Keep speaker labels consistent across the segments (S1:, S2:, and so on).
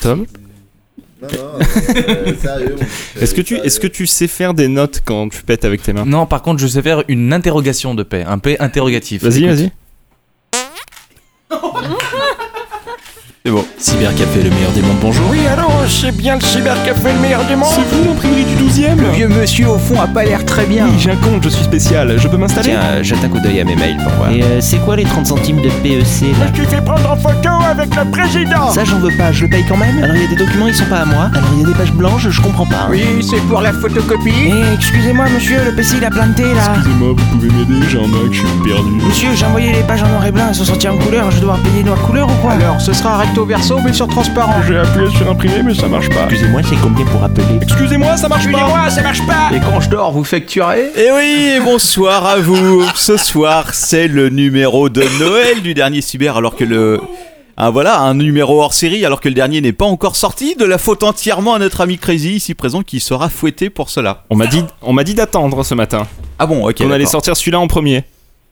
S1: Tom
S2: Non, non, euh, sérieux.
S1: Est-ce que, tu, est que tu sais faire des notes quand tu pètes avec tes mains
S3: Non, par contre, je sais faire une interrogation de paix, un P interrogatif.
S1: Vas-y, vas-y.
S3: C'est bon. Cybercafé, le meilleur des mondes, bonjour.
S4: Oui, alors, c'est bien le cybercafé le meilleur du monde
S1: vous l'imprimerie du 12
S4: Le vieux monsieur au fond a pas l'air très bien.
S1: J'ai un compte, je suis spécial, je peux m'installer
S5: Tiens, euh, jette un coup d'œil à mes mails pour voir.
S6: Et euh, c'est quoi les 30 centimes de PEC là
S4: Je t'ai fait prendre en photo avec le président
S6: Ça j'en veux pas, je le paye quand même. Alors il y a des documents, ils sont pas à moi. Alors il y a des pages blanches, je comprends pas.
S4: Oui, c'est pour la photocopie.
S6: Eh, excusez-moi monsieur, le PC il a planté là.
S1: Excusez-moi, vous pouvez m'aider, j'ai un Mac, je suis perdu.
S6: Monsieur, j'ai envoyé les pages en noir et blanc, elles sont sorties en couleur, je dois payer noir couleur ou quoi
S4: Alors, ce sera recto verso, mais sur transparent.
S1: J'ai appuyé sur imprimer, mais ça marche pas.
S5: Excusez-moi, c'est combien pour appeler
S1: Excusez-moi, ça marche pas
S4: Excusez-moi, ça marche pas Et quand je dors, vous facturez
S7: Et oui, et bonsoir à vous. Ce soir, c'est le numéro de Noël du dernier cyber, alors que le. Ah voilà, un numéro hors série, alors que le dernier n'est pas encore sorti, de la faute entièrement à notre ami Crazy, ici présent, qui sera fouetté pour cela.
S1: On m'a dit, on m'a dit d'attendre ce matin.
S7: Ah bon, ok.
S1: on allait
S7: d'accord.
S1: sortir celui-là en premier.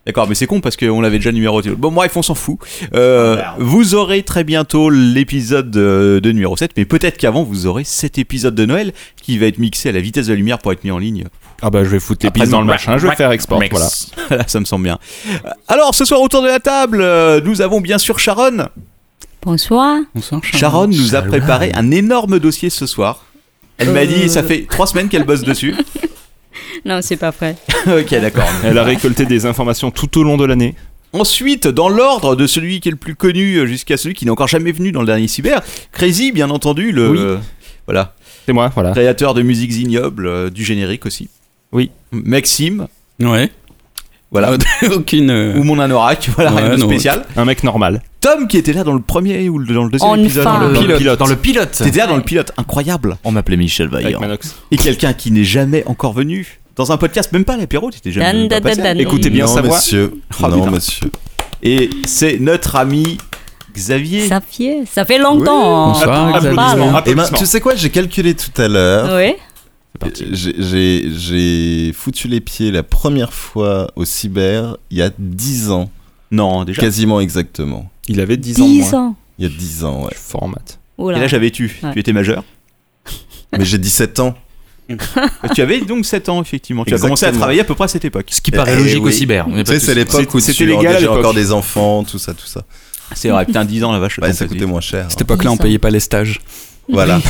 S7: D'accord, mais c'est con parce qu'on l'avait déjà numéroté. Bon, bref, on s'en fout.
S1: Ah,
S7: Euh, vous aurez très bientôt l'épisode de, de numéro 7, mais peut-être qu'avant, vous aurez cet épisode de Noël qui va être mixé à la vitesse de la lumière pour être mis en ligne.
S1: Ah bah je vais foutre les
S7: Après,
S1: pistes dans
S7: non,
S1: le machin, je vais faire export, voilà.
S7: Voilà, ça me semble bien. Euh, Alors, ce soir, autour de la table, euh, nous avons bien sûr Sharon.
S8: Bonsoir.
S9: Bonsoir
S7: Sharon nous a préparé un énorme dossier ce soir. Elle m'a dit, ça fait trois semaines qu'elle bosse dessus.
S8: Non, c'est pas vrai.
S7: ok, d'accord.
S1: Elle a récolté des informations tout au long de l'année.
S7: Ensuite, dans l'ordre de celui qui est le plus connu euh, jusqu'à celui qui n'est encore jamais venu dans le dernier cyber, Crazy, bien entendu, le
S1: Oui.
S7: euh, voilà,
S1: C'est moi, voilà.
S7: créateur de musiques ignobles, euh, du générique aussi.
S1: Oui.
S7: Maxime,
S9: Ouais.
S7: voilà.
S9: Aucune. euh,
S7: Ou mon anorak, voilà,
S9: Ouais,
S7: rien de
S9: non.
S7: spécial.
S1: Un mec normal.
S7: Tom qui était là dans le premier ou le- dans le deuxième
S8: On
S7: épisode.
S8: parle.
S7: dans le-
S3: Pilote. Dans le pilote.
S7: T'étais là dans le pilote, incroyable.
S5: On m'appelait Michel
S1: Avec
S5: Vaillant.
S1: Manox.
S7: Et quelqu'un qui n'est jamais encore venu dans un podcast, même pas à l'apéro, t'étais jamais
S8: Dan,
S7: même pas
S8: dan,
S7: passé. hein.
S8: dan, dan.
S1: Écoutez bien
S2: non,
S1: sa voix.
S2: monsieur.
S7: Oh,
S2: non,
S7: putain.
S2: monsieur.
S7: Et c'est notre ami Xavier.
S8: Ça fait, ça fait longtemps.
S9: Bonsoir,
S8: Xavier.
S1: Applaudissements,
S8: Parle.
S2: Eh ben,
S1: applaudissements.
S2: tu sais quoi, j'ai calculé tout à l'heure.
S8: Oui.
S2: J'ai- J'ai j'ai foutu les pieds la première fois au cyber il y a 10 ans,
S7: Non, déjà.
S2: quasiment exactement.
S1: Il avait 10 ans. de
S8: 10
S1: moins.
S8: ans.
S2: Il y a 10 ans, ouais.
S1: Je suis fort en maths.
S8: Oula.
S7: Et là, j'avais tu.
S8: Ouais.
S7: Tu étais majeur.
S2: Mais j'ai 17 ans.
S7: Euh, Tu avais donc 7 ans, effectivement. Tu as commencé à
S2: Exactement.
S7: travailler à peu près à cette époque.
S3: Ce qui paraît
S2: Eh
S3: logique au
S2: oui.
S3: cyber. on est
S2: Tu
S3: pas
S2: sais, c'est
S3: tous-
S2: l'époque où
S1: C'était
S2: tu
S1: légal à
S2: engageais
S1: l'époque.
S2: encore des enfants, tout ça, tout ça.
S7: C'est vrai, putain, 10 ans, la vache. le
S2: Bah,
S7: temps
S2: ça
S7: passe
S2: coûtait
S7: vite.
S2: moins cher. hein.
S9: Cette époque-là, on payait pas les stages.
S2: Voilà.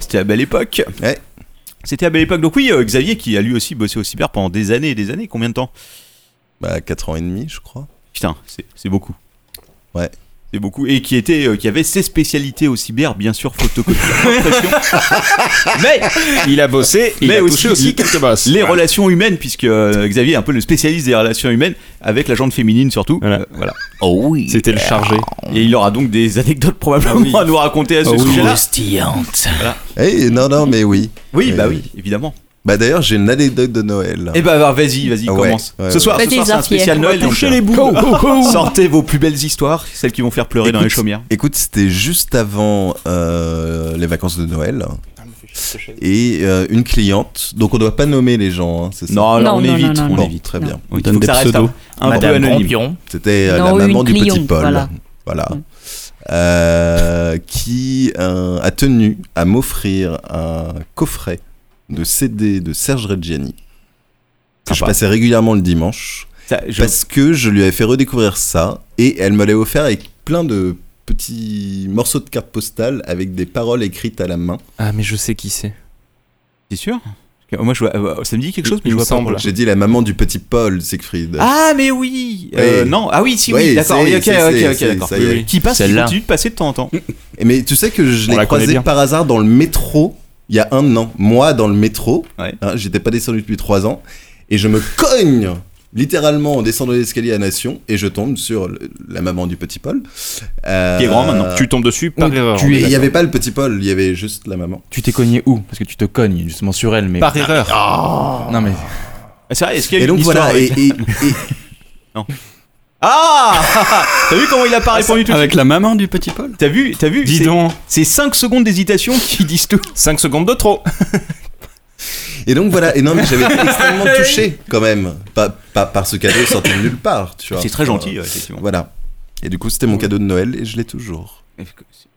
S7: C'était la belle époque.
S2: Ouais.
S7: C'était la belle époque. Donc, oui, euh, Xavier qui a lui aussi bossé au cyber pendant des années et des années. Combien de temps
S2: Bah, 4 ans et demi, je crois.
S7: Putain, c'est c'est beaucoup.
S2: Ouais.
S7: C'est beaucoup. Et qui, était, euh, qui avait ses spécialités au cyber, bien sûr, photocopie. impression. Mais
S1: Il a bossé, il
S7: Mais
S1: a
S7: aussi-
S1: touché aussi quelques bosses.
S7: les relations humaines, puisque euh, Xavier est un peu le spécialiste des relations humaines, avec la gente féminine surtout.
S1: Voilà.
S7: Euh, voilà.
S5: Oh oui.
S1: C'était le chargé.
S7: Et il aura donc des anecdotes probablement à nous raconter à ce sujet-là.
S5: Croustillante.
S2: Eh, non, non, mais oui.
S7: Oui,
S2: Eh
S7: bah oui, évidemment.
S2: Bah, d'ailleurs, j'ai une anecdote de Noël.
S7: Eh bah, bah, vas-y, vas-y,
S2: Ouais,
S7: commence.
S2: ouais,
S7: ce
S2: ouais.
S7: soir, ce
S8: Vas-y,
S7: soir, c'est un
S8: Zarfier.
S7: spécial
S8: On
S7: Noël. donc, euh,
S1: les boules.
S7: Sortez vos plus belles histoires, celles qui vont faire pleurer dans les
S2: Écoute,
S7: chaumières.
S2: Écoute, c'était juste avant euh, les vacances de Noël. Et euh, une cliente, donc on doit pas nommer les gens, hein, c'est ça
S7: Non,
S8: Non,
S7: on
S8: non,
S7: évite,
S8: non,
S7: on
S8: non.
S7: évite.
S2: Très bien.
S9: On
S7: Il
S9: donne
S7: faut que
S9: des
S7: ça reste
S9: pseudos.
S7: un, un peu anonyme.
S2: C'était euh,
S8: Non,
S2: la
S8: une
S2: maman du petit
S8: cliente,
S2: Paul.
S8: voilà.
S2: Voilà. Euh, qui euh, a tenu à m'offrir un coffret de CD de Serge Reggiani. Que je
S7: Sympa.
S2: passais régulièrement le dimanche.
S7: Ça, je-
S2: Parce que je lui avais fait redécouvrir ça. Et elle me l'avait offert avec plein de petits morceaux de cartes postales avec des paroles écrites à la main.
S1: Ah, mais je sais qui c'est.
S7: T'es sûr Parce que Moi, je vois- euh, ça me dit quelque chose, mais
S1: Il
S7: je
S1: me
S7: vois pas.
S1: semble.
S7: pourquoi.
S2: J'ai dit la maman du petit Paul, Siegfried.
S7: Ah, mais oui euh,
S2: Oui.
S7: Non, ah oui, si, oui,
S2: Oui,
S7: d'accord.
S2: c'est-
S7: oui, ok,
S2: c'est-
S7: ok,
S2: c'est-
S7: ok,
S2: c'est-
S7: d'accord.
S2: ça y est.
S1: Oui, oui.
S7: Qui passe, qui
S5: Celle-là.
S7: continue de passer de temps en temps.
S2: Mais tu sais que je
S1: On la connaît
S2: l'ai croisé
S1: bien.
S2: par hasard dans le métro il y a un an. Moi, dans le métro,
S7: Ouais.
S2: hein, j'étais pas descendu depuis trois ans, et je me cogne littéralement en descendant l'escalier à Nation, et je tombe sur le- la maman du petit Paul. Euh,
S7: Qui est grand maintenant.
S1: Tu tombes dessus par erreur.
S2: et Il n'y avait pas le petit Paul, il y avait juste la maman.
S3: Tu t'es cogné où Parce que tu te cognes justement sur elle, mais. Ah.
S1: Par erreur.
S3: Non, mais.
S7: Ah, C'est vrai, est-ce qu'il y
S2: Et
S7: a une
S2: donc
S7: histoire
S2: voilà, et,
S7: avec-
S2: et- et-
S7: Ah T'as vu comment il a pas répondu tout
S10: ah
S7: de suite
S9: Avec la maman du petit
S8: Bah,
S9: Paul
S7: T'as vu, t'as vu
S1: Dis
S7: c'est-
S1: donc,
S7: C'est 5 secondes d'hésitation qui disent tout.
S1: 5 secondes de trop.
S2: et donc voilà, et non mais j'avais été extrêmement touché quand même, pas, pas par ce cadeau sorti de nulle part, tu vois.
S7: C'est très gentil,
S2: Euh,
S7: ouais, effectivement.
S2: Voilà. Et du coup, c'était mon cadeau de Noël et je l'ai toujours.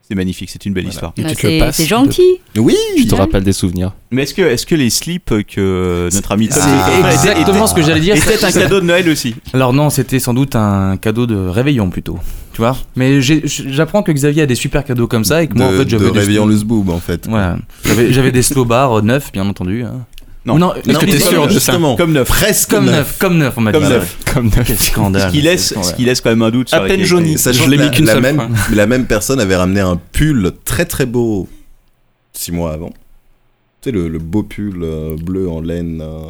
S7: C'est magnifique, c'est une belle histoire.
S9: Et
S8: Bah,
S9: tu te le
S8: c'est
S9: passes
S8: c'est
S9: de-
S8: gentil.
S2: Oui
S1: Tu te rappelles des souvenirs.
S7: Mais est-ce que, est que les slips euh, que notre ami Tom nous
S10: C'est
S7: offrait étaient-
S10: exactement ce que j'allais dire.
S7: étaient un cadeau de Noël aussi
S10: Alors non, c'était sans doute un cadeau de réveillon plutôt. Tu vois Mais j'ai- j'apprends que Xavier a des super cadeaux comme ça et que moi en
S2: De-
S10: fait
S2: de
S10: j'avais des-
S2: réveillant le zboob en fait.
S10: Voilà. J'avais j'avais des slow bars neufs bien entendu. hein.
S7: Non.
S10: Ou
S2: Est-ce
S10: non,
S2: que t'es
S10: des-
S2: sûr de ça
S7: Justement. Comme neuf.
S2: Presque
S10: Comme
S2: neuf.
S10: neuf, comme neuf on m'a dit.
S7: Comme neuf.
S1: Comme neuf.
S10: Quel scandale.
S7: Ce qui laisse, ce qui laisse quand même un doute. sur la qualité.
S2: Sachant
S9: Je l'ai
S2: que
S9: mis
S2: la-
S9: qu'une
S2: la
S9: seule
S2: même,
S9: fois.
S2: La même personne avait ramené un pull très très beau six mois avant. Tu sais, le, le beau pull euh, bleu en laine. euh,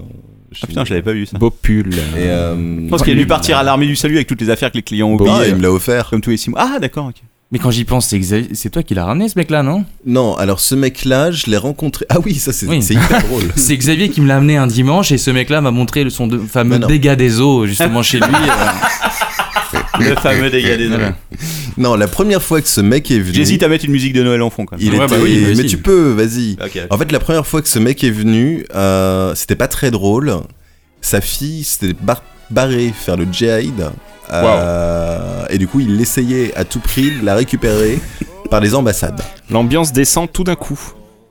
S7: Ah putain, je l'avais pas vu ça.
S1: Beau pull.
S2: Et, euh,
S7: Je pense qu'il a dû partir à l'armée du salut avec toutes les affaires que les clients ont
S1: Bon.
S2: Ah,
S7: oubliées.
S2: il me l'a offert.
S7: Comme tous les six mois. Ah d'accord, ok.
S10: Mais quand j'y pense, c'est Xavier- c'est toi qui l'as ramené ce mec-là, non
S7: Hmm.
S2: Non, alors ce mec-là, je l'ai rencontré. Ah oui, ça c'est
S10: Oui.
S2: c'est hyper drôle.
S10: C'est Xavier qui me l'a amené un dimanche et ce mec-là m'a montré le- son de- fameux
S2: Bah non.
S10: dégât des eaux justement chez lui. euh,
S7: Le fameux dégât des
S10: voilà.
S7: Noël.
S2: Non, la première fois que ce mec est venu.
S7: J'hésite à mettre une musique de Noël en fond quand même.
S2: Il
S9: Ouais,
S2: était.
S9: bah oui,
S2: mais
S9: vas-y.
S2: tu peux, vas-y.
S7: Ok.
S2: En fait, la première fois que ce mec est venu, euh, c'était pas très drôle. Sa fille s'était bar- barrée faire le jihad. euh, Et du coup, il essayait à tout prix de la récupérer par les ambassades.
S1: L'ambiance descend tout d'un coup.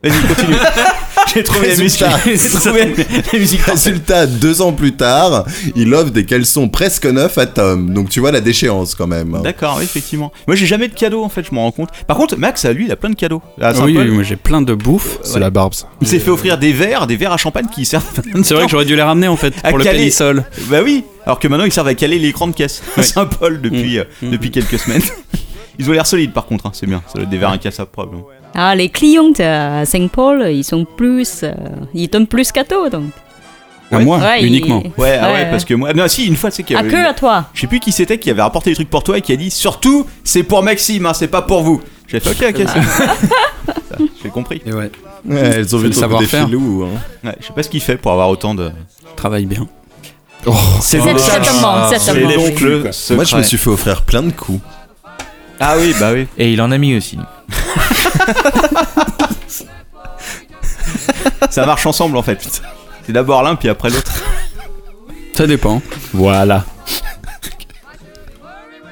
S7: Vas-y, continue. J'ai trouvé la musique.
S2: Résultat.
S7: J'ai trouvé la musique.
S2: Résultat, deux ans plus tard, il offre des caleçons presque neufs à Tom. Donc tu vois la déchéance quand même.
S7: D'accord, oui, effectivement. Moi, j'ai jamais de cadeaux en fait, je m'en rends compte. Par contre, Max, à lui, il a plein de cadeaux. À
S9: Ah oui,
S7: Saint-Paul,
S9: oui, moi j'ai plein de bouffe.
S1: C'est la barbe, ça.
S7: il s'est fait offrir des verres, des verres à champagne qui servent.
S9: C'est vrai que j'aurais dû les ramener en fait
S7: À
S9: pour le
S7: Calais.
S9: pénisol.
S7: Bah oui, alors que maintenant ils servent à caler les grandes caisses à
S9: Ouais.
S7: Saint-Paul depuis, euh,
S9: Mmh.
S7: depuis quelques semaines. Ils ont l'air solides par contre, hein, c'est bien, ça doit être des verres incassables probablement.
S8: Ah, les clients à Saint-Paul, ils sont plus. euh, ils donnent plus cadeaux donc.
S9: À moi,
S8: Ouais, il-
S9: uniquement.
S7: Ouais, ah ouais,
S8: Ouais.
S7: parce euh, que moi. Non, si, une fois, c'est qu'il y
S8: À
S7: avait.
S8: que à toi
S7: Je sais plus qui c'était qui avait rapporté les trucs pour toi et qui a dit surtout c'est pour Maxime, hein, c'est pas pour vous. J'ai fait ok, ok, c'est Ça, J'ai compris.
S9: Ah. Et ouais,
S2: Ouais, elles ont
S9: C'est
S2: vu ton
S9: le
S2: côté
S9: savoir-faire.
S2: filou. hein.
S7: Ouais, je sais pas ce qu'il fait pour avoir autant de.
S9: travaille bien.
S7: C'est
S8: Cette- Certainement,
S7: Ah, C'est
S8: certainement.
S7: donc le secret.
S2: Oh, Moi, je me suis fait offrir plein de coups.
S7: Ah oui, bah oui.
S10: Et il en a mis aussi.
S7: Ça marche ensemble en fait. C'est d'abord l'un puis après l'autre.
S9: Ça dépend.
S1: Voilà.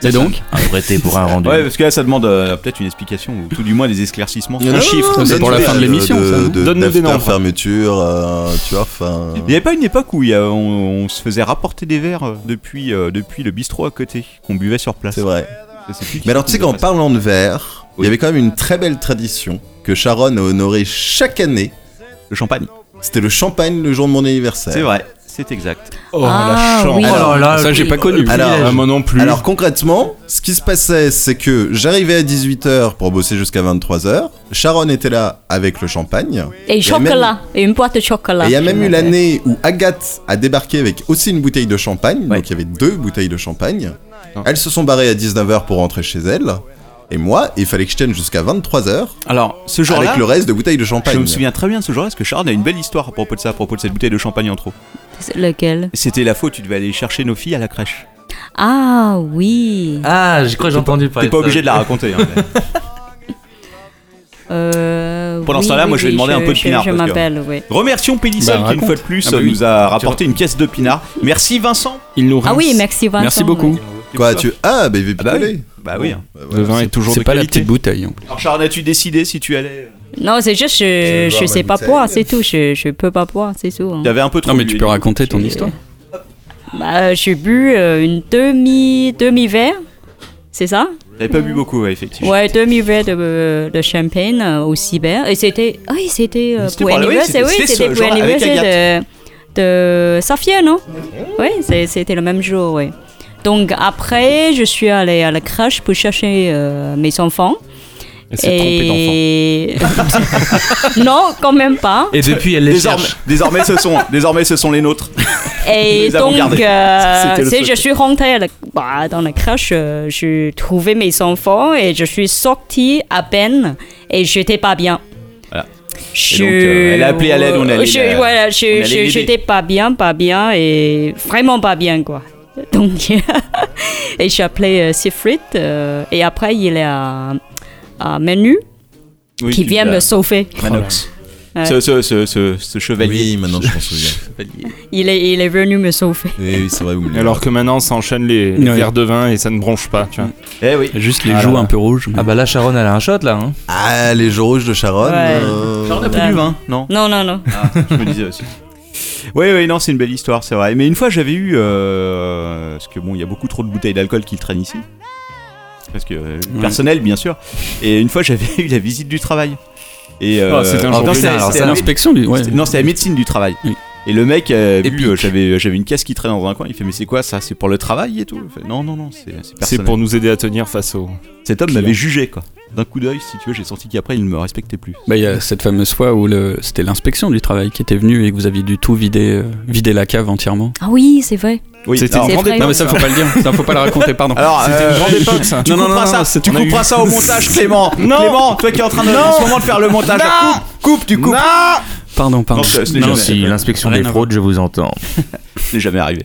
S9: Et donc
S10: Prêté pour un rendez-vous.
S7: Ouais, parce que là ça demande euh, peut-être une explication ou tout du moins des éclaircissements.
S8: Oh.
S2: Non, non,
S9: chiffre,
S2: non,
S9: c'est pour la
S2: donne-nous
S9: fin de
S2: des-
S9: l'émission, ça, hein. non
S1: Donne-nous des
S2: d'after
S1: nombres.
S2: fermeture, euh, tu vois, enfin.
S7: Il n'y avait pas une époque où il y a- on, on se faisait rapporter des verres euh, depuis, euh, depuis le bistrot à côté, qu'on buvait sur place.
S2: C'est vrai.
S7: Je sais plus qui
S2: Mais alors, tu sais
S7: nous a
S2: qu'en
S7: fait
S2: parlant de verre, il
S7: Oui.
S2: y avait quand même une très belle tradition que Sharon a honorée chaque année.
S7: ça. Le champagne.
S2: C'était le champagne le jour de mon anniversaire.
S7: C'est vrai, c'est exact.
S1: Oh,
S8: Ah,
S1: la chance.
S8: oui.
S2: Alors,
S9: Ça, j'ai pas connu.
S2: Alors,
S1: Ah, moi non plus.
S2: Alors concrètement, ce qui se passait, c'est que j'arrivais à 18h pour bosser jusqu'à 23h. Sharon était là avec le champagne.
S8: Et
S2: y a même-
S8: chocolat, et une boîte de chocolat.
S2: Et il y a même eu l'année où Agathe a débarqué avec aussi une bouteille de champagne. Donc il y avait deux bouteilles de champagne.
S7: Ah.
S2: Elles se sont barrées à 19h pour rentrer chez elles. Et moi, il fallait que je tienne jusqu'à 23h
S7: Alors, ce jour-là,
S2: avec le reste de bouteilles de champagne.
S7: je me souviens très bien de ce jour-là, parce que Charles a une belle histoire à propos de ça, à propos de cette bouteille de champagne en trop.
S8: C'est Lequel
S7: C'était la faute, tu devais aller chercher nos filles à la crèche.
S8: Ah oui.
S10: Ah, je crois que j'ai entendu parler.
S7: T'es pas
S10: ça.
S7: obligé de la raconter. hein, mais-
S8: Euh,
S7: Pendant ce
S8: oui,
S7: temps-là, moi,
S8: oui,
S7: je vais
S8: oui,
S7: demander un peu de
S8: je-
S7: pinard,
S8: Je
S7: parce que-
S8: m'appelle, oui.
S7: Remercions Pélissol qui,
S9: Bah,
S7: une
S9: raconte.
S7: fois de plus,
S9: Ah bah
S7: euh,
S9: oui.
S7: nous a rapporté une caisse de pinard. Merci Vincent.
S1: Il nous
S8: Ah
S1: rince.
S8: oui, merci Vincent.
S9: Merci beaucoup.
S2: Quoi, tu. Ah, bah il veut
S7: Ah bah
S2: picoler.
S7: oui. Bah oui.
S1: Le vin est toujours
S9: C'est
S1: de
S9: pas la
S1: qualité.
S9: petite bouteille. en plus.
S7: Alors, Charles, as-tu décidé si tu allais.
S8: Non, c'est juste, je,
S2: voir
S8: je
S2: ma
S8: sais pas
S2: bouteille.
S8: boire, c'est tout. Je, je peux pas boire, c'est tout. hein.
S7: T'avais un peu trop.
S9: Mmh. Non, mais
S7: bu,
S9: tu peux
S7: Eddie.
S9: raconter ton histoire.
S8: Bah, j'ai bu euh, une demi, demi verre, c'est ça
S7: T'avais pas bu beaucoup, ouais, effectivement.
S8: Ouais, demi verre de, de champagne euh, au cyber. Et c'était, oui, c'était euh,
S7: C'était
S8: pour
S7: pour la- oui,
S8: anniversaire, oui,
S7: c'était- c'était
S8: c'était
S7: ce
S8: pour
S7: jour-là, avec Mhm.
S8: anniversaire de, de Safia, non Oui, c'est- c'était le même jour, oui. Donc après, je suis allée à la crèche pour chercher euh, mes enfants.
S1: Elle s'est trompée d'enfant.
S8: d'enfant. non, quand même pas.
S10: Et depuis, elle les
S7: Désormais,
S10: cherche.
S7: désormais, ce sont, désormais, ce sont les nôtres.
S8: Et
S7: Les avons
S8: donc,
S7: gardés.
S8: euh,
S7: C'était le
S8: c'est-
S7: secret.
S8: je suis rentrée à la- bah, dans la crèche, euh, j'ai trouvé mes enfants et je suis sortie à peine et j'étais pas bien.
S7: Voilà.
S8: Je-
S7: Et donc, euh, elle a appelé euh, à l'aide, on allait
S8: je-
S7: la-
S8: voilà, je-
S7: on allait
S8: je-
S7: l'aider.
S8: j'étais pas bien, pas bien et vraiment pas bien quoi. Donc, et j'ai appelé euh, Siegfried euh, et après il est à, à Menu
S7: Oui,
S8: qui
S7: tu
S8: vient
S7: l'as-
S8: me sauver.
S7: Manox.
S8: Ouais.
S7: ce, ce- ce- ce- ce chevalier.
S2: Oui, maintenant je m'en souviens.
S8: Il est, il est venu me sauver.
S2: Eh Oui, oui, c'est vrai, vous me l'avez
S1: Alors que maintenant, ça enchaîne les, les
S9: Ouais.
S1: verres de vin et ça ne bronche pas, tu vois.
S7: Eh oui.
S9: Juste les
S1: Ah là
S9: joues
S1: là.
S9: un peu rouges. mais-
S10: Ah bah là, Sharon, elle a un shot là. hein.
S2: Ah, les jeux rouges de Sharon.
S8: Ouais.
S2: euh,
S7: Genre, on a pris
S8: Ouais.
S7: du vin, hein, non
S8: Non, non, non.
S7: Ah, je me disais aussi. Oui, oui, non, c'est une belle histoire, c'est vrai. Mais une fois, j'avais eu. euh, parce que bon, il y a beaucoup trop de bouteilles d'alcool qui traînent ici. Parce que. euh,
S9: Ouais.
S7: personnel, bien sûr. Et une fois, j'avais eu la visite du travail. Et. euh,
S1: Ah, c'était un
S7: non,
S1: journal,
S7: c'était-
S9: Alors,
S7: c'était
S9: c'est
S7: la-
S9: l'inspection du. Ouais.
S7: c'était- Non, c'était la médecine du travail.
S9: Oui.
S7: Et le mec, euh, vu,
S9: Épique.
S7: euh, j'avais j'avais une caisse qui traîne dans un coin, il fait Mais c'est quoi ça C'est pour le travail et tout Il fait, Non, non, non, c'est c'est
S1: C'est
S7: personnel.
S1: pour nous aider à tenir face au.
S7: Cet homme m'avait jugé, quoi. D'un coup d'œil, si tu veux, j'ai senti qu'après, il ne me respectait plus.
S9: Bah, il y a cette fameuse fois où le... c'était l'inspection du travail qui était venue et que vous aviez du tout vidé, euh, vidé la cave entièrement.
S8: Ah oui, c'est vrai.
S7: Oui,
S1: C'était-
S7: alors,
S8: C'est
S7: rendez-
S8: vrai.
S9: Non, mais ça, faut pas le dire. Ça, faut pas le raconter, pardon.
S7: alors, euh,
S1: grande époque, ça.
S7: Tu
S9: Non, non,
S7: couperas
S9: non,
S7: ça,
S9: non,
S7: tu
S1: on a
S7: couperas
S1: eu-
S7: ça au montage, Clément.
S1: Non.
S7: Clément, toi qui es en train de, en ce moment de faire le montage. coupe, coupe, tu coupes.
S9: Pardon, pardon.
S7: Non, c'est- c'est jamais-
S9: si,
S5: l'inspection
S9: Rien
S5: des
S9: à
S5: fraudes, je vous entends.
S7: C'est jamais arrivé.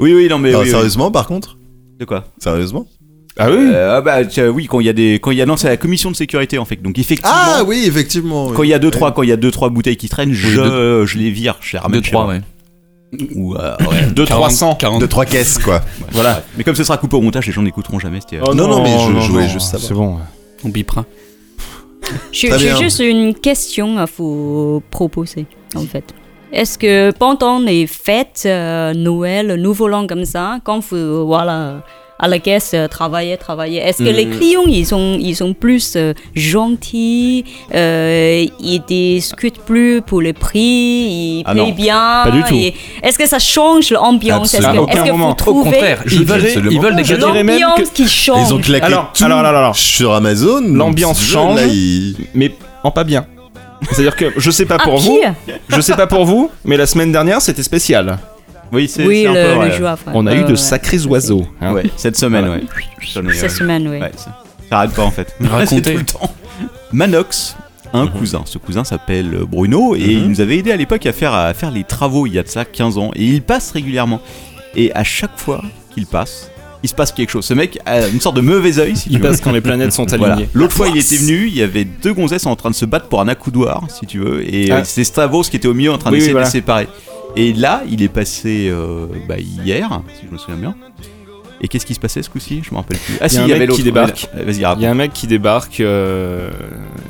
S7: Oui, oui, non, mais
S2: non,
S7: oui, oui.
S2: sérieusement, par contre
S7: De quoi
S2: Sérieusement
S1: Ah oui
S7: Euh, ah bah tiens, oui, quand il y a des, quand il y a non, c'est la commission de sécurité en fait. Donc effectivement,
S2: Ah oui, effectivement. oui.
S7: quand il y a deux trois, quand il y a deux trois bouteilles qui traînent, je, je les vire, je les ramène.
S10: Deux,
S7: chez
S10: trois,
S7: moi.
S10: ouais.
S7: Ou, euh, ouais, ouais,
S1: 2 300
S9: 40.
S2: Deux, trois caisses, quoi.
S7: voilà. Mais comme ce sera coupé au montage, les gens n'écouteront jamais. euh, c'était-
S1: Oh
S2: Non, non, mais je- je voulais juste savoir.
S1: C'est bon.
S9: On bipera.
S8: J'ai
S2: Très
S8: j'ai
S2: bien.
S8: juste une question à vous proposer, en fait. Est-ce que pendant les fêtes, euh, Noël, Nouveau L'An comme ça, quand vous, voilà, à la caisse, euh, travaillez, travaillez, est-ce que
S1: Hmm.
S8: les clients, ils sont, ils sont plus euh, gentils, euh, ils discutent plus pour les prix, ils
S7: Ah non,
S8: payent bien
S1: pas du tout.
S8: et- Est-ce que ça change l'ambiance Est-ce que,
S1: Absolument. À
S8: est-ce
S1: aucun
S8: que vous
S1: moment. Au
S10: Au
S8: trouvez
S10: contraire, ils veulent, ils veulent des
S1: Je
S10: gâteaux.
S1: dirais même que-
S8: l'ambiance qui change
S2: Ils ont claqué
S1: Alors,
S2: tout
S1: alors, alors,
S7: Ah.
S1: alors, alors.
S2: sur Amazon.
S1: L'ambiance
S2: Ce jeu,
S1: change.
S2: Là, il-
S1: Mais en pas bien. C'est-à-dire que je sais pas
S8: Ah,
S1: pour vous,
S8: pire.
S1: je sais pas pour vous, mais la semaine dernière c'était spécial.
S7: Oui, c'est
S8: Oui,
S7: c'est
S8: le,
S7: un peu.
S8: le
S7: ouais.
S8: joueur, ouais.
S1: On a eu
S8: Ouais,
S1: de
S8: ouais.
S1: sacrés oiseaux. hein.
S7: Ouais, cette semaine,
S1: Voilà.
S7: ouais. J'en ai, euh,
S8: Cette semaine, oui.
S7: Ouais, ça, ça arrête pas en fait.
S9: Racontez.
S7: C'est tout le temps. Manox, a
S1: Mhm.
S7: un cousin. Ce cousin s'appelle euh, Bruno et il nous avait aidé à l'époque à faire, à faire les travaux il y a de ça 15 ans. Et il passe régulièrement. Et à chaque fois qu'il passe, il se passe quelque chose. Ce mec a une sorte de mauvais oeil si tu
S1: Il
S7: veux.
S1: passe quand les planètes sont alignées.
S7: Voilà. L'autre fois, il était venu, il y avait deux gonzesses en train de se battre pour un accoudoir, si tu veux, et
S1: Ah.
S7: euh, c'était Stavros qui était au milieu en train
S1: Oui,
S7: d'essayer
S1: oui,
S7: de
S1: voilà.
S7: les séparer. Et là, il est passé euh, bah, hier, si je me souviens bien. Et qu'est-ce qui se passait ce coup-ci Je me rappelle plus.
S1: Il y
S7: Ah
S1: a
S7: si,
S1: un
S7: il y
S1: mec
S7: avait
S1: qui
S7: l'autre.
S1: débarque.
S7: Ouais, Vas-y,
S1: Il y a un mec qui débarque, euh,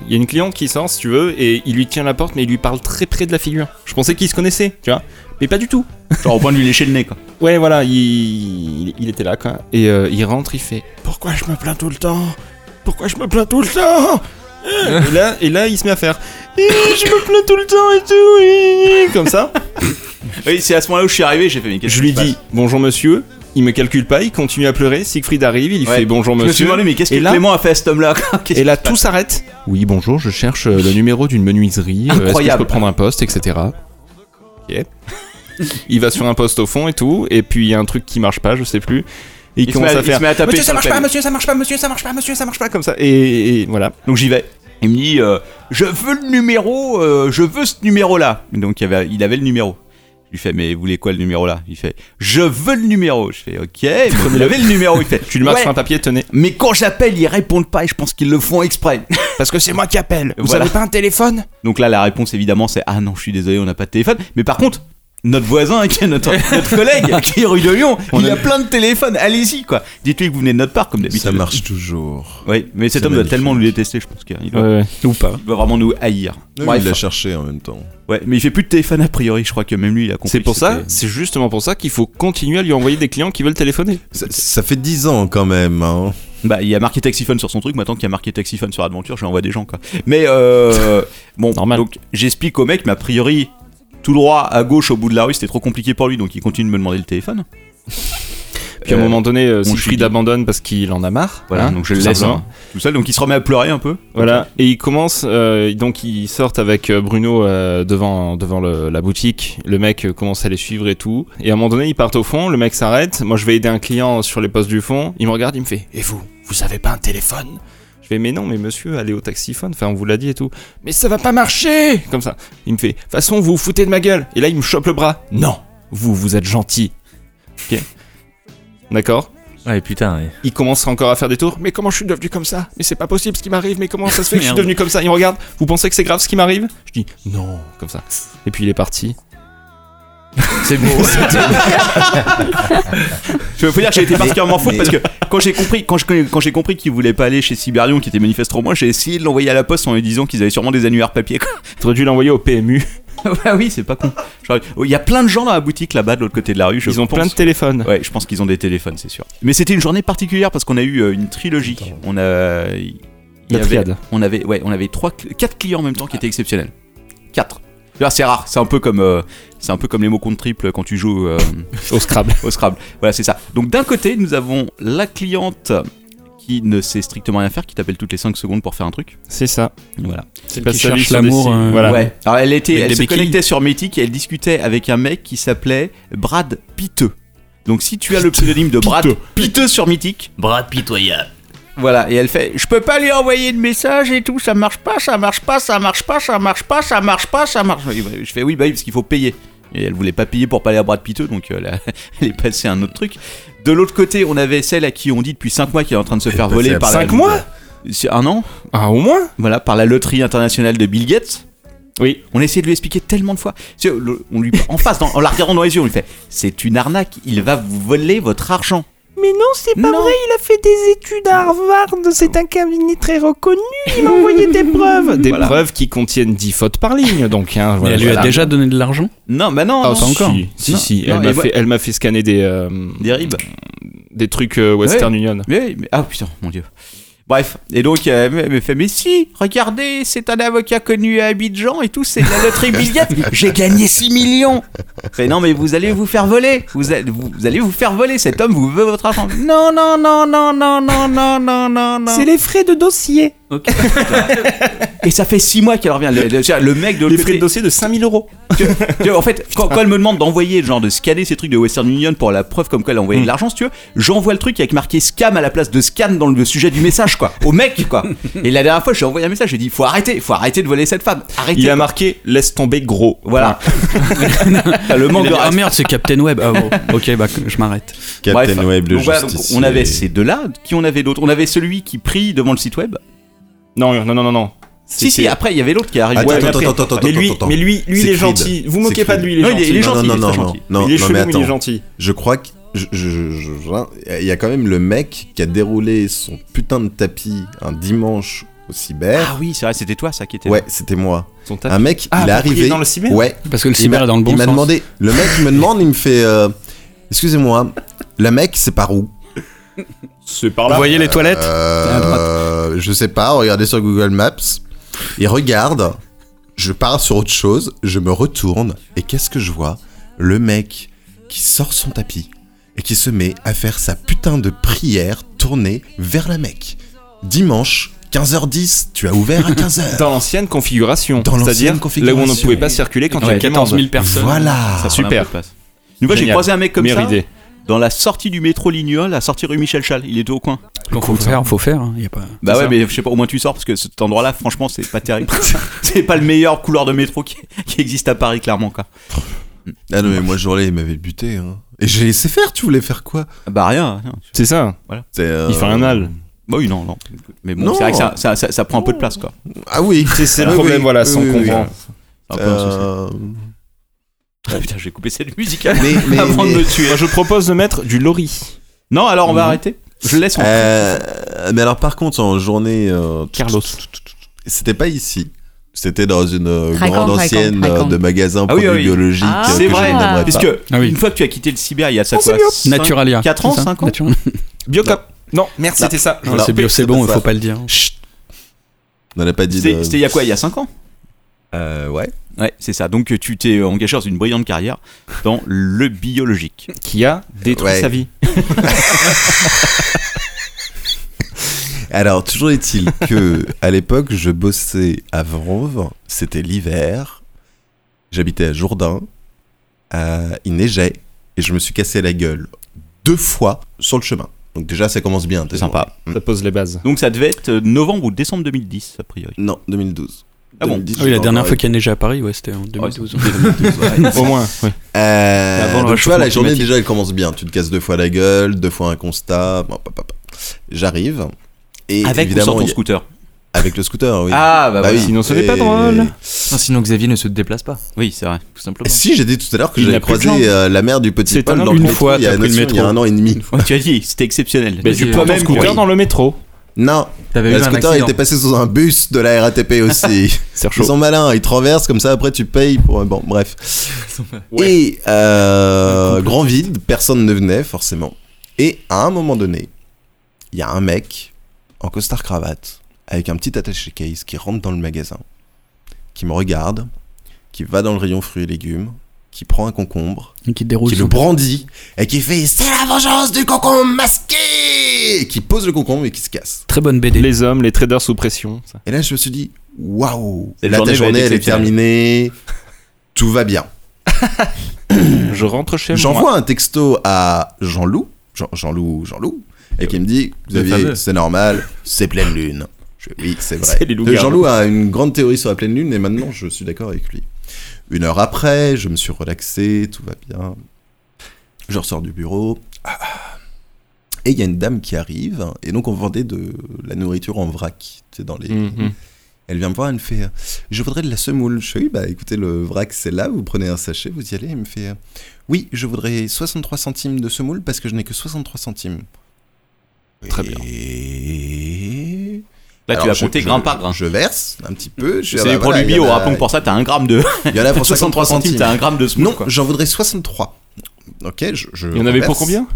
S1: il y a une cliente qui sort si tu veux, et il lui tient la porte mais il lui parle très près de la figure. Je pensais qu'ils se connaissaient, tu vois, mais pas du tout.
S7: Genre au point de lui lécher le nez quoi.
S1: Ouais voilà, il, il- il était là quoi, et euh, il rentre, il fait « Pourquoi je me plains tout le temps Pourquoi je me plains tout le temps ?» et là, et là, il se met à faire « Eh, Je me plains tout le temps et tout, eh, eh, comme ça.
S7: Oui, c'est à ce moment-là où je suis arrivé, j'ai fait mais qu'est-ce
S1: Je
S7: qui
S1: lui
S7: se passe
S1: dis « Bonjour monsieur », il me calcule pas, il continue à pleurer, Siegfried arrive, il
S7: Ouais.
S1: fait « Bonjour
S7: Je me suis
S1: monsieur ».
S7: demandé mais qu'est-ce que
S1: Et là-
S7: Clément a fait à cet homme-là quoi Qu'est-ce
S1: Et là,
S7: qui se
S1: tout s'arrête. Oui, bonjour, je cherche euh, le numéro d'une menuiserie. euh, Est-ce que je
S7: Incroyable.
S1: peux prendre un poste, etc. Ok. il va sur un poste au fond et tout. Et puis, il y a un truc qui marche pas, je sais plus. Et il,
S7: Il se
S1: commence
S7: met à-
S1: à
S7: il
S1: faire.
S7: se met à taper
S1: monsieur,
S7: sur
S1: ça
S7: le
S1: marche pas,
S7: clavier.
S1: monsieur, ça marche pas, monsieur, ça marche pas, monsieur, ça marche pas, comme ça. Et, et voilà.
S7: Donc j'y vais. Il me dit euh, Je veux le numéro, euh, je veux ce numéro-là. Donc il avait, il avait le numéro. Je lui fais Mais vous voulez quoi le numéro-là Il fait Je veux le numéro. Je fais Ok, mais vous avez le numéro. Il fait
S1: Tu le marques
S7: Ouais,
S1: sur un papier, tenez.
S7: Mais quand j'appelle, ils répondent pas et je pense qu'ils le font exprès.
S1: Parce que c'est moi qui appelle.
S7: Vous Voilà. avez
S1: pas un téléphone
S7: Donc là, la réponse évidemment, c'est Ah non, je suis désolé, on n'a pas de téléphone. Mais par contre, notre voisin, qui est notre, notre collègue, qui est rue de Lyon,
S1: On
S7: il
S1: a-
S7: a plein de téléphones. Allez-y, quoi. Dites-lui que vous venez de notre part, comme d'habitude.
S2: Ça marche toujours.
S7: Oui, mais cet
S2: C'est
S7: homme doit
S2: magnifique.
S7: tellement nous détester, je pense qu'il doit,
S1: Ouais,
S9: Ou pas.
S7: il doit vraiment nous haïr.
S2: Oui,
S7: Bref.
S2: il l'a cherché en même temps.
S7: Ouais, mais il fait plus de téléphone a priori, je crois que même lui il a compris.
S1: C'est pour
S7: que
S1: ça,
S7: c'était-
S1: c'est justement pour ça qu'il faut continuer à lui envoyer des clients qui veulent téléphoner.
S2: Ça, ça fait 10 ans quand même. hein.
S7: Bah, il y a marqué Taxiphone sur son truc, maintenant qu'il y a marqué Taxiphone sur Adventure, je lui envoie des gens quoi. Mais euh. bon,
S1: Normal.
S7: donc j'explique au mec, mais a priori, tout droit à gauche au bout de la rue, c'était trop compliqué pour lui, donc il continue de me demander le téléphone.
S1: Puis à un
S7: Euh,
S1: moment donné, euh,
S7: je suis
S1: Siegfried
S7: dit-
S1: abandonne parce qu'il en a marre.
S7: Voilà,
S1: hein,
S7: donc je
S1: tout
S7: le laisse
S1: simplement.
S7: hein, tout seul, donc il se remet à pleurer un peu.
S1: Voilà, et ils commencent, euh, donc ils sortent avec euh, Bruno euh, devant, devant le- la boutique, le mec euh, commence à les suivre et tout, et à un moment donné ils partent au fond, le mec s'arrête, moi je vais aider un client sur les postes du fond, il me regarde, il me fait « Et vous, vous avez pas un téléphone ?» Je fais « Mais non, mais monsieur, allez au taxiphone, enfin on vous l'a dit et tout. »« Mais ça va pas marcher !» Comme ça, il me fait « De toute façon, vous vous foutez de ma gueule !» Et là il me chope le bras. « Non, vous, vous êtes gentil !» Ok D'accord Ouais, putain, Il commence encore à faire des tours. Mais comment je suis devenu comme ça Mais c'est pas possible ce qui m'arrive. Mais comment ça se fait que je suis
S7: Merde.
S1: devenu comme ça Il me regarde. Vous pensez que c'est grave ce qui m'arrive Je dis non, comme ça. Et puis il est parti.
S7: C'est beau. Je veux euh, faut dire que j'ai été particulièrement fou
S1: Mais-
S7: parce que quand j'ai compris quand je- quand j'ai compris qu'ils voulaient pas aller chez Siberion qui était manifeste trop moins, j'ai essayé de l'envoyer à la poste en lui disant qu'ils avaient sûrement des annuaires papier.
S1: T'aurais dû l'envoyer au PMU.
S7: ouais oui, c'est pas con. Genre, Il y a plein de gens dans la boutique là-bas de l'autre côté de la rue, je
S1: Ils ont
S7: pense.
S1: plein de téléphones.
S7: Ouais, je pense qu'ils ont des téléphones, c'est sûr. Mais c'était une journée particulière parce qu'on a eu euh, une trilogie. On a il y
S1: La
S7: avait-
S1: triade.
S7: on avait ouais, on avait trois cl- quatre clients en même temps qui étaient exceptionnels. Quatre. Là, c'est rare, c'est un peu comme euh, c'est un peu comme les mots contre triple quand tu joues euh,
S1: au Scrabble.
S7: au Scrabble. Voilà, c'est ça. Donc d'un côté, nous avons la cliente qui ne sait strictement rien faire, qui t'appelle toutes les 5 secondes pour faire un truc.
S1: C'est ça.
S7: Voilà.
S1: C'est le Qui spécialiste cherche sur l'amour, des signes. euh, Voilà.
S7: Ouais. Alors elle était,
S1: Avec
S7: elle
S1: des
S7: se
S1: béquilles.
S7: connectait sur Mythic et elle discutait avec un mec qui s'appelait Brad Piteux. Donc si tu as le pseudonyme de Brad Piteux sur Mythic, Brad pitoyable. Voilà, et elle fait Je peux pas lui envoyer de message et tout, ça marche pas, ça marche pas, ça marche pas, ça marche pas, ça marche pas, ça marche. Oui, bah, Je fais Oui, bah oui, parce qu'il faut payer. Et elle voulait pas payer pour parler à Brad Piteux, donc euh, elle, a- elle est passée à un autre truc. De l'autre côté, on avait celle à qui on dit depuis 5 mois qu'elle est en train de se faire
S1: passée
S7: voler
S1: à
S7: par
S1: cinq
S7: la.
S1: mois
S7: C'est un an
S1: Ah, au moins
S7: Voilà, par la loterie internationale de Bill Gates.
S1: Oui.
S7: On a essayé de lui expliquer tellement de fois. Tu sais, le- On lui, en face, dans- en la regardant dans les yeux, on lui fait C'est une arnaque, il va vous voler votre argent.
S11: Mais non, c'est
S1: Hmm.
S11: pas vrai, il a fait des études à Harvard, c'est un cabinet très reconnu, il m'a envoyé des preuves.
S1: Des preuves qui contiennent 10 fautes par ligne, donc. Hein,
S9: elle lui a déjà
S1: donné de l'argent
S7: Non, bah non,
S1: Ah,
S7: non.
S1: si,
S7: Pas encore.
S1: Si,
S7: Non,
S1: si,
S7: non,
S1: elle
S7: mais
S1: m'a
S7: moi-
S1: fait, elle m'a fait scanner des. euh,
S7: Des ribs
S1: Des trucs euh, Western
S7: Ouais.
S1: Union.
S7: Mais, oui, mais- ah putain, mon dieu. Bref, et donc euh, elle me- elle me fait Mais si, regardez, c'est un avocat connu à Abidjan et tout, c'est de la loterie Bill Gates, j'ai gagné 6 millions Fait, Non, mais vous allez vous faire voler vous, a- vous- vous allez vous faire voler, cet homme vous veut votre argent Non, non, non, non, non, non, non, non, non, non
S11: C'est les frais de dossier.
S7: Et ça fait 6 mois qu'elle revient. Le, le- le mec de Les frais de
S1: dossier de 5000 euros.
S7: en fait, quand, quand elle me demande d'envoyer, genre de scanner ces trucs de Western Union pour la preuve comme quoi elle a
S1: Mm.
S7: envoyé de l'argent, si tu veux, j'envoie le truc avec marqué scam à la place de scan dans le sujet du message, quoi. Au mec, quoi. Et la dernière fois, j'ai envoyé un message, j'ai dit faut arrêter, faut arrêter de voler cette femme. Arrêtez.
S1: Il a
S7: quoi.
S1: marqué laisse tomber gros.
S7: Voilà. le manque
S9: Il a
S7: de
S9: dit, Ah
S7: respect.
S9: merde, c'est Captain Web. Ah bon, ok, bah je m'arrête.
S7: Bref, donc voilà, donc on avait ces deux-là. Qui on avait d'autres On avait celui qui prie devant le site web.
S1: Non, non, non, non, non.
S7: Si, si,
S1: C'était-
S7: après, il y avait l'autre qui est arrivé.
S1: Attends,
S7: Ouais, mais
S1: attends,
S7: après-
S1: attends, attends, Mais lui- attends, mais lui- lui, il
S2: C'est
S1: est
S2: Creed.
S1: gentil. Vous
S2: C'est
S1: moquez pas de lui, il est
S2: Creed.
S1: gentil.
S2: Non, il
S1: Non,
S2: est gentil,
S1: non,
S2: il est
S1: non,
S2: très
S1: non,
S2: gentil.
S1: non, non,
S2: Il est
S1: non,
S2: chelou,
S1: mais
S2: mais
S1: il est
S2: attends.
S1: gentil.
S2: Je crois que. je- je- je- je- Il y a quand même le mec qui a déroulé son putain de tapis un dimanche au cyber.
S7: Ah oui, c'est vrai, c'était toi ça qui était.
S2: Ouais, c'était moi.
S1: Son tapis.
S2: Un mec,
S1: Ah,
S2: il est
S1: pour prier
S2: arrivé.
S1: dans le cyber
S2: Ouais.
S9: Parce que le
S2: Il
S9: cyber
S2: m'a-
S9: est dans le bon
S2: Il m'a
S9: sens.
S2: demandé. Le mec il me demande, il me fait. euh, Excusez-moi, la mec, c'est par où
S1: C'est par là.
S9: Vous voyez les toilettes
S2: Euh, Je sais pas, regardez sur Google Maps. Il regarde, je pars sur autre chose, je me retourne, et qu'est-ce que je vois Le mec qui sort son tapis et qui se met à faire sa putain de prière tournée vers la Mecque. Dimanche, 15h10, tu as ouvert à 15h.
S1: Dans l'ancienne configuration.
S2: Dans l'ancienne
S1: C'est-à-dire là où on ne
S2: configuration.
S1: pouvait pas circuler quand il y avait
S9: 14 000 personnes.
S2: Voilà.
S7: Ça prend un peu
S1: Super.
S7: de place. Une fois, j'ai
S1: Génial.
S7: croisé un mec comme
S1: Meilleure
S7: ça.
S1: idée.
S7: Dans la sortie du métro Lignol, à sortie rue Michel Chal, il était au coin.
S9: Donc faut faire, faut faire. hein, y a pas...
S7: Bah
S9: C'est
S7: ouais,
S9: ça.
S7: mais je sais pas, au moins tu sors parce que cet endroit-là, franchement, c'est pas terrible. c'est pas le meilleur couloir de métro qui, qui existe à Paris, clairement, quoi.
S2: Ah non, mais moi, jour-là, il m'avait buté. hein. Et j'ai laissé faire, tu voulais faire quoi euh,
S7: Bah rien.
S1: C'est ça.
S7: Voilà.
S1: Il fait un al.
S7: Bah oui, non, non. Mais bon,
S2: Non.
S7: c'est vrai que ça, ça- ça- ça prend un peu de place, quoi.
S2: Ah oui.
S1: C'est- c'est le
S2: Oui,
S1: problème,
S2: oui.
S1: voilà, sans
S2: Oui, oui, oui.
S1: comprendre.
S7: C'est un peu un souci.
S2: Euh,
S7: Ah, putain, j'ai coupé cette musique avant de me tuer.
S1: Moi, je propose de mettre du lori.
S7: Non, alors on va arrêter. Je laisse en
S2: Euh, mais alors par contre en journée euh,
S1: Carlos
S2: c'était pas ici c'était dans une euh,
S7: Raconte,
S2: grande
S7: raconte,
S2: ancienne euh,
S7: raconte.
S2: de magasin
S7: Ah oui,
S2: produits
S7: ah oui.
S2: biologiques euh,
S7: c'est
S2: que je
S7: vrai,
S2: n'aimerais pas.
S7: puisque
S9: Ah oui.
S7: une fois que tu as quitté le Sibérie, il y a ça
S9: Oh,
S7: quoi
S9: c'est bien.
S7: cinq-
S9: Naturalia,
S7: 4 ans,
S9: c'est ça
S7: 5 ans
S9: Natura-
S1: Biocop. Non, merde, c'était ça. Je
S9: Non,
S1: l'ai
S9: c'est
S1: coupé.
S9: bio, c'est bon,
S1: pas
S9: faut
S1: ça.
S9: pas le dire. Ah
S2: on n'a pas dit
S7: C'était
S2: de-
S7: c'était il y a quoi Il y a 5 ans
S2: Euh, ouais
S7: Ouais, c'est ça. Donc tu t'es engagé dans une brillante carrière dans le biologique.
S1: Qui a détruit
S2: Ouais.
S1: sa vie.
S2: alors toujours est-il que à l'époque je bossais à Vanves c'était l'hiver j'habitais à Jourdain euh, il neigeait et je me suis cassé la gueule deux fois sur le chemin donc déjà ça commence bien t'es
S7: Sympa.
S1: Ça pose les bases.
S7: Donc ça devait être novembre ou décembre 2010, a priori.
S2: non 2012
S7: Ah bon
S9: Oui, la dernière fois qu'il y a neigé à Paris, ouais, c'était en 2012.
S2: Au moins, Euh, donc tu vois, la journée déjà elle commence bien. Tu te casses deux fois la gueule, deux fois un constat. Bon, pop, pop. J'arrive. Et
S7: Avec ou
S2: évidemment,
S7: sans ton
S2: il y a-
S7: scooter
S2: Avec le scooter, oui.
S7: Ah, bah, voilà.
S2: oui.
S7: Sinon, ce n'est pas
S2: Et-
S7: drôle.
S10: sinon Xavier ne se déplace pas.
S7: Oui, c'est vrai, tout simplement.
S2: Si, j'ai dit tout à l'heure que
S7: Il
S2: j'avais
S7: n'a plus de
S2: croisé
S7: jambes.
S2: euh, la mère du petit
S7: C'est
S2: Paul
S7: un
S2: dans
S7: homme.
S2: le
S7: Une
S2: métro,
S7: fois,
S2: il y a
S7: t'as
S2: un
S7: pris le
S2: autre- il y a
S7: métro.
S2: un an et demi.
S7: Tu as dit, c'était exceptionnel.
S2: Mais tu prends ton scooter dans
S1: le métro
S2: Non,
S7: T'avais eu
S2: le
S7: Bah un
S2: scooter
S7: accident.
S2: était passé sous un bus de la RATP aussi.
S1: C'est
S2: Ils
S1: chaud.
S2: sont malins, ils traversent comme ça, après tu payes pour. Bon, bref. Et euh, grand vide, personne ne venait forcément. Et à un moment donné, il y a un mec en costard cravate avec un petit attaché case qui rentre dans le magasin, qui me regarde, qui va dans le rayon fruits et légumes, qui prend un concombre,
S9: Et qui déroule
S2: qui le
S9: son-
S2: brandit et qui fait c'est la vengeance du concombre masqué et qui pose le concombre et qui se casse.
S9: Très bonne BD.
S1: Les hommes, les traders sous pression. ça.
S2: Et là, je me suis dit, waouh,
S1: Cette
S2: là, ta
S1: journée va
S2: journée,
S1: être
S2: elle est
S1: exceptionnelle.
S2: terminée, tout va bien.
S1: Je rentre chez moi.
S2: J'envoie un texto à Jean-Loup, Jean- Jean-Loup, Jean-Loup, et qui me dit,
S1: Le
S2: Xavier,
S1: fameux.
S2: c'est normal, c'est pleine lune. Je fais, oui, c'est vrai.
S1: C'est les loups-garous.
S2: Jean-Loup a une grande théorie sur la pleine lune, et maintenant, je suis d'accord avec lui. Une heure après, je me suis relaxé, tout va bien. Je ressors du bureau. Ah, ah. Et il y a une dame qui arrive, et donc on vendait de la nourriture en vrac, tu sais, dans les...
S1: Mhm.
S2: Elle vient me voir, elle me fait euh, Je voudrais de la semoule. Je fais Oui, bah écoutez, le vrac c'est là, vous prenez un sachet, vous y allez. Elle me fait euh, Oui, je voudrais 63 centimes de semoule parce que je n'ai que 63 centimes. Très bien. Et.
S7: Là, Bah, tu
S2: Alors,
S7: vas
S2: je-
S7: compter
S2: je-
S7: grain par grain.
S2: Je verse un petit peu. je fais,
S7: C'est
S2: Ah,
S7: du
S2: bah, voilà, il
S7: produit
S2: y
S7: bio,
S2: en a-
S7: rappelons que pour ça, t'as un gramme de.
S2: Il y en a pour
S7: 63 centimes, t'as un gramme de
S2: Non, j'en voudrais 63. Ok, je. je
S1: Il y en avait pour
S2: renverse.
S1: combien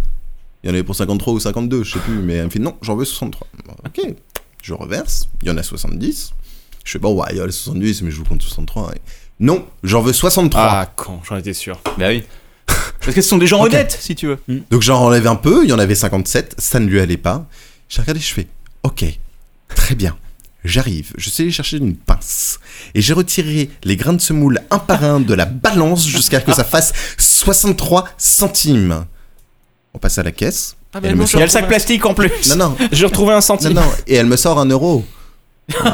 S2: Il y en avait pour 53 ou 52, je sais plus, mais elle me fait non, j'en veux 63. Ok, je reverse, il y en a 70. Je fais bon, ouais, il y en a 70, mais je vous compte 63. et- Non, j'en veux 63.
S1: Ah, con, j'en étais sûr.
S7: Bah oui. Parce que ce sont des gens honnêtes, si tu veux.
S2: Donc j'en enlève un peu, il y en avait 57, ça ne lui allait pas. J'ai regardé, je fais ok, très bien. J'arrive, je suis allé chercher une pince et j'ai retiré les grains de semoule un par un de la balance jusqu'à ce que ça fasse 63 centimes. On passe à la caisse.
S1: Ah,
S2: et elle me
S7: Il y a le
S2: sort-
S7: sac plastique en plus.
S2: Non, non.
S1: J'ai retrouvé un centime.
S2: Non, non, et elle me sort un euro.
S8: Oh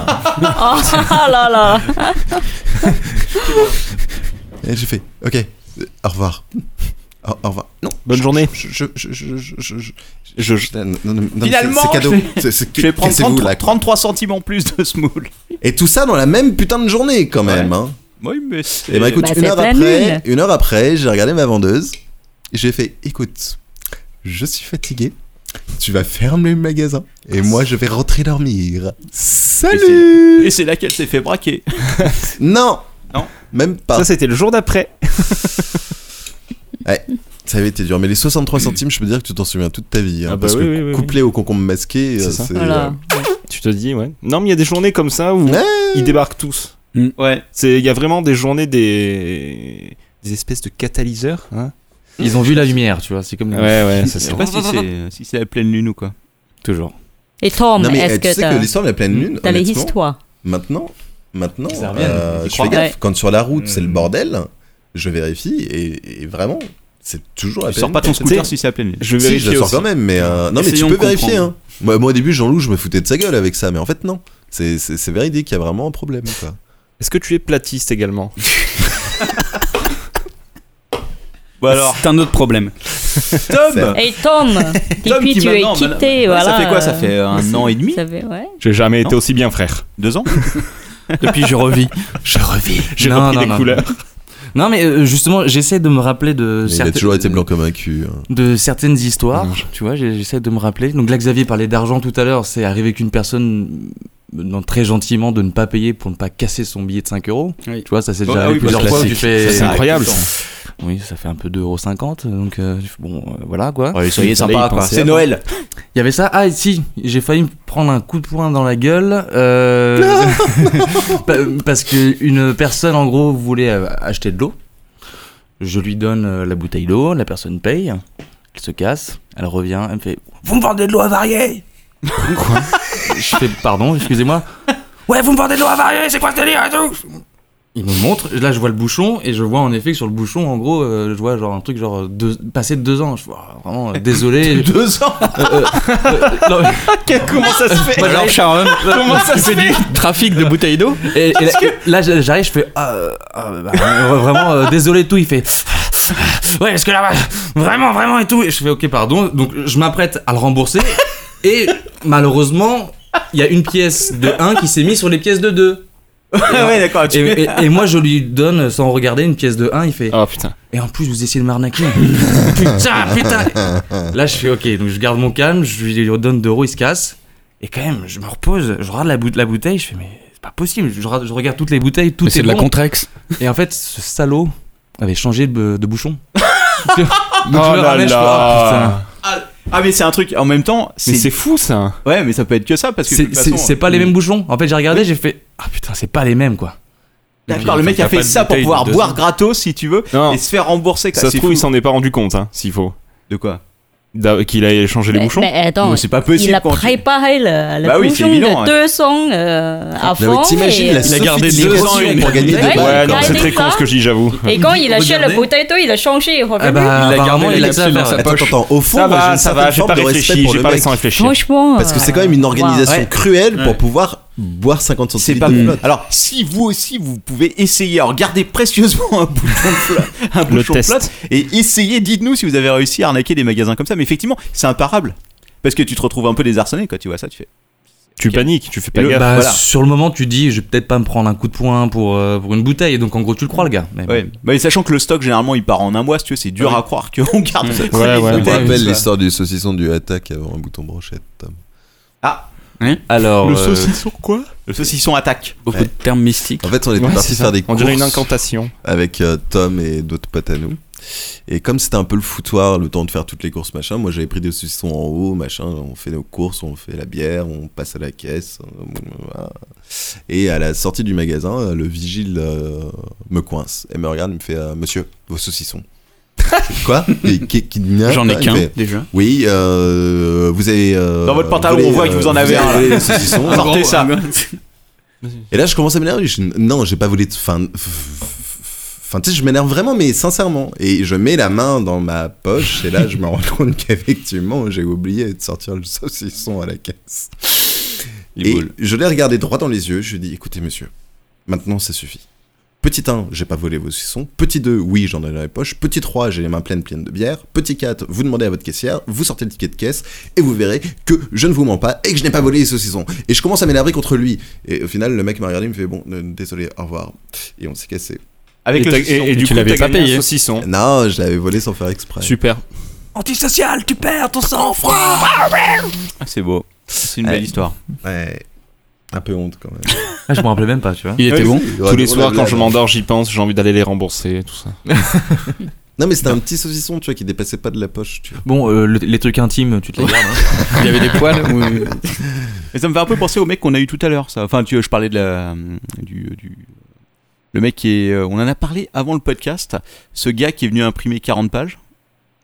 S8: là là
S2: Et j'ai fait, ok, euh, au revoir. Au, au revoir. Non.
S1: Bonne journée.
S2: Je, je, je, je, je, je, je- je- non, non, non, non,
S7: Finalement,
S2: c'est- c'est cadeau.
S7: je vais-
S2: C'est- c'est-
S7: je vais prendre
S2: cassez-vous,
S7: 33,
S2: là, quoi.
S7: 33 centimes en plus de semoule.
S2: Et tout ça dans la même putain de journée, quand même. hein.
S7: Oui, mais c'est.
S2: Et bah écoute, une,
S7: c'est
S2: heure
S7: plein
S2: après,
S7: nul.
S2: une heure après, j'ai regardé ma vendeuse et j'ai fait écoute, je suis fatigué, tu vas fermer le magasin et moi je vais rentrer dormir. Salut
S7: Et c'est là qu'elle s'est fait braquer.
S2: Non Non Même pas.
S1: Ça, c'était le jour d'après.
S2: Ouais, ça avait été dur. Mais les 63 centimes, je peux dire que tu t'en souviens toute ta vie. hein,
S1: Ah bah
S2: parce
S1: oui,
S2: que
S1: oui, oui,
S2: couplé au concombre masqué, euh,
S1: C'est ça.
S2: c'est.
S1: Voilà. Tu te dis, ouais. Non, mais il y a des journées comme ça où ils débarquent tous.
S7: Ouais.
S1: Il y a vraiment des journées des, des espèces de catalyseurs. hein.
S10: Ils ont vu la lumière, tu vois, c'est comme
S1: Ouais, ouais,
S7: Je
S1: c'est
S7: sais
S1: ça.
S7: pas si c'est si c'est la pleine lune ou quoi.
S1: Toujours.
S8: Et Tom,
S2: Non, mais,
S8: est-ce
S2: eh, tu
S8: que
S2: sais
S8: t'as-
S2: que l'histoire de la pleine lune,
S8: T'as les
S2: honnêtement,
S8: histoires.
S2: Maintenant, maintenant,
S7: Ils reviennent,
S2: euh,
S7: ils
S2: je
S7: croient.
S2: fais gaffe.
S8: Ouais.
S2: Quand sur la route, c'est le bordel, je vérifie et, et vraiment, c'est toujours la
S7: Tu sors
S2: pleine
S7: pas ton
S2: lune.
S7: scooter si Ah, ben, c'est la pleine lune.
S2: Je si, je le sors quand même, mais euh, non, mais tu
S7: Essayons
S2: peux
S7: de comprendre.
S2: vérifier. hein. Moi, moi, au début, Jean-Loup, je me foutais de sa gueule avec ça, mais en fait, non. C'est- C'est c'est véridique, il y a vraiment un problème. quoi.
S1: Est-ce que tu es platiste également
S7: Bon alors,
S9: c'est un autre problème.
S7: Tom
S8: Et Tom, depuis
S7: qui
S8: tu es
S7: maintenant, maintenant-
S8: quitté, voilà.
S7: ça fait quoi, ça fait un
S8: euh,
S7: an et demi
S8: ça fait- ouais.
S1: J'ai jamais été
S7: Non.
S1: aussi bien frère.
S7: Deux ans
S9: Depuis, je revis.
S7: Je revis.
S1: J'ai
S10: Non,
S1: repris
S10: non,
S1: des
S10: non.
S1: couleurs.
S10: Non, mais euh, justement, j'essaie de me rappeler de,
S2: Mais Il a
S10: certaines-
S2: toujours été blanc comme un cul. hein.
S10: de certaines histoires. Tu vois, j'ai- j'essaie de me rappeler. Donc là, Xavier parlait d'argent tout à l'heure. C'est arrivé qu'une personne euh, demande très gentiment de ne pas payer pour ne pas casser son billet de 5 euros.
S9: Oui.
S10: Tu vois, ça c'est
S7: Oh,
S10: déjà
S7: ah
S10: arrivé
S7: oui,
S10: plusieurs
S7: bah,
S10: fois. où
S7: classique.
S10: Tu fais... Ah,
S1: Ça, c'est incroyable.
S10: Oui, ça fait un peu 2,50€. Donc euh, bon, euh, voilà quoi.
S7: Ouais,
S1: Fallait
S7: soyez sympa
S1: y
S7: quoi.
S1: penser
S7: C'est
S1: avant.
S7: Noël.
S10: Il y avait ça. Ah, et si, j'ai failli me prendre un coup de poing dans la gueule. euh, pa- parce que une personne, en gros, voulait euh, acheter de l'eau. Je lui donne euh, la bouteille d'eau, la personne paye, elle se casse, elle revient, elle me fait Vous me vendez de l'eau avariée Je fais Pardon, excusez-moi. Ouais, vous me vendez de l'eau avariée, c'est quoi ce délire et tout Il me montre, là je vois le bouchon, et je vois en effet que sur le bouchon, en gros, euh, je vois genre un truc genre deux, passé de deux ans. Je vois vraiment, euh, désolé.
S7: deux ans
S10: Euh, Comment ça se fait Alors Sharon,
S9: Comment ça
S10: tu
S9: se
S10: fais
S9: fait
S10: du trafic de bouteilles d'eau Et, et là, là, j'arrive, je fais ah, euh, ah, bah, euh, vraiment euh, désolé et tout. Il fait ouais, parce que là, vraiment, vraiment et tout. Et je fais ok, pardon. Donc je m'apprête à le rembourser. Et malheureusement, il y a une pièce de 1 qui s'est mise sur les pièces de 2.
S7: Ah ouais, d'accord.
S10: Et,
S7: tu-
S10: et- et moi je lui donne sans regarder une pièce de 1, il fait
S1: Oh putain.
S10: Et en plus vous essayez de m'arnaquer. putain, putain. Là je fais ok, donc je garde mon calme, je lui redonne 2 euros, il se casse. Et quand même, je me repose, je regarde la, boute- la bouteille, je fais mais c'est pas possible, je, regarde- je regarde toutes les bouteilles, tout
S9: Mais c'est
S10: est
S9: de la
S10: bon.
S9: Contrex.
S10: Et en fait, ce salaud avait changé de, de bouchon. donc
S7: Oh
S10: le
S7: là
S10: ramène, je fais,
S7: là.
S10: oh, putain.
S7: Ah, ah, mais c'est un truc en même temps.
S10: c'est
S1: fou ça.
S7: Ouais mais ça peut être que ça parce que de
S10: C'est-
S7: toute
S10: C'est
S7: façon-
S10: c'est pas les mêmes bouchons. En fait, j'ai regardé, j'ai fait Ah putain, c'est pas les mêmes quoi.
S7: D'accord, le mec a fait ça pour pouvoir boire gratos si tu veux et se faire rembourser. quoi.
S1: Ça se
S7: C'est
S1: trouve,
S7: fou.
S1: il s'en est pas rendu compte, hein, s'il faut.
S7: De quoi
S1: Qu'il a échangé les
S8: Mais-
S1: bouchons
S8: mais attends, Il a
S1: quand tu-
S8: préparé le, le
S1: Bah oui, c'est
S8: bouchon
S1: évident, hein.
S8: de 200 euh, à
S2: Bah
S1: Non, mais
S8: fond.
S1: t'imagines
S8: et,
S1: la
S8: euh,
S1: sophistication
S8: et
S1: pour gagner
S8: Ouais,
S1: des
S8: il a
S1: balles. Ouais, non, c'est
S8: été
S1: très con
S8: ça.
S1: ce que je dis, j'avoue.
S8: Et quand il achète
S1: Regardez.
S8: le bouteille d'eau, il a changé, il
S10: Ah
S8: revient.
S10: bah,
S2: Attends, attends, au fond,
S1: ça
S2: moi, bah, j'ai
S1: va,
S2: une
S1: ça
S2: certaine
S1: va, j'ai
S2: forme
S1: pas
S2: de respect
S1: réfléchi,
S2: pour
S1: j'ai
S2: le
S1: pas
S2: mec.
S1: laissé réfléchir.
S2: Parce que c'est quand même
S8: euh,
S2: une organisation
S7: Ouais.
S2: cruelle
S7: Ouais.
S2: pour pouvoir boire 50
S7: C'est
S2: centilitres
S7: pas
S2: de
S7: bon.
S2: flotte.
S7: Alors, si vous aussi vous pouvez essayer, alors gardez précieusement un bouchon de flotte,
S2: Le
S7: un bouchon de
S2: test.
S7: flotte, et essayez. Dites-nous si vous avez réussi à arnaquer des magasins comme ça. Mais effectivement, c'est imparable parce que tu te retrouves un peu désarçonné quand tu vois ça. Tu fais.
S1: Tu paniques, tu fais pas
S10: Et le-
S1: gaffe.
S10: bah,
S1: Voilà.
S10: Sur le moment, tu dis, je vais peut-être pas me prendre un coup de poing pour, euh, pour une bouteille. Et donc, en gros, tu le crois, le gars.
S2: Eh ben
S10: Mais
S7: Ouais. Bah, et sachant que le stock généralement il part en un mois, si tu veux, c'est dur à croire qu'on garde. cette
S2: Ça
S7: bouteille.
S2: me rappelle l'histoire du saucisson du attaque avant un bouton brochette.
S7: Ah.
S10: Alors.
S2: Le saucisson
S7: quoi euh, Le saucisson attaque.
S2: Beaucoup de
S9: termes mystiques.
S2: En fait, on était
S1: Ouais,
S2: parti
S1: c'est
S2: faire
S1: ça.
S2: des
S1: On dirait une
S2: courses
S1: incantation.
S2: Avec euh, Tom et d'autres potes à nous. Et comme c'était un peu le foutoir, le temps de faire toutes les courses, machin, moi j'avais pris des saucissons en haut, machin, on fait nos courses, on fait la bière, on passe à la caisse. euh, voilà. Et à la sortie du magasin, euh, le vigile euh, me coince et me regarde, il me fait euh, Monsieur, vos saucissons. Je fais, Quoi Et qui- qui-
S9: J'en ai
S2: Il
S9: qu'un,
S2: fait,
S9: déjà.
S2: Oui, euh, vous avez. euh,
S7: Dans votre pantalon,
S2: volé,
S7: on voit que
S2: euh,
S7: vous en avez un.
S2: volé
S7: là.
S2: les saucissons.
S7: Sortez ça.
S2: Et là, je commence à m'énerver. Je dis, non, j'ai pas voulu. te- Enfin, f- f- enfin, tu sais, je m'énerve vraiment, mais sincèrement. Et je mets la main dans ma poche, et là, je me rends compte qu'effectivement, j'ai oublié de sortir le saucisson à la caisse. et je l'ai regardé droit dans les yeux. Je lui ai dit, écoutez, monsieur, maintenant, ça suffit. Petit 1, j'ai pas volé vos saucissons. Petit 2, oui, j'en ai dans les poches. Petit 3, j'ai les mains pleines pleines de bière. Petit 4, vous demandez à votre caissière, vous sortez le ticket de caisse et vous verrez que je ne vous mens pas et que je n'ai pas volé les saucissons. Et je commence à m'énerver contre lui. Et au final, le mec m'a regardé, il me fait bon, euh, désolé, au revoir. Et on s'est cassé.
S7: Avec Et le t'as- saucisson. et- et du Tu coup, l'avais t'as pas gagné payé. un saucisson.
S2: Non, je l'avais volé sans faire exprès.
S1: Super.
S11: Antisocial, tu perds ton sang-froid.
S7: C'est beau. C'est une
S2: Ouais.
S7: belle histoire.
S2: Ouais. Un peu honte quand même.
S10: Ah, je me rappelais même pas, tu vois.
S1: Il était bon
S2: Ouais,
S1: Tous les
S2: drôle
S1: soirs,
S2: de
S1: quand
S2: blague.
S1: je m'endors, j'y pense, j'ai envie d'aller les rembourser, tout ça.
S2: Non, mais c'était un petit saucisson, tu vois, qui dépassait pas de la poche. Tu vois.
S10: Bon, euh, le- les trucs intimes, tu te les gardes. hein.
S7: Et ça me fait un peu penser au mec qu'on a eu tout à l'heure, ça. Enfin, tu, je parlais de la, du, du- le mec qui est. euh, On en a parlé avant le podcast. Ce gars qui est venu imprimer 40 pages.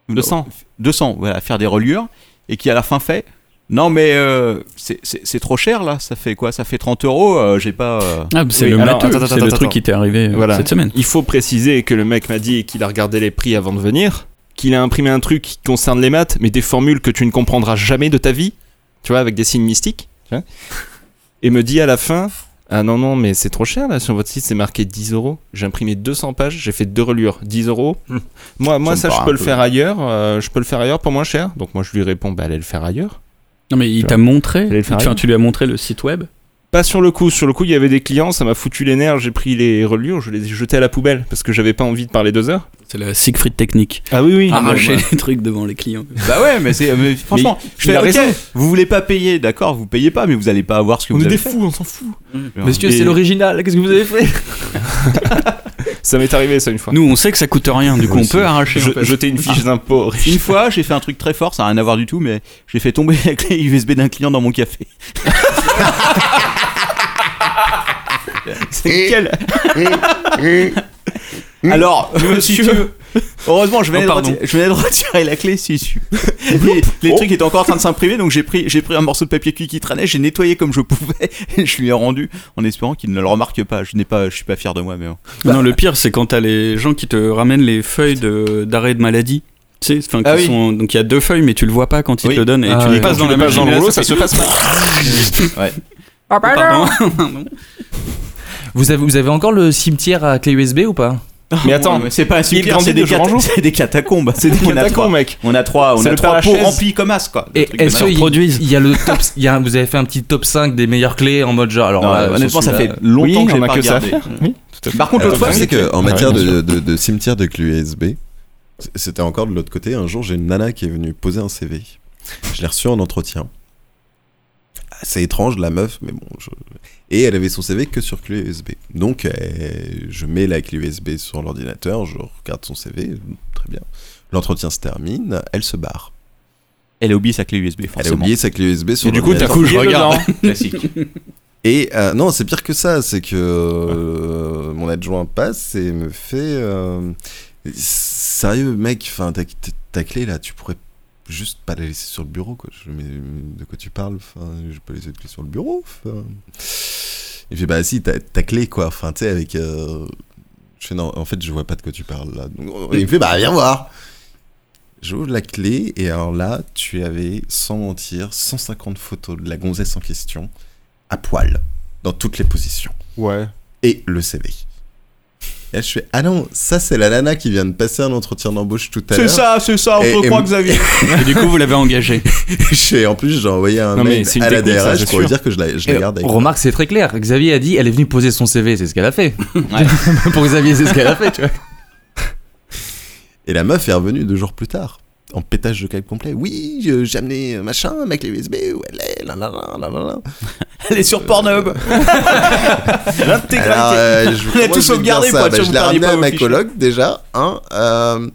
S1: 200.
S7: 200, voilà, faire des reliures. Et qui à la fin fait. Non, mais euh, c'est- c'est c'est trop cher là. Ça fait quoi Ça fait 30 euros. euh, J'ai pas. euh.
S9: Ah, mais c'est le matheux, c'est le truc qui t'est arrivé, euh, cette semaine.
S1: Il faut préciser que le mec m'a dit qu'il a regardé les prix avant de venir, qu'il a imprimé un truc qui concerne les maths, mais des formules que tu ne comprendras jamais de ta vie, tu vois, avec des signes mystiques, tu vois, et me dit à la fin Ah non, non, mais c'est trop cher là, sur votre site c'est marqué 10 euros. J'ai imprimé 200 pages, j'ai fait deux reliures, 10 euros. Hmm. Moi, moi
S9: Hum. me
S1: ça,
S9: paraît
S1: je peux
S9: un
S1: le
S9: peu-
S1: faire ailleurs, euh, je peux le faire ailleurs pour moins cher. Donc moi, je lui réponds Bah, allez le faire ailleurs.
S9: Non, mais il
S1: Tu
S9: t'a
S1: vois.
S9: montré.
S1: Allez le faire
S9: Enfin,
S1: ailleurs.
S9: tu lui as montré le site web.
S1: Pas sur le coup, sur le coup il y avait des clients, ça m'a foutu les nerfs, j'ai pris les reliures, je les ai jetés à la poubelle parce que j'avais pas envie de parler deux heures.
S9: C'est la Siegfried technique.
S1: Ah oui, oui.
S9: Arracher
S1: Ah,
S9: les trucs devant les clients.
S7: Bah ouais, mais c'est. mais franchement,
S9: Mais
S7: je
S9: il
S7: fais.
S9: a
S7: ok,
S9: raison.
S7: vous voulez pas payer, d'accord Vous payez pas, mais vous allez pas avoir ce que
S1: On
S7: vous
S1: est
S7: avez
S1: des
S7: fait.
S1: fous, on s'en fout.
S9: Monsieur, c'est
S10: l'original, qu'est-ce que vous avez fait
S1: Ça m'est arrivé ça une fois.
S9: Nous, on sait que ça coûte rien, du coup, on
S1: aussi.
S9: peut arracher.
S1: Je-
S9: en fait.
S1: jeter Ah. une fiche d'impôt.
S7: Une fois, j'ai fait un truc très fort, ça n'a rien à voir du tout, mais j'ai fait tomber la clé USB d'un client dans mon café. Mmh.
S9: hein.
S7: C'est nickel. Alors, monsieur, Heureusement, je venais,
S10: Oh,
S7: de,
S10: pardon.
S7: retirer, je venais de retirer la clé, si si. Et les trucs étaient encore en train de s'imprimer, donc j'ai pris, j'ai pris un morceau de papier cuit qui traînait, j'ai nettoyé comme je pouvais, et je lui ai rendu en espérant qu'il ne le remarque pas. Je n'ai pas, je suis pas fier de moi, mais. bon.
S9: non, le pire, c'est quand t'as les gens qui te ramènent les feuilles de- d'arrêt de, maladie. Tu sais, enfin, qui
S7: Ah oui.
S9: sont- donc il y a deux feuilles, mais tu le vois pas quand ils
S7: Oui.
S9: te le donnent et
S7: Ah
S9: tu
S7: ouais.
S9: les passes dans,
S7: Quand tu
S9: la
S7: les
S9: main.
S7: passes dans le rouleau, ça se passe
S9: pas.
S7: ouais.
S11: Ah bah non
S10: Vous avez, vous avez encore le cimetière à clé USB ou pas
S1: Mais attends,
S7: Ouais, mais c'est pas un
S1: il
S7: cimetière,
S1: grandit
S7: c'est des,
S1: de jour en
S7: cata-
S1: jour.
S7: c'est des catacombes.
S1: C'est des
S7: On a
S1: catacombes,
S7: trois.
S1: mec.
S7: On a trois, on
S1: C'est
S7: a
S1: le
S7: trois
S1: père
S7: pots
S1: Lachaise.
S7: remplis comme as, quoi.
S10: Et est-ce qu'il il y a le top, il y a un- vous avez fait un petit top 5 des meilleures clés en mode genre alors
S7: Non, euh,
S10: là, Euh,
S7: honnêtement,
S10: sur
S7: ça
S10: celui-là-
S7: fait longtemps que j'ai pas regardé. Par contre, l'autre
S2: Alors,
S7: fois,
S2: tu sais
S7: que-
S2: qu'en matière
S7: Ouais, bien
S2: de,
S7: sûr.
S2: de- de cimetière de clé USB, c- c'était encore de l'autre côté. Un jour, j'ai une nana qui est venue poser un CV. Je l'ai reçue en entretien. C'est étrange, la meuf, mais bon. je- Et elle avait son CV que sur clé USB. Donc, euh, je mets la clé USB sur l'ordinateur, je regarde son CV, très bien. L'entretien se termine, elle se barre.
S7: Elle a oublié sa clé USB,
S2: Elle a
S7: forcément.
S2: oublié sa clé USB sur
S7: Et du coup,
S2: l'ordinateur.
S7: t'as fouillé Je dedans. regarde. Classique.
S2: Et euh, non, c'est pire que ça, c'est que euh, mon adjoint passe et me fait euh, sérieux mec, enfin ta, ta- ta clé là, tu pourrais juste pas la laisser sur le bureau quoi. Je, mais de quoi tu parles Enfin, je peux laisser la clé sur le bureau. enfin. Il fait bah si, ta, ta clé quoi. Enfin tu sais avec. euh, Je fais non, en fait je vois pas de quoi tu parles là. Donc, il me fait bah viens voir. J'ouvre la clé et alors là, tu avais, sans mentir, 150 photos de la gonzesse en question, à poil, dans toutes les positions.
S1: Ouais.
S2: Et le CV. Et là, je fais, ah non, ça c'est la nana qui vient de passer un entretien d'embauche tout à
S7: C'est
S2: l'heure.
S7: ça, c'est ça, on
S2: Et-
S7: te
S2: et-
S7: croit, Xavier.
S9: Et du coup, vous l'avez engagé.
S2: je fais, en plus, j'ai envoyé un
S10: Non, mais
S2: mail
S10: c'est une
S2: à la
S10: technique, ça,
S2: DRH
S10: c'est
S2: pour lui
S10: sûr.
S2: dire que je la, je la
S10: Et
S2: garde avec
S10: on remarque, c'est très clair. Xavier a dit, elle est venue poser son CV, c'est ce qu'elle a fait. Pour Xavier, c'est ce qu'elle a fait, tu vois.
S2: Et la meuf est revenue deux jours plus tard, en pétage de câble complet. Oui, je- j'ai amené euh, machin, mec les USB, où elle est, là, là, là, là, là, là.
S7: Elle est sur Pornhub. L'intégralité.
S2: Alors, euh, je,
S7: On a
S2: comment je
S7: tout
S2: vais te dire
S7: sauvegardé
S2: ça
S7: pour être
S2: Bah,
S7: sûr que
S2: Je
S7: vous
S2: l'ai ramené
S7: parliez pas
S2: à
S7: au
S2: ma
S7: fichier.
S2: coloc déjà. hein, euh,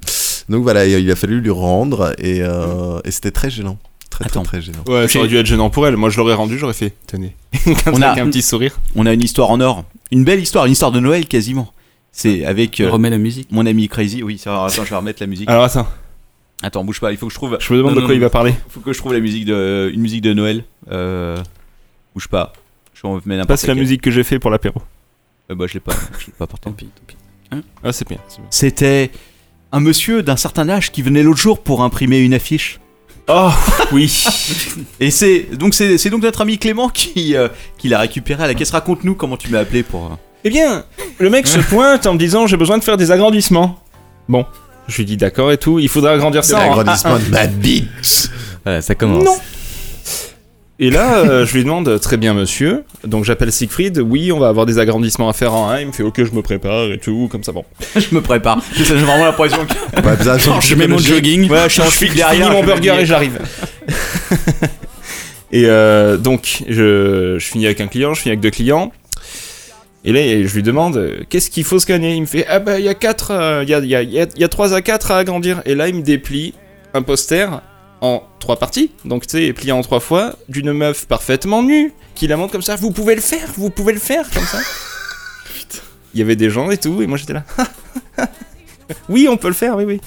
S2: donc voilà, il il a fallu lui rendre et, euh, et c'était très gênant. Très, très, très gênant.
S1: Ouais, ça aurait dû être gênant pour elle. Moi, je l'aurais rendu, j'aurais fait. Tenez. Comme
S7: On
S1: ça,
S7: a-
S1: avec un petit sourire.
S7: On a une histoire en or. Une belle histoire, une histoire de Noël quasiment. C'est avec. euh,
S1: Remets
S9: la musique.
S7: Mon ami Crazy, oui, ça va. Attends, je vais remettre la musique.
S1: Alors, attends.
S7: Attends, bouge pas, il faut que je trouve.
S1: Je me demande de quoi il va parler.
S7: Faut que je trouve la musique de, une musique de Noël. Euh, bouge pas. Je vais en mettre n'importe
S1: Passe la
S7: laquelle.
S1: musique que j'ai fait pour l'apéro.
S7: Euh, bah, je l'ai pas. Je l'ai pas porté.
S1: Ah, c'est bien. c'est bien.
S7: C'était un monsieur d'un certain âge qui venait l'autre jour pour imprimer une affiche.
S1: Oh oui.
S7: Et c'est donc c'est c'est donc notre ami Clément qui euh, qui l'a récupéré à la caisse. Raconte-nous comment tu m'as appelé pour. euh,
S1: Eh bien, le mec se pointe en me disant j'ai besoin de faire des agrandissements. Bon, je lui dis d'accord et tout, il faudra agrandir ça. en
S2: L'agrandissement
S1: un, un.
S2: de ma bite.
S10: Voilà, ça commence.
S1: Non. Et là, euh, je lui demande très bien monsieur. Donc j'appelle Siegfried. Oui, on va avoir des agrandissements à faire en 1. Il me fait ok, je me prépare et tout, comme ça bon.
S7: je me prépare. C'est ça, j'ai vraiment l'impression que.
S2: Pas besoin de changer
S7: je mets mon jogging. Ouais, je suis en
S1: Je
S7: slip
S1: finis
S7: derrière.
S1: mon
S7: je mets
S1: burger
S7: mes-
S1: et j'arrive. Et euh, donc, je, je finis avec un client, je finis avec deux clients. Et là, je lui demande euh, qu'est-ce qu'il faut scanner. Il me fait ah bah il y a quatre, euh, il y a- il y a- il y a- il y a trois à 4 à agrandir. Et là, il me déplie un poster en trois parties, donc tu sais, plié en trois fois, d'une meuf parfaitement nue qui la montre comme ça. Vous pouvez le faire, vous pouvez le faire comme ça. Il y avait des gens et tout, et moi j'étais là. oui, on peut le faire, oui, oui.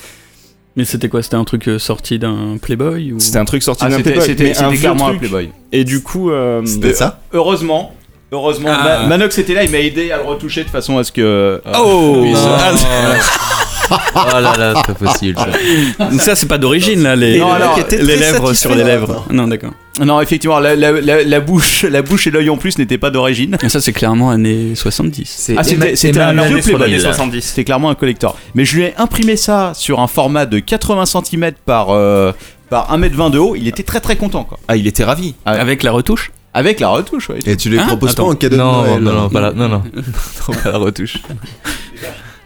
S9: Mais c'était quoi C'était un truc euh, sorti d'un Playboy ou...
S1: Ah, C'était un truc
S7: Ah,
S1: sorti d'un Playboy. mais un vieux truc. Et du coup. euh,
S2: C'était ça
S7: Heureusement. Heureusement,
S1: Ah.
S7: Ma- Manox était là, il m'a aidé à le retoucher de façon à ce que. euh,
S9: Oh
S7: Oui,
S10: Ah,
S1: Ah.
S7: ça-
S10: Oh là là, c'est pas possible. ça.
S9: Ça, c'est pas d'origine, là, les,
S7: Non, alors,
S9: les
S7: était très
S9: lèvres sur les
S7: satisfait.
S9: lèvres. Non, d'accord.
S7: euh, Non, effectivement, la, la- la- la bouche, la bouche et l'œil en plus n'étaient pas d'origine.
S9: Et ça, c'est clairement années 70. C'est
S7: Ah, c'était c'était un
S9: Emmanuel
S7: vieux Playboy.
S9: Froley, là.
S7: C'était clairement un collector. Mais je lui ai imprimé ça sur un format de 80 cm par, euh, par 1m20 de haut. Il était très très content. Quoi.
S1: Ah, il était ravi.
S9: Avec la retouche
S7: Avec la retouche, ouais.
S2: Et tu les
S7: Hein
S2: proposes
S7: Attends.
S2: pas en cadeau de
S10: Non,
S2: Noël
S10: non, non,
S2: hein.
S10: pas la, non, non. Non, pas la retouche.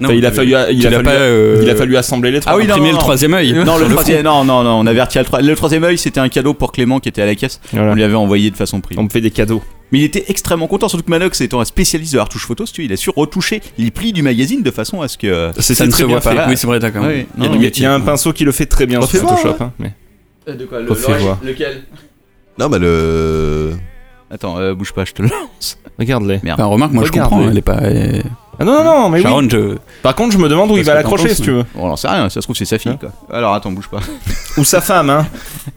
S9: Non,
S1: Enfin, il, a
S9: mais
S1: fallu, il,
S9: tu
S1: a
S9: l'as
S1: fallu,
S9: pas, euh,
S1: Oh, il a fallu assembler les trois.
S7: Ah oui, non,
S9: Imprimer
S7: non,
S9: le
S7: non.
S9: troisième œil.
S7: Non,
S9: sur
S7: le
S9: fond.
S7: troisième, non, non, non, on avertit à le, troi- le troisième œil, c'était un cadeau pour Clément qui était à la caisse.
S1: Voilà.
S7: On lui avait envoyé de façon privée.
S1: On me fait des cadeaux.
S7: Mais il était extrêmement content, surtout que Manox étant un spécialiste de la retouche photo, si tu veux, il a su retoucher les plis du magazine de façon à ce que. euh,
S9: Ça ne se voit pas. Oui, c'est vrai, d'accord.
S7: Ouais,
S1: Il y a
S7: non,
S1: du-
S7: mais
S1: il y a un pinceau qui le fait très bien sur
S7: Refais-moi,
S1: Photoshop.
S7: ouais.
S1: hein, mais-
S7: Euh, De quoi
S1: Refais voir.
S7: Lequel
S2: Non, bah le.
S7: Attends, euh, bouge pas, je te le lance.
S1: Regarde-les.
S7: Merde.
S9: Enfin, remarque, moi, je
S1: Regarde,
S9: comprends.
S1: oui.
S9: Elle est pas. elle est-
S1: Ah non, non, non, mais oui.
S9: Sharon, je-
S1: Par contre, je me demande où il va l'accrocher, si tu veux.
S7: On n'en sait rien, ça se trouve, c'est sa
S1: Hein
S7: fille, quoi. Alors attends, bouge pas.
S1: Ou sa femme, hein.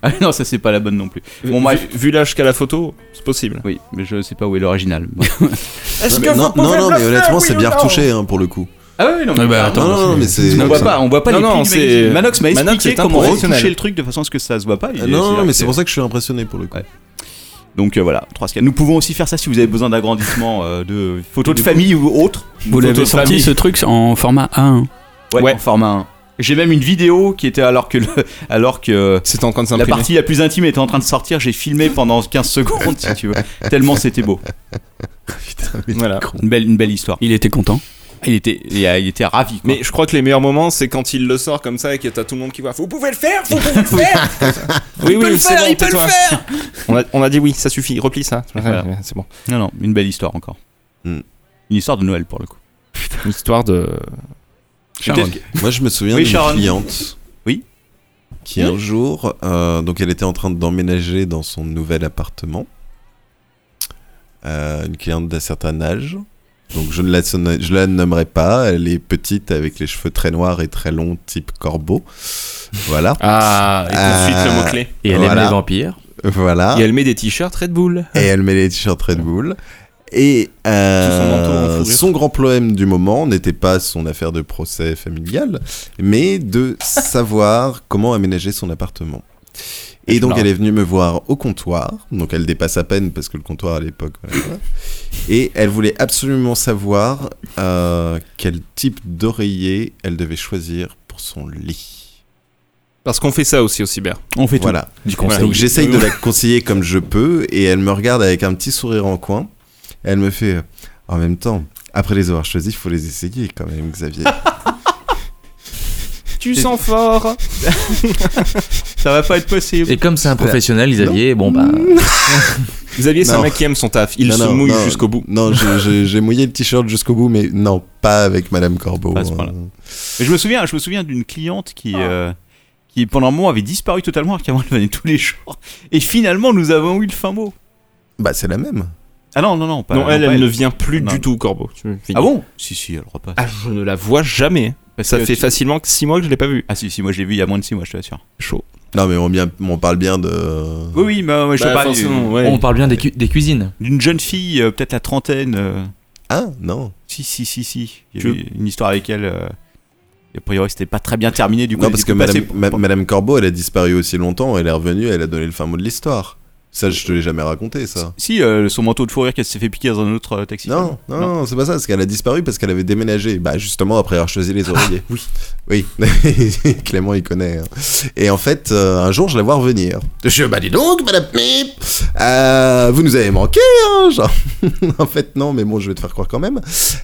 S7: ah, non, ça, c'est pas la bonne non plus.
S1: Vu- vu l'âge qu'a la photo, c'est possible.
S7: Oui, mais je sais pas où est l'original.
S2: Est-ce que non, vous non, pouvez non, me le mais faire, honnêtement, oui c'est ou bien non retouché, hein, pour le coup.
S7: Ah oui, non, mais,
S2: Ah bah,
S7: attends,
S2: non, non, non, mais c'est-
S7: on voit
S2: Manox,
S7: pas,
S2: hein.
S7: on voit pas
S2: Non,
S7: les
S2: non,
S7: plis du
S2: c'est-
S7: magazine. Manox m'a
S2: Manox
S7: expliqué
S2: est un
S7: comment
S2: professionnel.
S7: retoucher le truc de façon à ce que ça se voit pas.
S2: Ah non, non, mais c'est pour ça que je suis impressionné pour le coup.
S7: Donc euh, voilà, trois scans. Nous pouvons aussi faire ça si vous avez besoin d'agrandissement euh, de photos de famille ou autre.
S9: Vous l'avez sorti ce truc en format A1.
S7: Ouais, en format 1. J'ai même une vidéo qui était alors que le- alors que euh, la
S1: s'imprimer.
S7: partie la plus intime était en train de sortir, j'ai filmé pendant 15 secondes si tu veux. Tellement c'était beau.
S1: Voilà.
S7: Une belle, une belle histoire.
S9: Il était content.
S7: Il était, il a- il était ravi.
S1: Mais je crois que les meilleurs moments, c'est quand il le sort comme ça et que t'as tout le monde qui voit. Vous pouvez le faire, vous pouvez le faire.
S7: Il peut le
S1: c'est
S7: faire, il peut le
S1: tais-toi.
S7: faire.
S1: On a, on a dit oui, ça suffit, replie ça. C'est bon.
S7: Non non, une belle histoire encore.
S2: Hmm.
S7: Une histoire de Noël pour le coup.
S1: Une histoire de.
S7: Peut-être que-
S2: Moi, je me souviens
S7: Oui,
S2: d'une
S7: Sharon.
S2: cliente.
S7: Oui.
S2: Qui un jour, euh, donc elle était en train d'emménager dans son nouvel appartement. Euh, une cliente d'un certain âge. Donc je ne la, sonne- je la nommerai pas. Elle est petite avec les cheveux très noirs et très longs, type corbeau. Voilà.
S1: Ah, et tout de suite, le mot-clé. Et elle aime les vampires.
S2: Voilà.
S1: Et elle met des t-shirts Red Bull.
S2: Et elle met les t-shirts Red Bull. Et euh,
S1: Sous son manteau en fourrure.
S2: son grand problème du moment n'était pas son affaire de procès familial, mais de savoir comment aménager son appartement. Et donc
S1: Voilà.
S2: elle est venue me voir au comptoir, donc elle dépasse à peine parce que le comptoir à l'époque. voilà, voilà. Et elle voulait absolument savoir euh, quel type d'oreiller elle devait choisir pour son lit.
S1: Parce qu'on fait ça aussi au cyber.
S2: Voilà. Donc j'essaye de la conseiller comme je peux et elle me regarde avec un petit sourire en coin. Elle me fait euh, en même temps, après les avoir choisis, il faut les essayer quand même, Xavier.
S1: Tu sens fort.
S7: Ça va pas être possible.
S10: Et comme c'est un professionnel, Xavier, bon bah.
S1: Xavier, c'est un
S2: Non.
S1: mec qui aime son taf. Il
S2: Non,
S1: se
S2: non,
S1: mouille
S2: non,
S1: jusqu'au bout.
S2: Non, je- je- j'ai mouillé le t-shirt jusqu'au bout, mais non, pas avec Madame Corbeau.
S7: Pas à ce
S2: hein.
S7: point-là. Mais je me souviens, je me souviens d'une cliente qui, euh, qui pendant un moment avait disparu totalement, alors qu'avant elle venait tous les jours. Et finalement, nous avons eu le fin mot.
S2: Bah c'est la même.
S7: Ah non, non, non. Pas,
S1: non, elle,
S7: pas
S1: elle ne vient plus
S7: Non.
S1: du tout, Corbeau. Tu-
S7: Ah bon Si, si, elle repasse.
S1: Ah, je ne la vois jamais.
S7: Parce
S1: ça
S7: que
S1: fait
S7: tu-
S1: facilement 6 mois que je l'ai pas vue.
S7: Ah si, si, moi je l'ai vu il y a moins de 6 mois, je te l'assure.
S1: Chaud.
S2: Non, mais on, bien- on parle bien de.
S7: Oui, oui, mais euh, je
S1: Bah,
S7: te parle
S1: forcément,
S7: d'une-
S1: ouais.
S10: On parle bien des, cu- des cuisines.
S7: d'une jeune fille, euh, peut-être la trentaine. euh,
S2: Ah non.
S7: Si, si, si, si. Il y a eu une histoire avec elle. euh, et a priori, c'était pas très bien terminé du coup.
S2: Non,
S7: elle
S2: parce
S7: était
S2: que Madame,
S7: passée-
S2: Ma- Madame Corbeau, elle a disparu aussi longtemps, elle est revenue, elle a donné le fin mot de l'histoire. Ça, je te l'ai jamais raconté, ça.
S7: Si, euh, son manteau de fourrure qu'elle s'est fait piquer dans un autre euh, taxi.
S2: Non, non, non, c'est pas ça, parce qu'elle a disparu parce qu'elle avait déménagé. Bah, justement, après avoir choisi les oreillers.
S7: oui.
S2: Oui, Clément, il connaît. hein. Et en fait, euh, un jour, je la vois revenir. Je bah dis donc, madame Pip euh, Vous nous avez manqué, hein genre. En fait, non, mais bon, je vais te faire croire quand même.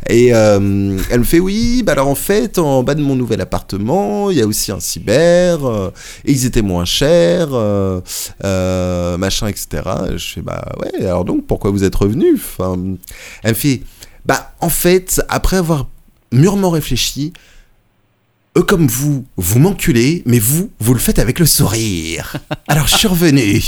S2: Et euh, elle me fait Oui, bah alors en fait, en bas de mon nouvel appartement, il y a aussi un cyber, euh, et ils étaient moins chers, euh, euh, machin, etc. Je fais Bah ouais, alors donc, pourquoi vous êtes revenu enfin, Elle me fait Bah en fait, après avoir mûrement réfléchi, eux comme vous, vous m'enculez, mais vous, vous le faites avec le sourire. Alors je suis revenu.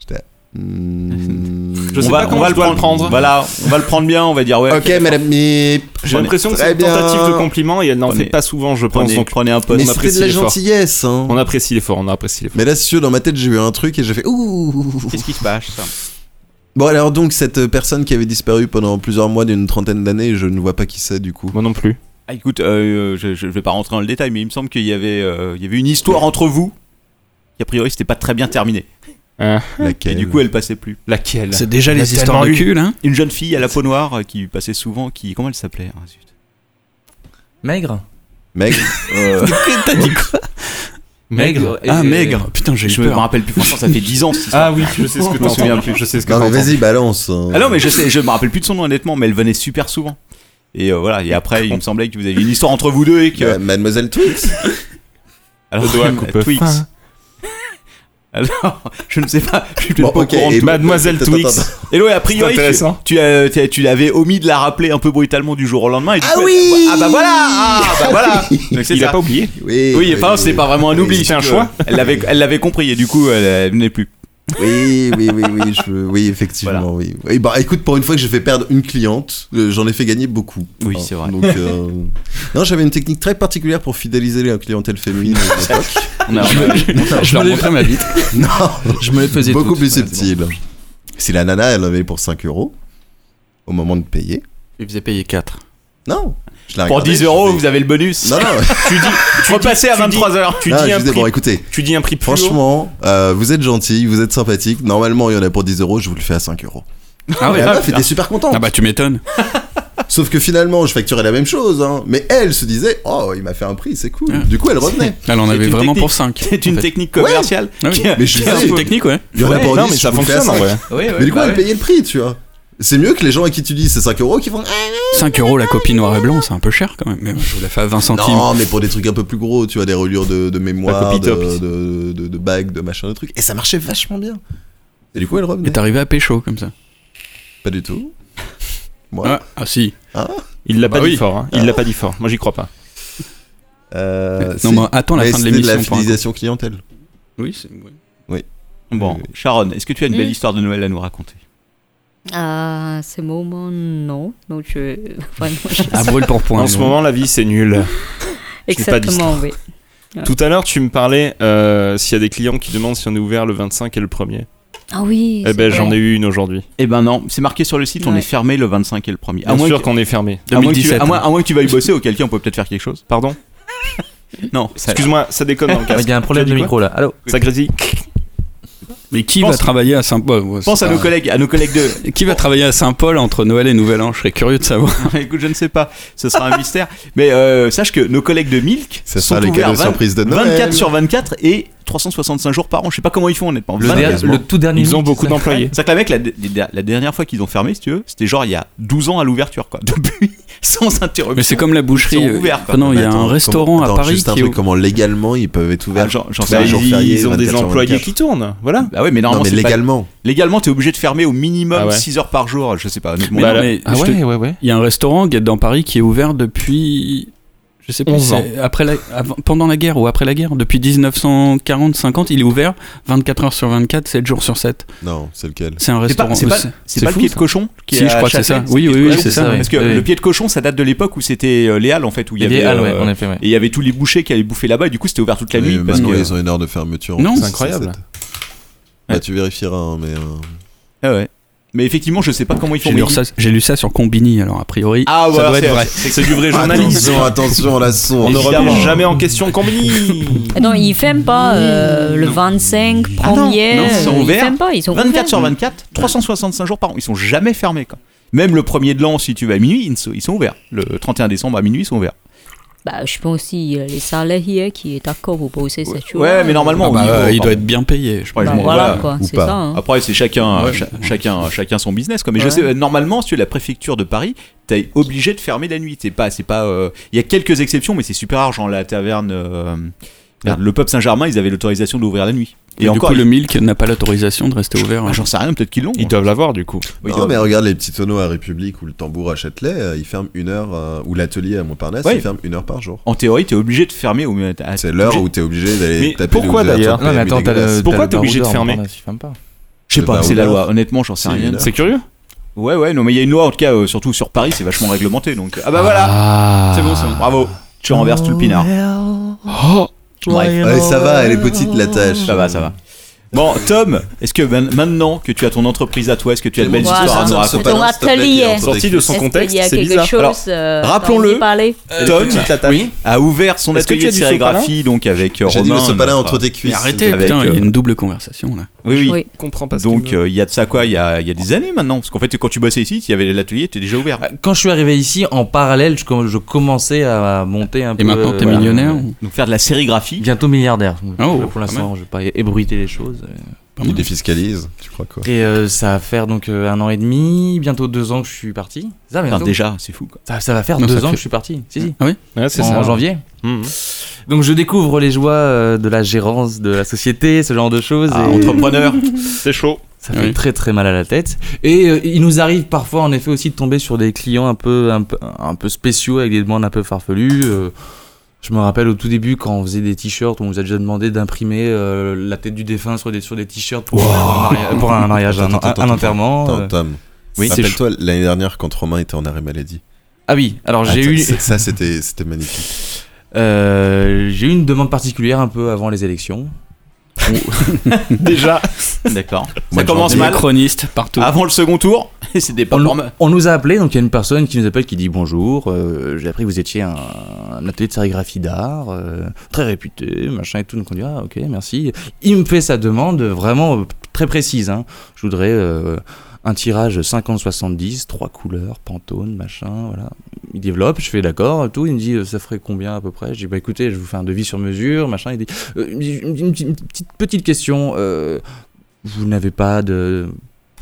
S2: J'étais, hmm,
S1: Je sais pas comment je dois le prendre.
S7: Voilà, on va le prendre bien, on va dire ouais.
S2: Ok, madame Mip.
S1: J'ai l'impression que c'est une tentative de compliment et elle n'en fait pas souvent, je pense.
S7: prenez-
S1: donc
S7: prenez un pote.
S2: Mais
S1: on
S2: c'était
S1: apprécie
S2: de la
S1: l'effort.
S2: gentillesse. hein.
S1: On apprécie l'effort, on apprécie l'effort.
S2: Mais là, si tu veux, dans ma tête, j'ai eu un truc et j'ai fait ouh.
S7: Qu'est-ce qui se passe ça
S2: Bon, alors donc, cette personne qui avait disparu pendant plusieurs mois d'une trentaine d'années, je ne vois pas qui c'est du coup.
S1: Moi non plus.
S7: Ah, écoute, euh, je, je vais pas rentrer dans le détail, mais il me semble qu'il y avait, euh, il y avait une histoire entre vous qui a priori c'était pas très bien terminée. Et
S2: Laquelle
S7: du coup, elle passait plus.
S1: Laquelle
S9: C'est déjà
S10: Il y a
S9: les histoires de
S10: tellement eu.
S9: cul, hein
S7: Une jeune fille à la peau noire euh, qui passait souvent, qui comment elle s'appelait Ah, zut.
S10: Maigre
S2: Mec, euh,
S9: T'as dit quoi
S10: Maigre. et-
S9: Ah, maigre. Putain, j'ai eu
S7: Je me
S9: peur.
S7: rappelle plus. Franchement, ça fait 10 ans. Cette histoire.
S1: Ah oui, je sais ce que
S7: Je me
S1: t'entends.
S7: souviens plus.
S1: Je sais ce que
S2: non, mais
S1: t'entends.
S2: vas-y, balance. hein.
S7: Ah non, mais je sais, je me rappelle plus de son nom honnêtement, mais elle venait super souvent. Et euh, voilà. Et après, il me semblait que vous aviez une histoire entre vous deux et que.
S2: Euh, Mademoiselle Twix
S7: Alors, euh,
S1: Le doigt coupe
S7: Twix.
S1: fin.
S7: Alors, je ne sais pas. Je suis
S2: Bon,
S7: peut-être pas
S2: ok,
S7: au courant de
S2: et
S7: tout.
S1: Mademoiselle
S2: Attends,
S1: Twix.
S2: attends, attends.
S7: Et ouais, a priori,
S1: C'est intéressant.
S7: tu, tu, as- tu as- tu l'avais omis de la rappeler un peu brutalement du jour au lendemain. Et du
S2: Ah
S7: coup,
S2: oui
S7: Ah bah voilà Ah bah voilà Donc c'est
S1: Il a
S7: ça.
S1: pas oublié.
S2: Oui,
S7: Oui, enfin, c'est pas vraiment un oubli.
S1: c'est un
S7: que
S1: choix.
S7: Elle l'avait, elle l'avait compris et du coup, elle, elle venait plus.
S2: Oui, oui, oui, oui, je- oui, effectivement,
S7: Voilà.
S2: oui. Oui, bah écoute, pour une fois que j'ai fait perdre une cliente, euh, j'en ai fait gagner beaucoup.
S7: Oui,
S2: Hein,
S7: c'est vrai.
S2: Donc, euh, Non, j'avais une technique très particulière pour fidéliser la clientèle féminine à l'époque.
S9: On a- on a- je leur montrais ma bite.
S2: Non,
S9: Je me les faisais
S2: Beaucoup
S9: toutes,
S2: plus
S9: voilà,
S2: subtil. Si la nana, elle avait pour 5 euros, au moment de payer,
S9: Il faisait payer 4.
S2: Non. je la
S7: Pour
S2: regardais,
S7: 10
S2: je
S7: euros,
S2: fais-
S7: vous avez le bonus.
S2: Non, non.
S7: tu dis, tu repassais à 23 heures.
S2: Non, je disais, bon, écoutez,
S1: tu dis un prix plus haut.
S2: Franchement, euh, vous êtes gentil, vous êtes sympathique. Normalement, il y en a pour 10 euros, je vous le fais à 5 euros.
S9: Ah ouais,
S2: la
S9: ah,
S2: meuf
S9: putain.
S2: était super contente.
S9: Ah bah, tu m'étonnes.
S2: Sauf que finalement, je facturais la même chose, hein. mais elle se disait, oh, il m'a fait un prix, c'est
S9: Ah.
S2: cool. Du coup, elle revenait.
S9: Elle en
S2: C'est
S9: avait
S2: une
S9: vraiment
S2: technique-
S9: pour 5.
S2: c'est une technique
S7: commerciale.
S2: Qui a-
S9: Mais
S2: qui a un
S9: Ah, c'est une
S2: peu-
S9: technique, ouais.
S2: Il y en a pour 10, je vous le fais à 5.
S7: Oui, oui,
S2: Mais du coup,
S7: bah
S2: elle
S7: oui.
S2: payait le prix, tu vois. C'est mieux que les gens à qui tu dis c'est 5 euros qui font.
S9: 5 euros la copie noir et blanc, c'est un peu cher quand même. Mais je vous la fais à 20 centimes.
S2: Non, mais pour des trucs un peu plus gros, tu vois, des reliures de, de mémoire,
S9: copie
S2: de,
S9: top.
S2: de, de- de bagues, de machin, de trucs. Et ça marchait vachement bien. Et du coup, elle revenait.
S9: Et t'arrivais à pécho comme ça.
S2: Pas du tout.
S9: Ah, ah, si.
S1: Il l'a
S9: Bah
S1: pas
S9: oui.
S1: dit fort. hein. Il l'a pas dit fort. Moi, j'y crois pas.
S2: Euh,
S9: Non,
S2: si.
S9: mais attends la
S2: Mais
S9: fin de
S2: c'était
S9: l'émission.
S2: la
S9: pour un coup.
S2: fidélisation clientèle.
S9: Oui, c'est.
S2: Oui.
S7: Bon, Sharon, est-ce que tu as une belle histoire de Noël à nous raconter
S8: À Ah, ce moment, non. Donc, je. vraiment, je-
S1: En ce moment, la vie, c'est nul. Je n'ai pas
S8: Exactement,
S1: d'histoire.
S8: oui. Ouais.
S1: Tout à l'heure, tu me parlais euh, s'il y a des clients qui demandent si on est ouvert le 25 et le 1er.
S8: Ah oui.
S1: Eh ben,
S8: c'est
S1: j'en ai
S8: vrai.
S1: eu une aujourd'hui.
S7: Eh ben non, c'est marqué sur le site, on
S8: Ouais.
S7: est fermé le 25 et le 1er.
S1: Bien sûr qu'on est fermé.
S7: À moins que tu-
S1: 2017,
S7: à moins,
S1: hein.
S7: à moins que tu veuilles bosser, auquel cas on peut peut-être faire quelque chose.
S1: Pardon
S7: Non.
S1: Excuse-moi, ça déconne dans le casque.
S7: Il y a un problème
S1: Tu as
S7: de
S1: dit
S7: micro,
S1: quoi
S7: là. Allô
S1: Ça grésille.
S9: Mais qui
S7: Pense-
S9: va travailler à Saint-Paul Ouais,
S7: Pense
S9: c'est
S7: à
S9: pas-
S7: nos collègues, à nos collègues de.
S9: Qui va travailler à Saint-Paul entre Noël et Nouvel An Je serais curieux de savoir.
S7: Écoute, je ne sais pas, ce sera un mystère. Mais euh, sache que nos collègues de Milk
S2: Ce
S7: sont
S2: sera les
S7: ouverts
S2: cadeaux surprises de Noël.
S7: 24 sur 24 et 365 jours par an. Je sais pas comment ils font honnêtement.
S2: Le
S7: 24.
S2: der- le tout dernier
S7: Ils ont
S2: Milk,
S7: beaucoup
S2: c'est ça.
S7: d'employés. C'est que la mec, la, la- la dernière fois qu'ils ont fermé, si tu veux, c'était genre il y a 12 ans à l'ouverture quoi. Depuis, sans interruption.
S9: Mais c'est comme la boucherie,
S7: Ils sont
S9: euh,
S7: ouverts, quoi.
S9: ah non, il y a un restaurant à
S2: attends,
S9: Paris
S2: Juste un
S9: qui est
S2: truc,
S9: au- Ah,
S2: comment légalement ils peuvent être ouverts.
S7: Ah, j'en
S2: tous
S1: Bah,
S7: sais
S2: les
S7: rien.
S2: jours
S7: Ils-
S2: fériés,
S7: ils ont des
S2: 24 sur
S7: employés
S2: 24.
S7: qui
S1: tournent, voilà.
S7: Bah oui, mais
S2: Non,
S7: normalement
S2: mais
S7: c'est pas-
S2: légalement.
S7: Légalement, t'es obligé de fermer au minimum
S9: Ah ouais. Bah,
S7: 6 heures par jour, Bah, je sais pas. honnêtement.
S9: Mais non, mais
S6: Ah
S9: je te- Il y a un restaurant qui est dans Paris qui est ouvert depuis. Je sais pas,
S7: 11 ans.
S9: c'est après la, avant- pendant la guerre ou après la guerre, depuis 1940-50, il est ouvert 24 heures sur 24, 7 jours sur 7.
S2: Non, c'est lequel
S9: C'est un
S7: C'est pas,
S9: restaurant.
S7: c'est pas-
S9: C'est-
S7: c'est
S9: c'est
S7: pas le
S9: fou,
S7: pied de
S9: ça.
S7: cochon qui
S9: Si,
S7: est
S9: je
S7: à
S9: crois que c'est
S7: Châtelet,
S9: ça.
S7: le
S9: Oui,
S7: pied de
S9: oui, oui,
S7: cochon.
S9: c'est ça.
S7: Parce que
S9: oui.
S7: le pied de cochon, ça date de l'époque où c'était euh, les Halles en fait, où il y
S9: Les
S7: avait.
S9: Halles,
S7: euh,
S9: ouais, en effet, ouais.
S7: Et il y avait tous les bouchers qui allaient bouffer là-bas, et du coup c'était ouvert toute la nuit.
S2: Mais
S7: parce
S2: maintenant,
S7: que-
S2: ils ont une heure de fermeture.
S7: Non,
S2: c'est
S7: c'est incroyable.
S2: Bah, tu vérifieras, hein, mais. euh,
S7: Ah ouais. Mais effectivement, je sais pas comment ils font.
S9: J'ai
S7: mais
S9: lu,
S7: ils-
S9: ça, j'ai lu ça sur Combini, alors a priori,
S7: Ah,
S9: ça
S7: voilà,
S9: doit
S7: c'est-
S9: être vrai.
S7: c'est- c'est du vrai
S1: Ah,
S2: journalisme. attention à la son.
S1: On ne
S2: Évidemment.
S1: remet jamais en question Combini.
S8: Attends, Eh ils ferment pas euh, le 25, 1er.
S7: Ah non, non, ils sont
S8: euh,
S7: ouverts.
S8: ferment pas, ils sont
S7: 24
S8: ouverts.
S7: sur 24, 365 jours par an. Ils sont jamais fermés. Quoi. Même le premier de l'an, si tu vas à minuit, ils sont- ils sont ouverts. Le 31 décembre à minuit, ils sont ouverts.
S8: Bah, je pense aussi euh, les salariés qui est d'accord pour poser cette chose.
S7: Ouais, mais normalement,
S9: Ah
S7: au
S9: bah,
S7: niveau-
S9: euh, il
S7: pardon.
S9: doit être bien payé. Je
S7: Ouais,
S9: pense.
S7: je m'en-
S8: voilà, quoi, c'est ça, hein.
S7: Après, c'est chacun,
S9: Ouais.
S7: cha- chacun, chacun son business. Quoi. Mais je
S8: Ouais.
S7: sais, euh, normalement, si tu es la préfecture de Paris, t'es obligé de fermer la nuit. C'est pas, c'est pas. euh, Il y a quelques exceptions, mais c'est super rare. Genre la taverne, euh, merde, le peuple Saint-Germain, ils avaient l'autorisation d'ouvrir la nuit.
S9: Et, Ah. du coup, le Milk n'a pas l'autorisation de rester ouvert. hein.
S7: Ah,
S10: Ah,
S7: J'en sais rien, peut-être qu'ils l'ont. hein.
S1: Ils doivent l'avoir du coup.
S2: non, mais regarde les petits tonneaux à République ou le tambour à Châtelet, euh, ils ferment une heure, euh, ou l'atelier à Montparnasse,
S7: Ouais.
S2: ils ferment une heure par jour.
S7: En théorie, t'es obligé de fermer ah, au.
S2: C'est l'heure où t'es obligé d'aller
S7: Mais
S2: taper
S7: pourquoi
S2: les ouvertures
S7: d'ailleurs
S2: de PMU
S7: Non, mais attends, t'as le-
S2: dégueulasses.
S7: t'as Pourquoi le t'es obligé de baroudeur en fermer Montparnasse, Je sais
S2: Le
S7: pas, c'est la
S2: baroudeur.
S7: loi. Honnêtement, j'en sais
S2: C'est une
S7: rien.
S2: heure. C'est
S1: curieux.
S7: Ouais, ouais, non, mais il y a une loi en tout cas, euh, surtout sur Paris, c'est vachement réglementé. Donc, ah bah voilà, c'est bon, c'est bon. Bravo, tu renverses tout le pinard.
S6: Oh.
S7: Bref.
S2: Ouais, ça va, elle est petite la tâche.
S7: Ça va, ça va. Bon, Tom, est-ce que man- maintenant que tu as ton entreprise à toi, est-ce que tu as de belles
S8: Voilà.
S7: histoires à nous
S8: Ton
S7: raconter
S8: atelier.
S7: Sorti de son
S8: Est-ce
S7: contexte,
S8: qu'il y a
S7: c'est
S8: quelque
S7: bizarre.
S8: chose,
S7: Alors,
S8: euh, dont
S7: rappelons-le,
S8: vous parlez
S7: Euh, Tom a ouvert son
S9: Est-ce que
S7: atelier
S9: tu
S7: de
S9: as du sopalin
S7: sérigraphie donc avec euh,
S9: J'ai dit
S7: Romain.
S9: le sopalin
S7: notre-
S9: entre tes cuisses. Mais arrêtez,
S7: Avec,
S9: putain, il y a
S7: euh,
S9: une double conversation, là.
S7: Oui, oui.
S1: Oui. Comprends pas ce qu'il
S7: Donc
S1: veut.
S7: euh, il y a de ça quoi, il y a, il y a des années maintenant. Parce qu'en fait, quand tu bossais ici, il y avait l'atelier, était déjà ouvert.
S10: Ah, Quand je suis arrivé ici, en parallèle, je, com- je commençais à monter un peu.
S9: maintenant, t'es millionnaire ou-
S7: Donc faire de la sérigraphie.
S10: Bientôt milliardaire. Là,
S9: pas
S10: pour l'instant,
S9: mal.
S10: je vais pas ébruiter les choses.
S2: Il défiscalise, tu crois quoi
S10: Et euh, ça va faire donc euh, un an et demi, bientôt deux ans que je suis parti. Ça,
S7: Enfin,
S10: bientôt.
S7: déjà, c'est fou. quoi.
S10: Ça, ça va faire
S7: Non,
S10: deux
S7: ça
S10: ans
S7: fait-
S10: que je suis parti. Si, si.
S9: Ah oui
S1: Ouais, c'est
S10: en,
S1: ça.
S10: en janvier.
S1: Mhm.
S10: Donc je découvre les joies euh, de la gérance de la société, ce genre de choses.
S7: Ah,
S10: et-
S7: entrepreneur. C'est chaud.
S10: Ça fait très très mal à la tête. Et euh, il nous arrive parfois en effet aussi de tomber sur des clients un peu, un peu, un peu spéciaux avec des demandes un peu farfelues. Euh, je me rappelle au tout début quand on faisait des t-shirts, on nous a déjà demandé d'imprimer euh, la tête du défunt sur des, sur des t-shirts pour, un, mari- pour un mariage, un,
S2: Attends, attends,
S10: un
S7: Oh,
S2: attends,
S10: enterrement.
S2: attends,
S10: euh.
S2: Tom.
S10: Oui, c'est
S2: Rappelle-toi l'année dernière quand Romain était en arrêt maladie.
S10: Ah Ah oui, alors j'ai
S2: Ah,
S10: eu.
S2: ça- ça, c'était c'était magnifique.
S10: Euh, j'ai eu une demande particulière un peu avant les élections.
S7: Déjà. D'accord. Ça commence mal.
S9: chroniste partout.
S7: Avant le second tour, c'était pas
S10: on,
S7: normal.
S10: on nous a appelé, donc il y a une personne qui nous appelle qui dit bonjour. euh, j'ai appris que vous étiez un, un atelier de sérigraphie d'art, euh, très réputé, machin et tout. Donc on dit ah ok merci. Il me fait sa demande vraiment euh, très précise. hein. Je voudrais euh, un tirage 50-70, trois couleurs, Pantone, machin, voilà. Il développe, je fais d'accord, et tout. Il me dit euh, ça ferait combien à peu près Je dis bah écoutez, je vous fais un devis sur mesure, machin. Il dit euh, une, une- une petite, petite question. euh, vous n'avez pas de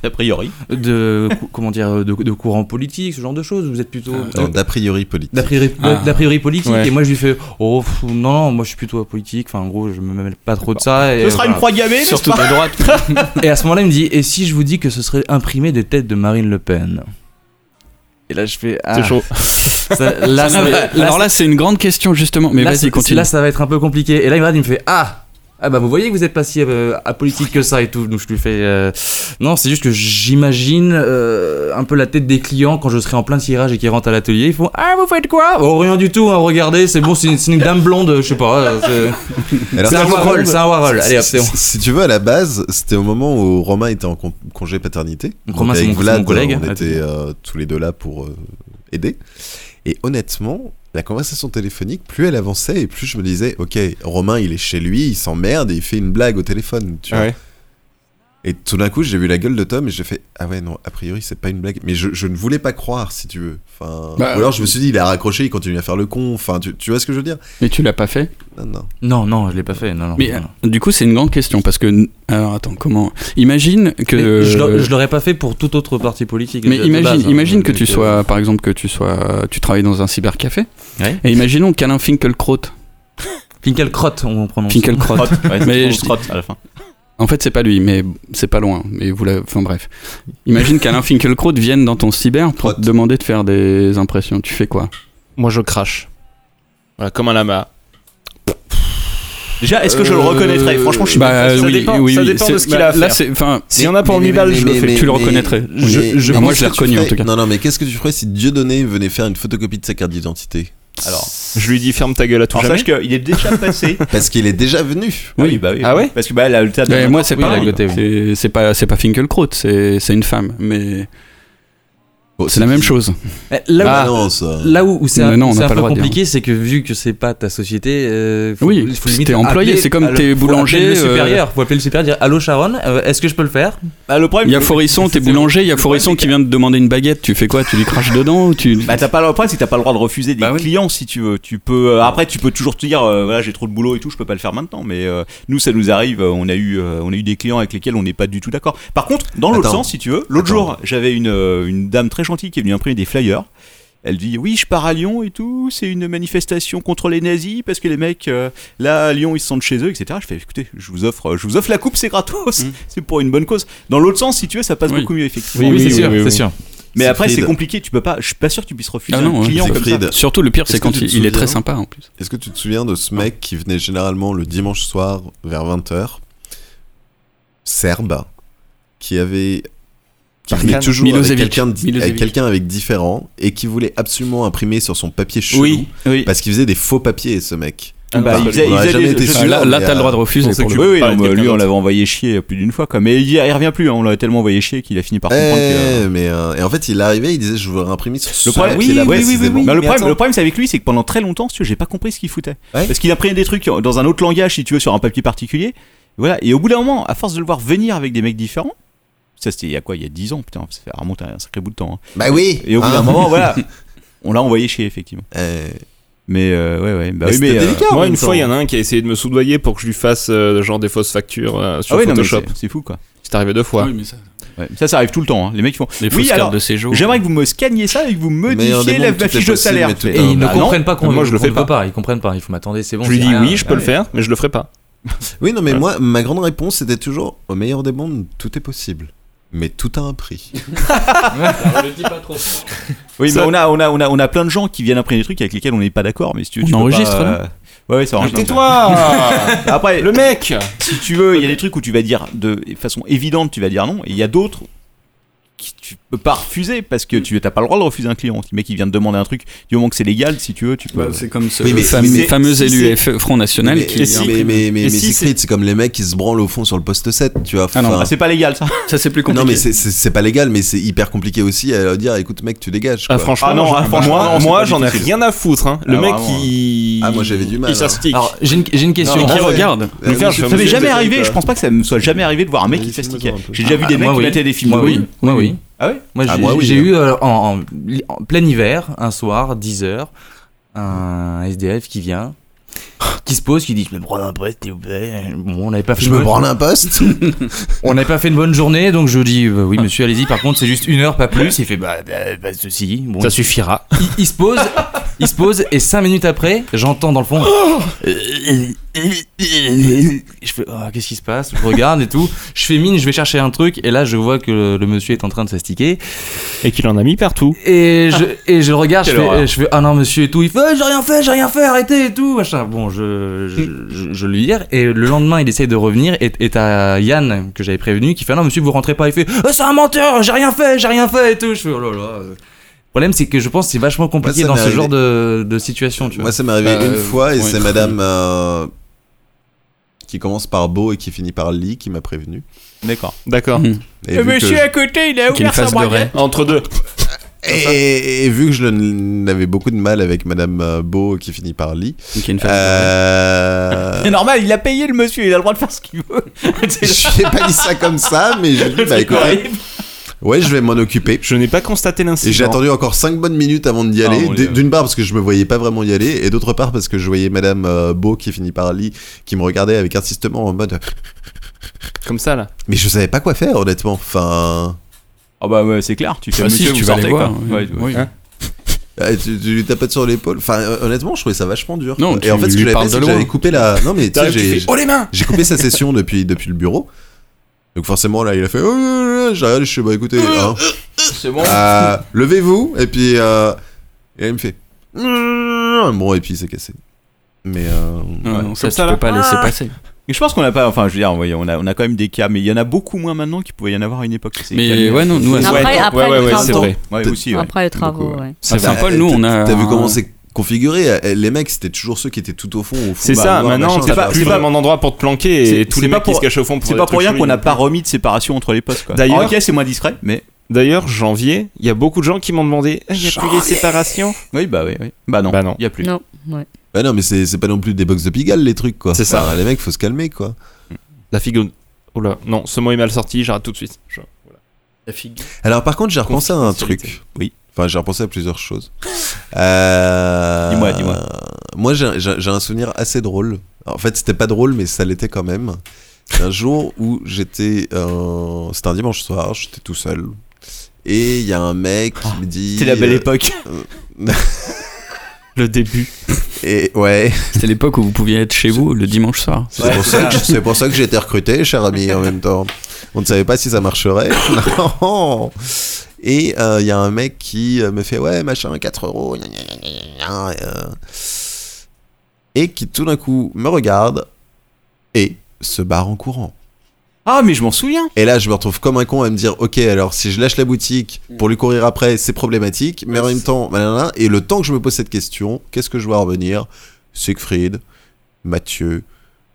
S7: a priori.
S10: De, cou- comment dire, de, de courant politique, ce genre de choses. Vous êtes plutôt.
S9: Ah,
S10: euh,
S9: euh,
S2: Non,
S7: Euh,
S2: d'a priori politique.
S10: D'a priori,
S2: Ah.
S10: d'a priori politique.
S2: Ouais.
S10: Et moi, je lui fais Oh, pff, non, non, moi, je suis plutôt apolitique. Enfin, en gros, je me mêle pas trop de ça. Et
S7: Ce sera une croix gammée, n'est-ce
S10: Surtout
S7: pas
S10: de droite. et à ce moment-là, il me dit Et si je vous dis que ce serait imprimé des têtes de Marine Le Pen Et là, je fais ah.
S9: C'est chaud.
S10: Ça- là, ça-
S9: Ah Alors là, c'est une grande question justement. Mais
S10: là,
S9: vas-y,
S10: c'est-
S9: continue.
S10: Là, ça va être un peu compliqué. Et là, il me regarde, il me fait Ah ah bah vous voyez que vous êtes pas si euh, apolitique que ça et tout, donc je lui fais euh, non c'est juste que j'imagine euh, un peu la tête des clients quand je serai en plein tirage et qu'ils rentrent à l'atelier ils font ah vous faites quoi oh rien du tout hein, regardez c'est bon c'est une, c'est une dame blonde je sais pas euh, c'est-
S2: Alors,
S10: c'est un
S2: si-
S10: warhol c'est un warhol Ah, allez hop
S2: si,
S10: c'est bon
S2: si- si tu veux, à la base, c'était au moment où Romain était en con- congé paternité.
S10: Donc, Romain, c'est
S2: avec
S10: mon- c'est
S2: Vlad,
S10: mon collègue. Ah,
S2: On était euh, tous les deux là pour euh, aider. Et honnêtement, la conversation téléphonique, plus elle avançait et plus je me disais, ok, Romain, il est chez lui, il s'emmerde et il fait une blague au téléphone. Tu
S1: Ah
S2: vois.
S1: ouais.
S2: Et tout d'un coup, j'ai vu la gueule de Tom et j'ai fait Ah ouais, non, a priori, c'est pas une blague. Mais je, je ne voulais pas croire, si tu veux. Enfin,
S9: Bah,
S2: ou alors, je me suis dit, il a raccroché, il continue à faire le con. Enfin, tu, tu vois ce que je veux dire
S9: Mais tu l'as pas fait
S10: Ah,
S2: Non, non.
S10: non non je l'ai pas fait non non
S9: Mais
S10: non.
S9: euh, du coup, c'est une grande question parce que alors attends, comment Imagine que
S10: Mais je l'a- je l'aurais pas fait pour tout autre parti politique
S9: Mais
S10: de- de
S9: imagine,
S10: base, hein.
S9: imagine que
S10: Donc,
S9: tu
S10: euh,
S9: sois, par exemple, que tu sois, tu travailles dans un cybercafé.
S10: Ouais.
S9: Et imaginons qu'Alain Finkielkraut.
S10: Finkielkraut, on prononce.
S9: Finkielkraut.
S10: Kraut, ouais, ça se
S9: mais
S10: prononce
S9: je-
S10: Kraut à la fin.
S9: En fait, c'est pas lui, mais c'est pas loin. Mais vous l'avez- enfin bref. Imagine qu'Alain Finkielkraut vienne dans ton cyber pour te demander de faire des impressions. Tu fais quoi
S1: Moi, je crache. Voilà, comme un lama.
S7: Déjà, est-ce que je le reconnaîtrais
S2: Euh,
S7: Franchement,
S1: Euh,
S7: je suis
S9: bah,
S7: pas sûr.
S9: oui,
S7: Ça dépend-
S9: oui,
S7: ça
S9: oui.
S7: dépend de
S9: C'est-
S7: ce qu'il
S9: bah,
S7: a à
S9: Là,
S7: faire.
S9: c'est, enfin,
S7: S'il y en a pour
S9: mais-
S7: 1000 balles, je le
S9: mais-
S7: fais.
S9: mais- Tu le reconnaîtrais. Je-
S2: mais
S9: je pense
S2: qu'est-ce
S9: que je l'ai
S2: que tu
S9: reconnu, en
S2: ferais-
S9: tout cas.
S2: Non, non, mais qu'est-ce que tu ferais si Dieudonné venait faire une photocopie de sa carte d'identité
S7: Alors,
S1: je lui dis ferme ta gueule à tout
S7: Alors,
S1: jamais.
S7: sache qu'il est déjà passé.
S2: Parce qu'il est déjà venu.
S7: Oui, bah oui.
S1: Ah ouais
S7: Parce que bah, la le théâtre.
S9: Mais
S7: de-
S9: moi, c'est
S7: Oui,
S9: pas
S7: la gothée, oui.
S9: c'est, c'est pas, c'est pas Finkielkraut, c'est, c'est une femme, mais Oh, c'est la même chose.
S10: Eh, Là où,
S2: Bah
S9: Ah,
S10: là où, où c'est
S9: Mais
S10: un,
S9: non, on
S10: c'est
S9: n'a
S10: un peu
S9: pas le droit de dire.
S10: compliqué, c'est que vu que c'est pas ta société, euh, faut,
S9: Oui,
S10: il faut
S9: si
S10: limite
S9: t'es employé,
S10: appeler-
S9: c'est comme
S10: à le-
S9: t'es
S10: faut
S9: boulanger,
S10: appeler Le
S9: euh,
S10: supérieur, faut appeler le supérieur, dire allô Sharon, euh, est-ce que je peux le faire
S7: Bah, le
S9: Il y a Forisson, t'es boulanger, il y a Forisson qui vient te demander une baguette, tu fais quoi Tu lui craches dedans ou tu...
S7: Bah t'as pas le problème, c'est que t'as pas le droit de refuser
S10: Bah
S7: des clients si tu veux. Tu peux euh, après tu peux toujours te dire euh, voilà j'ai trop de boulot et tout, je peux pas le faire maintenant. Mais euh, nous ça nous arrive, euh, on a eu euh, on a eu des clients avec lesquels on n'est pas du tout d'accord. Par contre dans l'autre
S2: Attends.
S7: sens si tu veux, l'autre jour j'avais une euh, une dame très gentille qui est venue imprimer des flyers. Elle dit oui je pars à Lyon et tout, c'est une manifestation contre les nazis parce que les mecs euh, là à Lyon ils se sentent chez eux etc. Je fais écoutez je vous offre euh, je vous offre la coupe c'est gratos, c'est pour une bonne cause. Dans l'autre sens si tu veux ça passe beaucoup mieux effectivement.
S10: Mm. Oui, oui, c'est sûr, c'est sûr.
S7: Mais
S10: C'est
S7: après c'est
S2: Fried.
S7: compliqué, tu peux pas, je suis pas sûr que tu puisses refuser
S9: Ah non,
S7: un
S9: ouais,
S7: client
S9: c'est
S7: comme
S9: Fried.
S7: ça.
S9: Surtout, le pire,
S2: Est-ce
S9: c'est
S2: que
S9: quand
S2: tu te
S9: il est très
S2: souviens-
S9: sympa, en plus.
S2: Est-ce que tu te souviens de ce mec qui venait généralement le dimanche soir vers 20h Serbe, qui avait. qui
S1: Parkan
S2: venait toujours avec
S9: Milosevic.
S2: quelqu'un de- avec,
S9: Milosevic.
S2: quelqu'un avec différent et qui voulait absolument imprimer sur son papier chelou
S7: Oui, oui.
S2: parce qu'il faisait des faux papiers ce mec.
S7: Ah bah,
S2: Enfin,
S7: il faisait-
S2: on
S7: il
S2: aurait
S7: faisait
S2: jamais
S7: des-
S2: été
S7: je-
S2: sûr,
S7: là-
S9: là,
S2: mais,
S9: t'as le droit de
S2: euh,
S9: refuser,
S2: on s'est
S9: pour le
S2: occupé
S7: Oui, oui,
S2: par
S7: non, mais
S2: quelqu'un
S7: lui on
S2: d'autre.
S7: l'avait envoyé chier plus d'une fois quoi. Mais il y- il revient plus, hein, on l'avait tellement envoyé chier qu'il a fini par
S2: Eh,
S7: comprendre que.
S2: mais euh, et en fait, il arrivait, il disait je veux imprimer sur ce
S7: Le problème,
S2: papier là
S7: oui, oui, oui, oui,
S2: précisément.
S7: Bah, le, problème, le problème, c'est avec lui, c'est que pendant très longtemps, si tu veux, j'ai pas compris ce qu'il foutait.
S2: Ouais.
S7: Parce qu'il imprimait des trucs dans un autre langage, si tu veux, sur un papier particulier. Voilà. Et au bout d'un moment, à force de le voir venir avec des mecs différents, ça c'était il y a quoi, il y a 10 ans, putain, ça fait- remonte à un sacré bout de temps. hein.
S2: Bah oui.
S7: Et au bout d'un
S2: hein. Eh,
S7: moment, voilà, on l'a envoyé chier effectivement. Mais euh, ouais, ouais, bah
S2: Mais
S7: oui, mais.
S2: c'était
S7: euh,
S2: délicat, en
S1: Moi,
S2: même
S1: une fois,
S2: temps.
S1: il y en a un qui a essayé de me soudoyer pour que je lui fasse euh, genre des fausses factures euh, sur
S7: Ah oui, non, mais
S1: Photoshop.
S7: c'est- Ah c'est fou quoi.
S1: C'est arrivé deux fois.
S9: Ah mais ça...
S7: Ouais, ça, ça arrive tout le temps. hein. Les mecs ils font.
S9: Des fausses
S7: oui,
S9: cartes
S7: alors,
S9: de séjour.
S7: J'aimerais que vous me scanniez ça et que vous
S2: Meilleur des
S7: modifiez
S2: mondes,
S7: la,
S2: tout
S7: la
S2: est
S7: fiche de
S2: possible,
S7: salaire.
S2: mais tout Ah
S7: Je
S2: est
S9: Euh,
S7: fais,
S10: Et ils ne
S7: bah non.
S10: comprennent pas qu'on
S1: Moi, je le
S10: qu'on
S1: fais
S10: ne
S1: pas.
S10: peut pas, ils comprennent pas, il faut m'attendre, c'est bon.
S1: je lui
S10: c'est
S1: dis
S10: rien.
S7: ah,
S1: oui, je peux
S10: Ouais.
S1: le faire, mais je le ferai pas.
S2: Oui,
S7: Euh.
S2: non, mais moi, ma grande réponse c'était toujours au meilleur des mondes, tout est possible. Mais tout a un prix.
S7: Oui, mais
S1: Ça-
S7: on a, on, a, on, a, on a plein de gens qui viennent imprimer des trucs avec lesquels on n'est pas d'accord, mais si tu, veux,
S9: On
S7: tu peux
S9: enregistre,
S7: pas,
S9: là
S7: euh, Ouais, ouais, ça
S1: Mais
S7: enregistre.
S1: Tais-toi
S7: Après,
S1: Le mec
S7: si tu veux, il y a des trucs où tu vas dire de façon évidente, tu vas dire non, et il y a d'autres qui tu tu peux pas refuser parce que tu t'as pas le droit de refuser un client. Le mec il vient te demander un truc, du moment que c'est légal, si tu veux, tu
S1: Bah,
S7: peux.
S9: Bah, C'est comme ce fameux élu E, Front National
S2: mais,
S9: qui.
S2: mais,
S7: hein.
S2: mais, mais, mais c'est écrit, c'est comme les mecs qui se branlent au fond sur le poste 7, tu vois.
S7: Ah non,
S2: enfin-
S7: ah, c'est pas légal ça.
S9: Ça c'est plus
S2: Non, mais c'est- c'est c'est pas légal, mais c'est hyper compliqué aussi à leur dire écoute, mec, tu dégages.
S1: Ah,
S2: quoi.
S1: franchement, moi, moi, moi, j'en ai rien à foutre. hein. Le
S2: Ah,
S1: mec
S2: vraiment,
S1: qui.
S2: Ah, moi, j'avais
S7: hein.
S2: du mal,
S1: Qui s'astique.
S2: alors. Alors,
S10: j'ai une- j'ai une question.
S1: Et qui
S10: Ah, ouais.
S1: regarde.
S10: Euh,
S1: Le faire,
S10: monsieur-
S1: je
S7: Ça
S1: fais-
S7: m'est jamais arrivé,
S10: quoi.
S7: je pense pas que ça me soit jamais arrivé de voir un mec qui s'astiquait. J'ai déjà vu
S10: Ah,
S7: des
S10: ah,
S7: mecs
S10: moi,
S7: qui
S10: oui.
S7: mettaient des films
S10: Moi,
S7: de
S10: oui.
S7: lui.
S10: Moi, oui.
S7: Ah ouais
S10: Moi, j'ai
S7: Ah, moi, oui,
S10: j'ai
S7: hein.
S10: eu euh, en, en- en plein hiver, un soir, 10h, un SDF qui vient, qui se pose, qui dit Je me prends un poste, s'il vous plaît. Bon, on n'avait pas fait
S2: Je
S10: une
S2: me
S10: bonne-
S2: branle un poste
S10: On n'avait pas fait une bonne journée, donc je dis euh, Oui, monsieur, allez-y, par contre, c'est juste une heure, pas plus. Il fait Bah, bah, pas de souci. Bon,
S1: Ça suffira.
S10: Il, il se pose, il se pose, et 5 minutes après, j'entends dans le fond je fais Ah, qu'est-ce qui se passe Je regarde et tout. Je fais mine, je vais chercher un truc et là je vois que le, le monsieur est en train de s'astiquer
S1: et qu'il en a mis partout.
S10: Et je et je le regarde, je
S1: Quelle
S10: fais,
S1: horreur.
S10: je fais ah non monsieur et tout. Il fait Ah, j'ai rien fait, j'ai rien fait, arrêtez et tout machin. Bon je je, je, je lui dis et le lendemain il essaye de revenir et et t'as Yann que j'avais prévenu qui fait Ah non monsieur vous rentrez pas. Il fait Ah, c'est un menteur, j'ai rien fait, j'ai rien fait et tout. Je fais oh là là. Le problème c'est que je pense que c'est vachement compliqué
S2: ça
S10: dans
S2: m'est
S10: ce genre
S2: arrivé.
S10: de, de situation tu vois.
S2: Moi, ça m'est arrivé
S10: Euh,
S2: une fois et
S10: ouais,
S2: c'est
S10: très-
S2: madame euh, qui commence par Beau et qui finit par Lee qui m'a prévenu.
S7: D'accord.
S1: D'accord.
S7: Eh,
S2: Et vu que-
S4: côté, il a
S1: Entre deux.
S2: Et, et vu que je le- n'avais beaucoup de mal avec Madame euh, Beau qui finit par Lee,
S9: qui est une
S2: euh,
S7: C'est normal, il a payé le monsieur, il a le droit de faire ce qu'il veut.
S2: j'ai pas dit ça comme ça, mais je lui ai dit, bah, écoutez, ouais, je vais m'en occuper.
S1: Je n'ai pas constaté l'incident.
S2: Et j'ai attendu encore 5 bonnes minutes avant d'y aller.
S1: mon
S2: D-
S1: Dieu.
S2: D'une part parce que je me voyais pas vraiment y aller, et d'autre part parce que je voyais Madame euh, Beau qui finit par Lee qui me regardait avec insistement en mode.
S1: Comme ça là.
S2: Mais je savais pas quoi faire, honnêtement. Enfin.
S7: Ah bah ouais, c'est clair, tu fais monsieur, vous sortez quoi. Ouais, ouais.
S2: Hein Ah, tu, tu lui tapettes sur l'épaule. Enfin, euh, honnêtement, je trouvais ça vachement dur.
S9: Non,
S2: quoi.
S9: tu
S2: et en fait, ce que
S9: lui
S2: j'avais
S9: parles
S2: fait, c'est
S9: de
S2: que
S9: loin.
S2: j'avais coupé la. Non, mais tu sais,
S9: T'arrives, tu
S2: j'ai.
S9: fais, Oh, les mains
S2: J'ai coupé sa session depuis, depuis le bureau. Donc forcément, là, il a fait. Oh, là, là, là. J'ai regardé, je suis bah
S7: Oh,
S2: écoutez. hein.
S7: C'est bon.
S2: Euh, Levez-vous. Et puis. euh, Et il me fait. Oh, Bon, et puis il s'est cassé. Mais. euh, ouais.
S9: non, ça, tu peux pas laisser passer.
S7: Mais je pense qu'on a pas, enfin, je veux dire, voyez, on a, on a quand même des cas, mais il y en a beaucoup moins maintenant qu'il pouvait y en avoir à une époque. C'est
S9: Mais
S7: calme.
S9: ouais, non, nous, à Après-
S8: Saint-Paul- après les travaux.
S7: Ouais, aussi, ouais. euh,
S8: Après les travaux, ouais.
S9: À Saint-Paul,
S2: bah,
S9: nous,
S2: t'as-
S9: on a
S2: T'as vu
S9: un-
S2: comment c'est configuré eh, Les mecs, c'était toujours ceux qui étaient tout au fond. au fond,
S1: C'est
S2: bah,
S1: ça,
S2: voir,
S1: maintenant,
S2: machin,
S1: t'as pas
S2: enfin,
S1: plus vraiment d'endroit pour te planquer et
S7: C'est-
S1: tous
S7: c'est
S1: les
S7: pas
S1: mecs qui
S7: pour-
S1: se cachent au fond pour
S7: C'est
S1: des
S7: pas pour
S1: trucs
S7: rien
S1: chelous,
S7: qu'on n'a
S1: ils-
S7: pas remis de séparation entre les postes, quoi.
S1: D'ailleurs-
S7: Alors, ok, c'est moins discret, mais.
S1: D'ailleurs, janvier, il y a beaucoup de gens qui m'ont demandé il y a plus les séparations
S7: Oui, bah oui, oui. Bah non.
S1: Bah non.
S7: Il y a plus.
S8: Non, ouais.
S2: Bah non, mais c'est c'est pas non plus des box de Pigalle, les trucs, quoi.
S1: C'est ça.
S2: Enfin, les mecs, faut se calmer, quoi.
S1: La figue. au- Oh là, non, ce mot est mal sorti, j'arrête tout de suite. Je- voilà.
S2: Alors, par contre, j'ai repensé à un
S1: Confidentialité.
S2: truc. Oui. Enfin, j'ai repensé à plusieurs choses. Euh,
S7: Dis-moi, dis-moi.
S2: Moi, j'ai j'ai- j'ai un souvenir assez drôle. En fait, c'était pas drôle, mais ça l'était quand même. C'est un jour où j'étais. euh, C'était un dimanche soir, j'étais tout seul. Et il y a un mec qui me dit.
S7: C'était la belle
S2: euh,
S7: époque.
S2: euh,
S1: Le début.
S2: Et ouais.
S9: C'était l'époque où vous pouviez être chez vous le dimanche soir.
S2: C'est pour ça que- c'est pour ça que j'ai été recruté, cher ami, en même temps. On ne savait pas si ça marcherait. Non. Et euh, il y a un mec qui euh, me fait Ouais, machin, 4 euros. gna, gna, gna, gna, gna, et, euh, Et qui tout d'un coup me regarde et se barre en courant.
S7: Ah, mais je m'en souviens.
S2: Et là, je me retrouve comme un con à me dire Ok, alors si je lâche la boutique
S7: Mm.
S2: pour lui courir après, c'est problématique. Mais en même temps, nanana. et le temps que je me pose cette question, qu'est-ce que je vois revenir Siegfried, Mathieu,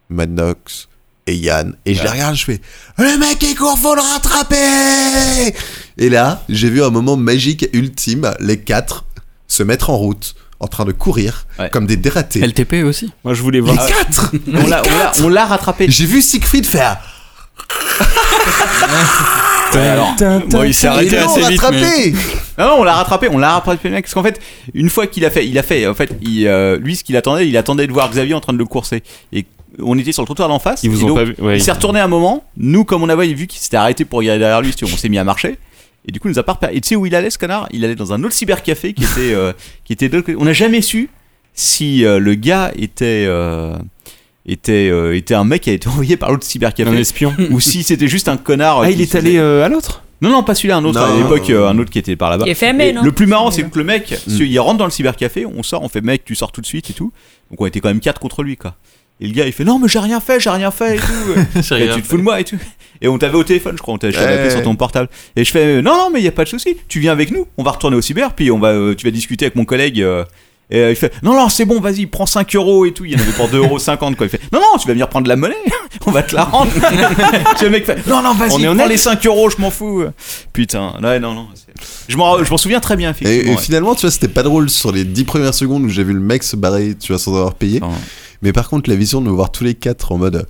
S2: Madnox et Yann. Et je les regarde, je fais Le mec est court, faut le rattraper Et là, j'ai vu un moment magique ultime, les quatre se mettre en route, en train de courir,
S7: Ouais.
S2: comme des dératés.
S9: LTP aussi.
S1: Moi, je voulais
S2: Les
S1: voir.
S2: quatre
S7: On l'a- on l'a- on l'a rattrapé.
S2: J'ai vu Siegfried faire
S7: Alors, bon, il s'est
S2: Ils
S7: arrêté hein.
S2: l'ont
S7: assez vite. mais-
S2: rattrapé
S7: Non, non, on l'a rattrapé, on l'a rattrapé, mec. Parce qu'en fait, une fois qu'il a fait, il a fait, en fait, il, euh, lui, ce qu'il attendait, il attendait de voir Xavier en train de le courser. Et on était sur le trottoir d'en face.
S1: Ils vous
S7: et
S1: ont
S7: donc,
S1: pas vu, ouais.
S7: Il s'est retourné un moment. Nous, comme on avait vu qu'il s'était arrêté pour regarder derrière lui, si tu veux, on s'est mis à marcher. Et du coup, il nous a pas repéré. Et tu sais où il allait, ce connard Il allait dans un autre cybercafé qui était, euh, qui était de l'autre côté. On n'a jamais su si euh, le gars était. euh, était, euh, était un mec qui a été envoyé par l'autre cybercafé
S1: Un espion.
S7: ou si c'était juste un connard euh,
S1: Ah,
S7: qui
S1: il est
S7: se
S1: allé euh, à l'autre
S7: non, non, pas celui-là, un autre.
S2: Non.
S7: à l'époque, euh, un autre qui était par là-bas.
S8: Il est fermé,
S7: Et
S8: non
S7: Le plus marrant, c'est que le
S10: Mm.
S7: mec, si il rentre dans le cybercafé, on sort, on fait mec, tu sors tout de suite et tout. Donc on était quand même quatre contre lui, quoi. Et le gars, il fait non, mais j'ai rien fait, j'ai rien fait et tout.
S10: J'ai
S7: Et
S10: rien
S7: tu te fous de moi et tout. Et on t'avait au téléphone, je crois, on t'a je t'avais
S10: Ouais,
S7: appelé sur
S10: ouais.
S7: ton portable. Et je fais non, non, mais il y a pas de souci. Tu viens avec nous, on va retourner au cyber, puis on va, euh, tu vas discuter avec mon collègue. euh, et euh, il fait non, non, c'est bon, vas-y, prends 5 euros et tout. Il y en avait pour 2,50 euros quoi. Il fait non, non, tu vas venir prendre de la monnaie, on va te la rendre. Tu sais, le mec fait non, non,
S9: Ah,
S10: On est
S7: vas-y, prends
S10: honnête.
S7: les 5 euros, je m'en fous. Putain, ouais, non, non. c'est- Je m'en je m'en souviens très bien,
S2: Et,
S7: effectivement.
S2: et
S7: ouais.
S2: finalement, tu vois, c'était pas drôle sur les 10 premières secondes où j'ai vu le mec se barrer, tu vois, sans avoir payé. Mais par contre, la vision de nous voir tous les quatre en mode.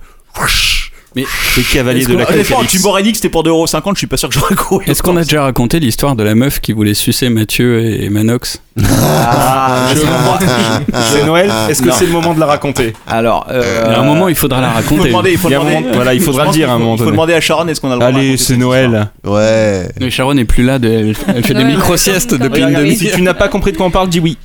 S7: Mais
S2: le
S7: Est-ce qu'on- honnêtement, tu m'aurais dit que c'était pour 2,50€, je suis pas sûr que j'aurais couru.
S9: Est-ce qu'on a déjà raconté l'histoire de la meuf qui voulait sucer Mathieu et Manox
S7: Ah,
S1: je crois- C'est Noël, est-ce que
S9: Ah, Non.
S1: c'est le moment de la raconter
S7: Alors, euh,
S9: Il y a un moment, il faudra la raconter.
S7: Faut demander, il faut
S9: Il y a un
S7: demander.
S9: moment- voilà, il faudra
S7: Je pense
S9: le dire
S7: qu'il
S9: à un
S7: faut-
S9: moment
S7: Il faut
S9: donné.
S7: demander à Sharon est-ce qu'on a le droit de
S1: Allez,
S7: raconter
S1: c'est Noël.
S2: Ouais.
S9: Mais Sharon n'est plus là, de- elle, elle fait des
S8: Ah, Ouais,
S9: micro-siestes
S8: comme-
S9: depuis
S8: comme-
S9: une
S8: comme-
S9: demi
S8: si tu n'as
S1: pas compris de quoi on parle, dis oui.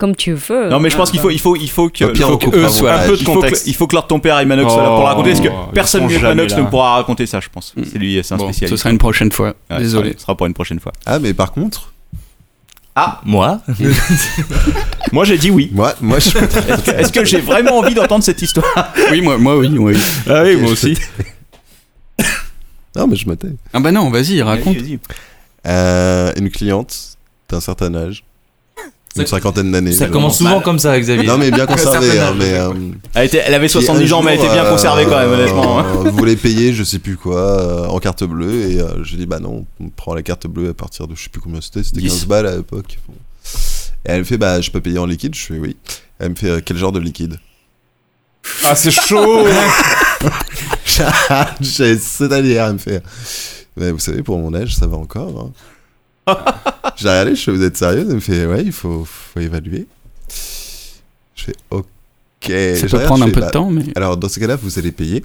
S8: Comme tu veux.
S7: Non mais je pense qu'il faut il faut il faut que
S2: Au pire,
S7: il faut
S2: on
S7: que
S2: coupera
S7: eux
S2: vos
S7: soient-
S2: pages.
S7: il faut que- Il faut que leur ton père et Manox soient là pour la raconter parce que personne mieux que Manox ne pourra raconter ça, je pense. C'est lui, c'est un
S9: Bon,
S7: spécialiste.
S9: ce sera une prochaine fois.
S7: Ouais,
S9: Désolé.
S7: Ce sera pour une prochaine fois.
S2: Ah, mais par contre.
S7: Ah
S2: Moi
S7: Moi j'ai dit oui.
S2: Moi, moi je
S7: Est-ce que- Est-ce que j'ai vraiment envie d'entendre cette histoire
S9: Oui, moi, moi oui, oui.
S1: Ah oui, moi aussi.
S2: Non, mais je me tais.
S9: Ah bah non, vas-y, raconte.
S2: Euh, une cliente d'un certain âge. Une cinquantaine d'années.
S10: ça
S2: je
S10: commence
S2: pense.
S10: souvent comme ça avec Xavier.
S2: Non, mais bien
S10: Un
S2: conservé.
S10: certain
S2: hein,
S10: âge.
S2: mais, euh,
S7: Elle, était- elle avait
S2: qui, un
S7: 70 ans, mais elle
S2: jour,
S7: était bien
S2: euh,
S7: conservée quand même, honnêtement. hein.
S2: euh, voulait payer, je sais plus quoi, euh, en carte bleue. Et euh, j'ai dit, bah non, on prend la carte bleue à partir de je sais plus combien c'était, c'était
S7: 10.
S2: 15 balles à l'époque. Bon. Et elle me fait, bah je peux payer en liquide Je fais oui. Elle me fait, euh, quel genre de liquide
S1: Ah, c'est chaud
S2: J'ai- C'est-à-dire, elle me fait, mais vous savez, pour mon âge, ça va encore. hein. j'ai regardé, je fais, vous êtes sérieux Elle me fait, ouais, il faut, faut évaluer. Je fais, ok. Je
S9: peut
S2: regarde,
S9: prendre
S2: je
S9: un
S2: fais,
S9: peu de
S2: bah,
S9: temps, mais-
S2: Alors, dans ce cas-là, vous allez payer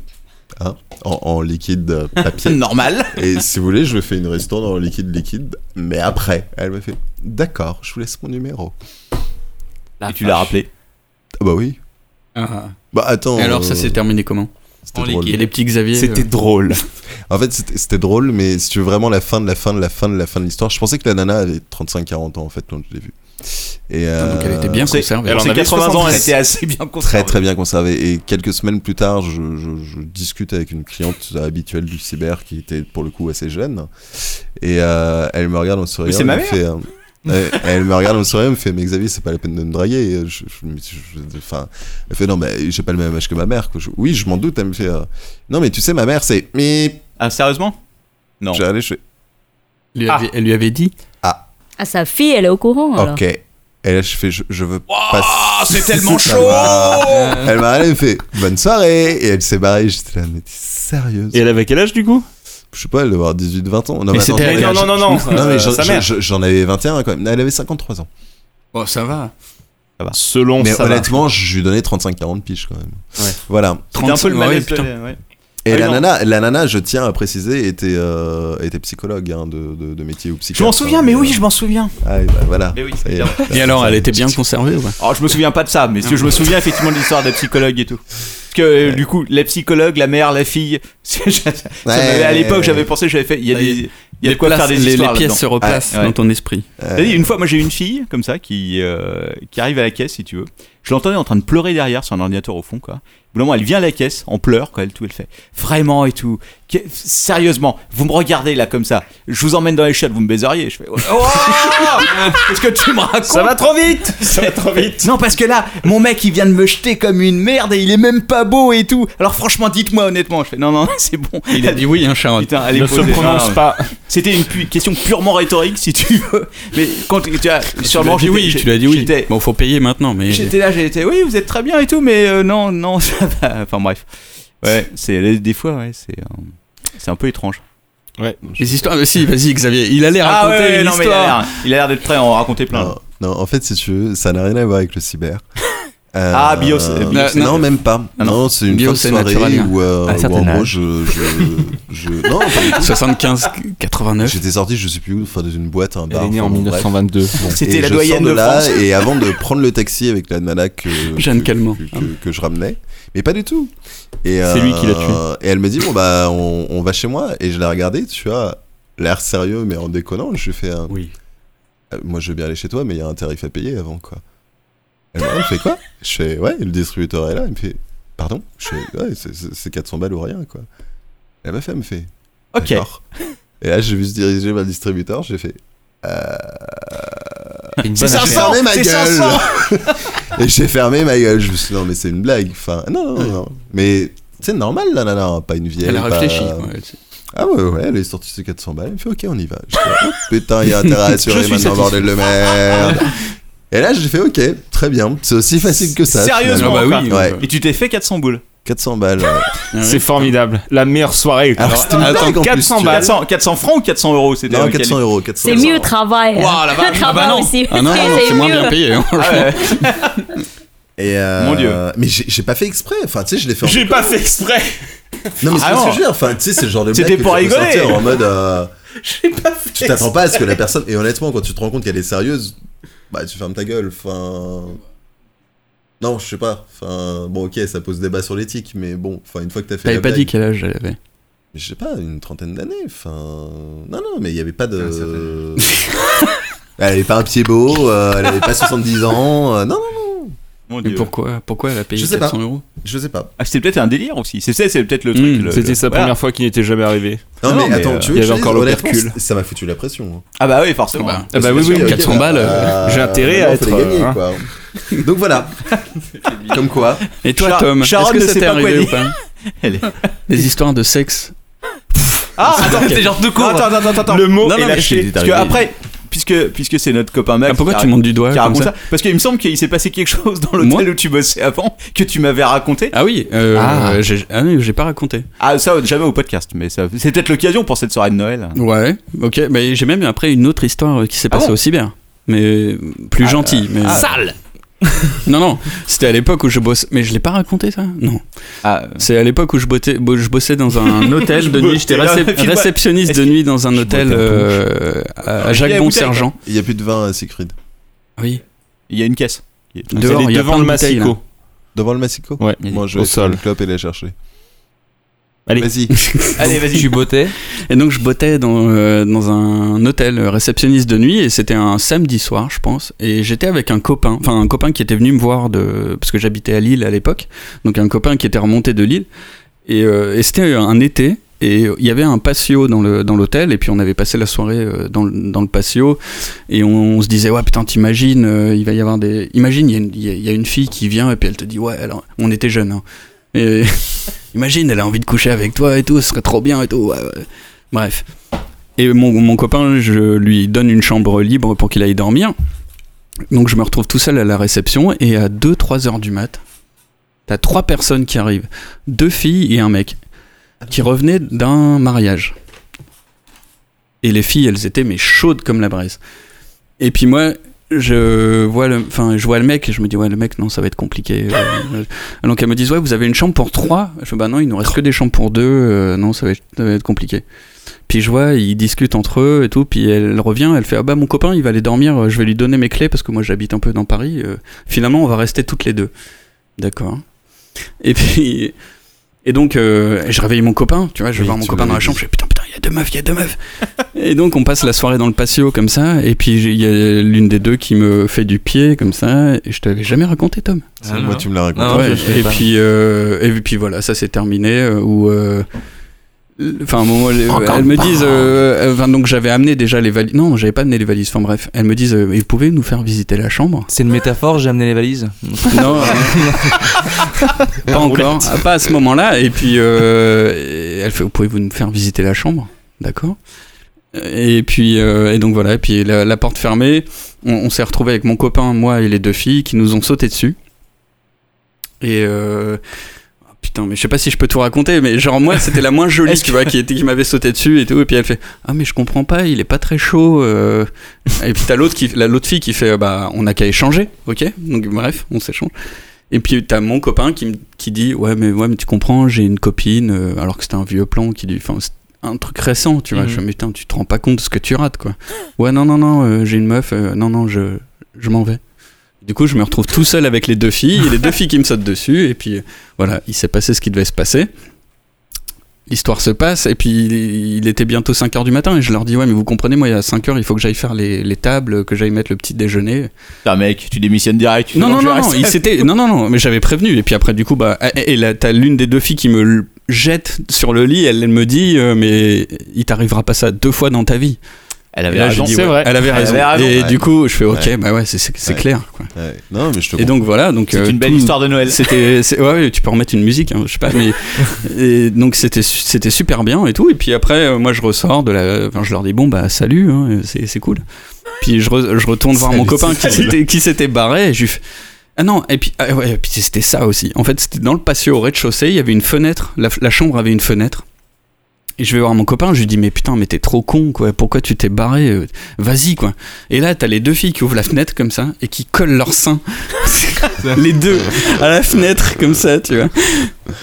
S2: hein, en, en liquide euh, papier.
S7: Normal.
S2: Et si vous voulez, je me fais une ristourne en liquide liquide, mais après. Elle me fait, d'accord, je vous laisse mon numéro.
S7: Et tu l'as rappelé.
S2: Ah bah oui.
S9: Ah.
S2: Bah attends.
S9: Et alors, ça
S2: euh,
S9: s'est terminé comment
S2: C'était
S9: En
S2: drôle.
S9: liquide. Et les petits Xavier euh,
S2: en fait, c'était c'était drôle, mais si tu veux vraiment la fin de la fin de la fin de la fin de l'histoire, je pensais que la nana avait 35-40 ans en fait quand je l'ai vue. Et euh,
S9: donc elle était bien
S2: c'est-
S9: conservée. Elle en avait
S7: 80 ans, elle était
S2: 70.
S7: assez bien conservée.
S2: Très très bien conservée. Et quelques semaines plus tard, je, je- je discute avec une cliente habituelle du cyber qui était pour le coup assez jeune. Et euh, elle me regarde en souriant.
S7: Mais c'est
S2: elle
S7: ma
S2: me
S7: mère.
S2: fait, euh, elle- elle me regarde en souriant, elle me fait Mais Xavier, c'est pas la peine de me draguer. Et je- je- je- je- Enfin, elle fait Non, mais j'ai pas le même âge que ma mère. quoi. Je- oui, je m'en doute. Elle me fait euh, Non, mais tu sais, ma mère, c'est. Mais.
S7: Ah, sérieusement Non.
S2: J'ai allé chez.
S9: lui avait- Elle lui avait dit
S8: Ah, sa fille, elle est au courant alors.
S2: Ok. Et là, je fais, je, je veux pas.
S7: c'est tellement
S2: Ça
S7: chaud
S2: va. Elle m'a regardé, elle me fait bonne soirée. Et elle s'est barrée. J'étais là, mais t'es sérieuse.
S1: Et elle avait quel âge du coup
S2: Je sais pas, elle devait avoir 18-20 ans.
S1: Mais
S2: attends,
S1: c'était elle,
S2: je- je-
S1: non, non, non,
S2: je-
S1: non,
S2: non,
S1: euh,
S2: mais j'en-
S1: sa mère.
S2: je- j'en avais 21 quand même. Elle avait 53 ans.
S9: Oh, ça va.
S7: Oh,
S1: Selon
S2: mais
S1: ça va.
S2: honnêtement, je lui donnais 35-40 piges quand même.
S1: Ouais.
S2: Voilà.
S7: C'était un peu le
S9: 35, ouais,
S7: malaise.
S9: putain.
S7: euh, ouais.
S2: Et
S7: Ah oui,
S2: la
S7: non.
S2: nana, la nana, je tiens à préciser, était, euh, était psychologue hein, de, de- de métier ou psychiatre.
S7: Je m'en souviens,
S2: hein,
S7: mais oui, je m'en souviens.
S2: Ah, et bah, voilà.
S7: Mais oui,
S2: Ça y est.
S7: évidemment.
S9: Et alors, elle était bien conservée ou pas
S7: Alors, Oh, je me souviens pas de ça, mais si je me souviens effectivement de l'histoire de la psychologue et tout. Parce que euh, du coup, la psychologue, la mère, la fille. c'est- je- ça m'avait- à l'époque,
S9: ouais.
S7: j'avais pensé, j'avais fait. Il y a,
S9: Ouais,
S7: des,
S9: il
S7: il
S9: y a-
S7: y a
S9: les
S7: de quoi
S9: places-
S7: faire des
S9: les- les
S7: histoires.
S9: pièces
S7: là-dedans.
S9: se replacent dans ton esprit.
S1: Euh,
S7: T'as dit, Une fois, moi j'ai une fille comme ça qui, euh, qui arrive à la caisse, si tu veux. Je l'entendais en train de pleurer derrière sur un ordinateur au fond, quoi. Au bout d'un moment, elle vient à la caisse, en pleure, quoi. Elle, tout, elle fait vraiment et tout. Que- sérieusement, vous me regardez là comme ça. Je vous emmène dans les chiottes, vous me baiseriez. Je fais. Oh, Qu'est-ce que tu me racontes
S1: Ça va trop vite Ça va trop vite
S7: Non, parce que là, mon mec, il vient de me jeter comme une merde et il est même pas beau et tout. Alors franchement, dites-moi honnêtement. Je fais non, non, c'est bon.
S9: Il a dit oui, hein, Sharon.
S7: Putain, allez,
S9: Ne se
S7: posez.
S9: prononce
S7: Ah, Non, non,
S1: pas.
S7: C'était une pu- question purement rhétorique, si tu veux. Mais quand tu as
S9: Ah, Tu l'as
S7: sûrement
S9: dit oui,
S7: j'étais-
S9: tu l'as dit oui.
S7: j'étais-
S9: Bon, faut payer maintenant, mais.
S7: J'étais là, j'étais oui, vous êtes très bien et tout, mais euh, non, non, ça va. Enfin bref, ouais, c'est des fois, ouais, c'est euh, c'est un peu étrange.
S1: Ouais.
S9: Les histoires, mais si, vas-y, Xavier, il allait
S7: Ah
S9: raconter
S7: ouais, ouais,
S9: une
S7: non, mais il a
S9: histoire.
S7: l'air- il a l'air d'être prêt à en raconter plein.
S2: Non, non, en fait, si tu veux, ça n'a rien à voir avec le cyber. Euh,
S7: Ah, bio- euh, bio-
S2: non, non, même pas.
S7: Ah non.
S2: non, c'est une
S9: Bio,
S2: fin de
S9: c'est
S2: soirée
S9: naturel.
S2: où, euh,
S9: À
S7: Ah,
S9: un
S2: où
S9: certain
S2: en gros,
S9: âge.
S2: je, je, je- Non, pas du tout.
S9: 75, 89.
S2: J'étais sorti, je sais plus où, enfin, dans une boîte, un bar.
S1: est née
S2: enfin,
S1: en
S2: bon, bref.
S1: 1922.
S2: Bon,
S1: C'était
S2: et
S1: la
S2: je
S1: doyenne
S2: sors de
S1: de
S2: là,
S1: France.
S2: Et avant de prendre le taxi avec la nana que,
S9: Jeanne
S2: que,
S9: Calment.
S2: que, que- que je ramenais, mais pas du tout. Et,
S1: C'est lui qui l'a tué.
S2: Et elle me dit, bon, bah, on, on va chez moi. Et je l'ai regardé, tu vois, l'air sérieux, mais en déconnant, je lui fais un. Euh,
S9: Oui.
S2: Moi, je veux bien aller chez toi, mais il y a un tarif à payer avant, quoi. Elle me dit, Ah, elle fait quoi Je fais, ouais, et le distributeur est là. Il me fait, Pardon Je fais, ouais, c'est- c'est c'est 400 balles ou rien, quoi. Et ma femme fait.
S7: Ok.
S2: D'accord. Et là, j'ai vu se diriger vers le distributeur, j'ai fait. Euh...
S7: Une
S2: J'ai
S7: bonne affaire.
S2: fermé ma
S7: C'est
S2: gueule
S7: 500.
S2: Et j'ai fermé ma gueule, je me suis dit, non, mais c'est une blague. Enfin, non, non, non. Mais c'est normal, là, là, là, pas une vieille.
S9: Elle a
S2: pas-
S9: réfléchi, ouais, elle s'est-
S2: Ah ouais, ouais, elle est sortie ses 400 balles, elle me fait, ok, on y va. Je fais, oh, putain, il y a intérêt à assurer
S7: Je suis
S2: maintenant,
S7: satisfait.
S2: bordel de merde. Et là, j'ai fait, ok, très bien, bah, c'est aussi facile que ça.
S7: Sérieusement,
S9: Ah
S2: finalement.
S9: bah
S7: quoi.
S2: Ouais.
S7: Et tu t'es fait 400 boules.
S2: 400 balles. euh,
S1: C'est formidable. La meilleure soirée.
S9: Ah,
S2: Alors, c'était une blague en plus,
S7: 400
S2: tu vois.
S7: balles. 400, 400 francs ou 400 euros c'était euh,
S2: Non,
S7: lequel
S2: 400 euros,
S8: C'est mieux au travail.
S7: Ouah, la vache. Ah bah
S8: Travail
S7: non.
S8: aussi,
S9: Ah non,
S8: c'est-
S9: non, c'est moins bien payé. hein, franchement.
S2: Et euh,
S9: Mon Dieu.
S2: Mais j'ai j'ai pas fait exprès. Enfin, tu sais, je l'ai fait. en-
S1: J'ai pas fait exprès.
S2: Non, mais c'est
S1: Ah
S2: ce
S1: non.
S2: que je veux dire. Enfin, tu sais, c'est le genre de blague
S1: C'était
S2: que
S1: pour
S2: tu peux
S1: rigoler.
S2: sortir en mode. euh,
S1: J'ai pas fait
S2: tu t'attends pas à ce que la personne. Et honnêtement, quand tu te rends compte qu'elle est sérieuse, bah, tu fermes ta gueule. Enfin. Non, je sais pas. Enfin, bon, ok, ça pose débat sur l'éthique, mais bon, enfin, une fois que t'as fait.
S9: T'avais
S2: la
S9: pas
S2: blague-
S9: dit quel âge elle avait.
S2: Je sais pas, une trentaine d'années. Enfin. Non, non, mais il y avait pas de. elle avait pas un pied beau, euh, elle avait pas 70 ans. euh, non, non, non.
S7: Mon
S9: Mais
S7: Dieu.
S9: pourquoi, pourquoi elle a payé
S2: Je sais pas.
S9: 400 euros
S2: Je sais pas.
S7: Ah, c'était peut-être un délire aussi. C'est c'est- c'est peut-être le truc.
S9: Hmm,
S1: Mmh,
S7: le-
S1: C'était
S7: le-
S1: sa
S7: voilà.
S1: première fois qu'il n'était jamais arrivé.
S2: Non, mais, attends,
S1: euh,
S2: tu veux
S1: Il y
S2: que je
S1: avait
S2: te
S1: encore le
S2: dise, honnêtement,
S1: percule.
S2: Ça m'a foutu la pression. hein.
S7: Ah bah oui, forcément.
S1: Ah bah
S2: Parce
S1: oui,
S2: que
S1: oui,
S2: sûr,
S1: 400
S2: ok,
S1: balles.
S2: bah,
S1: J'ai intérêt à
S2: euh, faut
S1: être.
S2: les gagner,
S1: hein.
S2: quoi. Donc voilà. Comme quoi.
S9: Et toi,
S7: Char-
S9: Tom,
S7: Sharon
S9: est-ce que
S7: ne
S9: ça
S7: sait
S9: t'est
S7: pas
S9: arrivé
S7: quoi
S9: ou pas
S7: Elle est-
S9: Des histoires de sexe.
S7: Ah, attends,
S9: C'est genre de cours.
S7: Attends, attends, attends, attends.
S9: Le mot
S7: Non,
S9: est
S7: non, mais
S9: lâché.
S7: c'est- Parce que après, puisque, puisque c'est notre copain Max.
S9: Ah, pourquoi
S7: qui
S9: tu
S7: a-
S9: montes du doigt
S7: qui
S9: comme
S7: raconte
S9: ça
S7: ça Parce qu'il me semble qu'il s'est passé quelque chose dans
S9: Moi
S7: l'hôtel où tu bossais avant que tu m'avais raconté.
S9: Ah oui, euh,
S7: Ah.
S9: j'ai ah oui, j'ai pas raconté.
S7: Ah, ça, jamais au podcast, mais ça, c'est peut-être l'occasion pour cette soirée de Noël.
S9: Ouais, ok, mais j'ai même après une autre histoire euh, qui s'est
S7: Ah
S9: passée
S7: bon
S9: au cyber. Mais plus gentille. mais...
S5: Sale
S9: Non, non, c'était à l'époque où je bossais. Mais je l'ai pas raconté ça Non.
S7: Ah,
S9: C'est à l'époque où je, bottais- bo- je bossais dans un hôtel de
S7: Je
S9: nuit. J'étais
S7: bottais,
S9: récep-
S7: là, file-moi.
S9: réceptionniste de nuit dans un hôtel euh, à à
S7: Il y a
S9: Jacques
S7: la bouteille,
S9: Bonsergent.
S2: Il y a plus de vin euh, à Siegfried.
S9: Oui.
S7: Il y a une caisse. Il y a-
S9: Dehors,
S1: Elle
S9: il y
S1: est
S9: a
S1: devant
S9: plein
S1: le
S9: de bouteilles, là.
S1: massico.
S2: Devant le Massico
S1: Ouais.
S2: Moi, je
S1: Au
S2: vais faire
S1: sol.
S2: une clope et la chercher.
S1: Allez.
S2: Vas-y.
S7: Allez, vas-y.
S10: Tu bottais
S9: Et donc je bottais dans, euh, dans un hôtel euh, réceptionniste de nuit et c'était un samedi soir je pense et j'étais avec un copain, enfin un copain qui était venu me voir de parce que j'habitais à Lille à l'époque, donc un copain qui était remonté de Lille et, euh, et c'était un été et il y avait un patio dans le dans l'hôtel et puis on avait passé la soirée euh, dans, le- dans le patio et on, on se disait ouais putain t'imagines euh, il va y avoir des imagine il y a une- il y, a- il y a une fille qui vient et puis elle te dit ouais alors on était jeunes hein. et imagine elle a envie de coucher avec toi et tout ce serait trop bien et tout ouais, ouais. Bref. Et mon, mon copain, je lui donne une chambre libre pour qu'il aille dormir. Donc je me retrouve tout seul à la réception et à 2-3 heures du mat, t'as trois personnes qui arrivent. Deux filles et un mec qui revenaient d'un mariage. Et les filles, elles étaient mais chaudes comme la braise. Et puis moi, je vois le, enfin, je vois le mec et je me dis ouais le mec non ça va être compliqué. Euh, euh, Donc elles me disent ouais vous avez une chambre pour trois. Je fais bah non il nous reste que des chambres pour deux. Euh, non ça va, être, ça va être compliqué. Puis je vois ils discutent entre eux et tout. Puis elle revient elle fait ah bah mon copain il va aller dormir. euh, Je vais lui donner mes clés parce que moi j'habite un peu dans Paris. Euh, finalement on va rester toutes les deux. D'accord. Et puis et donc euh, je réveille mon copain. Tu vois je vais
S2: Oui,
S9: voir mon
S2: tu
S9: copain dans la
S2: m'avais
S9: chambre.
S2: dit.
S9: Je fais putain putain il y a deux meufs il y a deux meufs. Et donc on passe la soirée dans le patio comme ça, et puis il y a l'une des deux qui me fait du pied comme ça, et je t'avais jamais raconté Tom.
S10: Ah,
S2: Moi,
S10: non.
S2: tu me l'as
S10: Non,
S2: raconté.
S10: non,
S9: Ouais,
S10: je sais
S9: et,
S10: pas.
S9: puis, euh, et puis voilà, ça c'est terminé, euh, où... euh, Enfin, à un moment, elle- elles me disent. euh, euh, enfin, donc, j'avais amené déjà les valises. Non, j'avais pas amené les valises. Enfin, bref, elles me disent euh, Vous pouvez nous faire visiter la chambre
S10: C'est une métaphore, j'ai amené les valises.
S9: Non, euh, pas encore. Ah, Pas à ce moment-là. Et puis, euh, et elle fait, pouvez-vous nous faire visiter la chambre D'accord. Et puis, euh, et donc voilà. Et puis la, la porte fermée, on, on s'est retrouvé avec mon copain, moi et les deux filles qui nous ont sauté dessus. Et euh, ah, putain, mais je sais pas si je peux tout raconter, mais genre moi c'était la moins jolie, tu vois, qui, était- qui m'avait sauté dessus et tout. Et puis elle fait, ah mais je comprends pas, il est pas très chaud. euh. Et puis t'as l'autre qui, la- l'autre fille qui fait, bah on a qu'à échanger, ok Donc bref, on s'échange. Et puis t'as mon copain qui, me- qui dit ouais mais ouais mais tu comprends j'ai une copine euh, alors que c'était un vieux plan qui dit enfin c'est un truc récent tu vois
S10: Mhm.
S9: je me putain tu te rends pas compte de ce que tu rates quoi ouais non non non euh, j'ai une meuf euh, non non je je m'en vais du coup je me retrouve tout seul avec les deux filles et les deux filles qui me sautent dessus et puis euh, voilà il s'est passé ce qui devait se passer l'histoire se passe et puis il, il était bientôt 5h du matin et je leur dis ouais mais vous comprenez moi il y a 5h il faut que j'aille faire les, les tables que j'aille mettre le petit déjeuner
S7: Putain, mec, tu démissionnes direct. tu
S9: non
S7: fais
S9: non
S7: je
S9: non, non,
S7: reste.
S9: il s'était- non non non mais j'avais prévenu et puis après du coup bah et et là t'as l'une des deux filles qui me l- jette sur le lit elle, elle me dit euh, mais il t'arrivera pas ça deux fois dans ta vie elle
S7: avait raison. C'est vrai.
S9: elle avait
S7: Elle
S9: raison,
S7: avait raison.
S9: et
S7: Ouais.
S9: du coup je fais ok
S7: Ouais.
S9: bah ouais c'est- c'est c'est
S7: Ouais.
S9: clair quoi.
S2: Non, mais je te
S9: et donc voilà donc euh,
S7: C'est une belle histoire de Noël.
S9: c'était c'est- ouais, ouais, tu peux remettre une musique hein, je sais pas mais et donc c'était su- c'était super bien et tout et puis après euh, moi je ressors de la enfin, je leur dis bon bah salut hein, c'est c'est cool puis je, re- je retourne voir mon
S7: Salut,
S9: copain qui
S7: salut.
S9: s'était qui s'était barré et je lui fais, ah non et puis ah ouais, et puis c'était ça aussi en fait c'était dans le patio au rez-de-chaussée il y avait une fenêtre la, la chambre avait une fenêtre et je vais voir mon copain, je lui dis mais putain mais t'es trop con quoi, pourquoi tu t'es barré, euh, vas-y quoi. Et là t'as les deux filles qui ouvrent la fenêtre comme ça et qui collent leur sein, les deux à la fenêtre comme ça tu vois.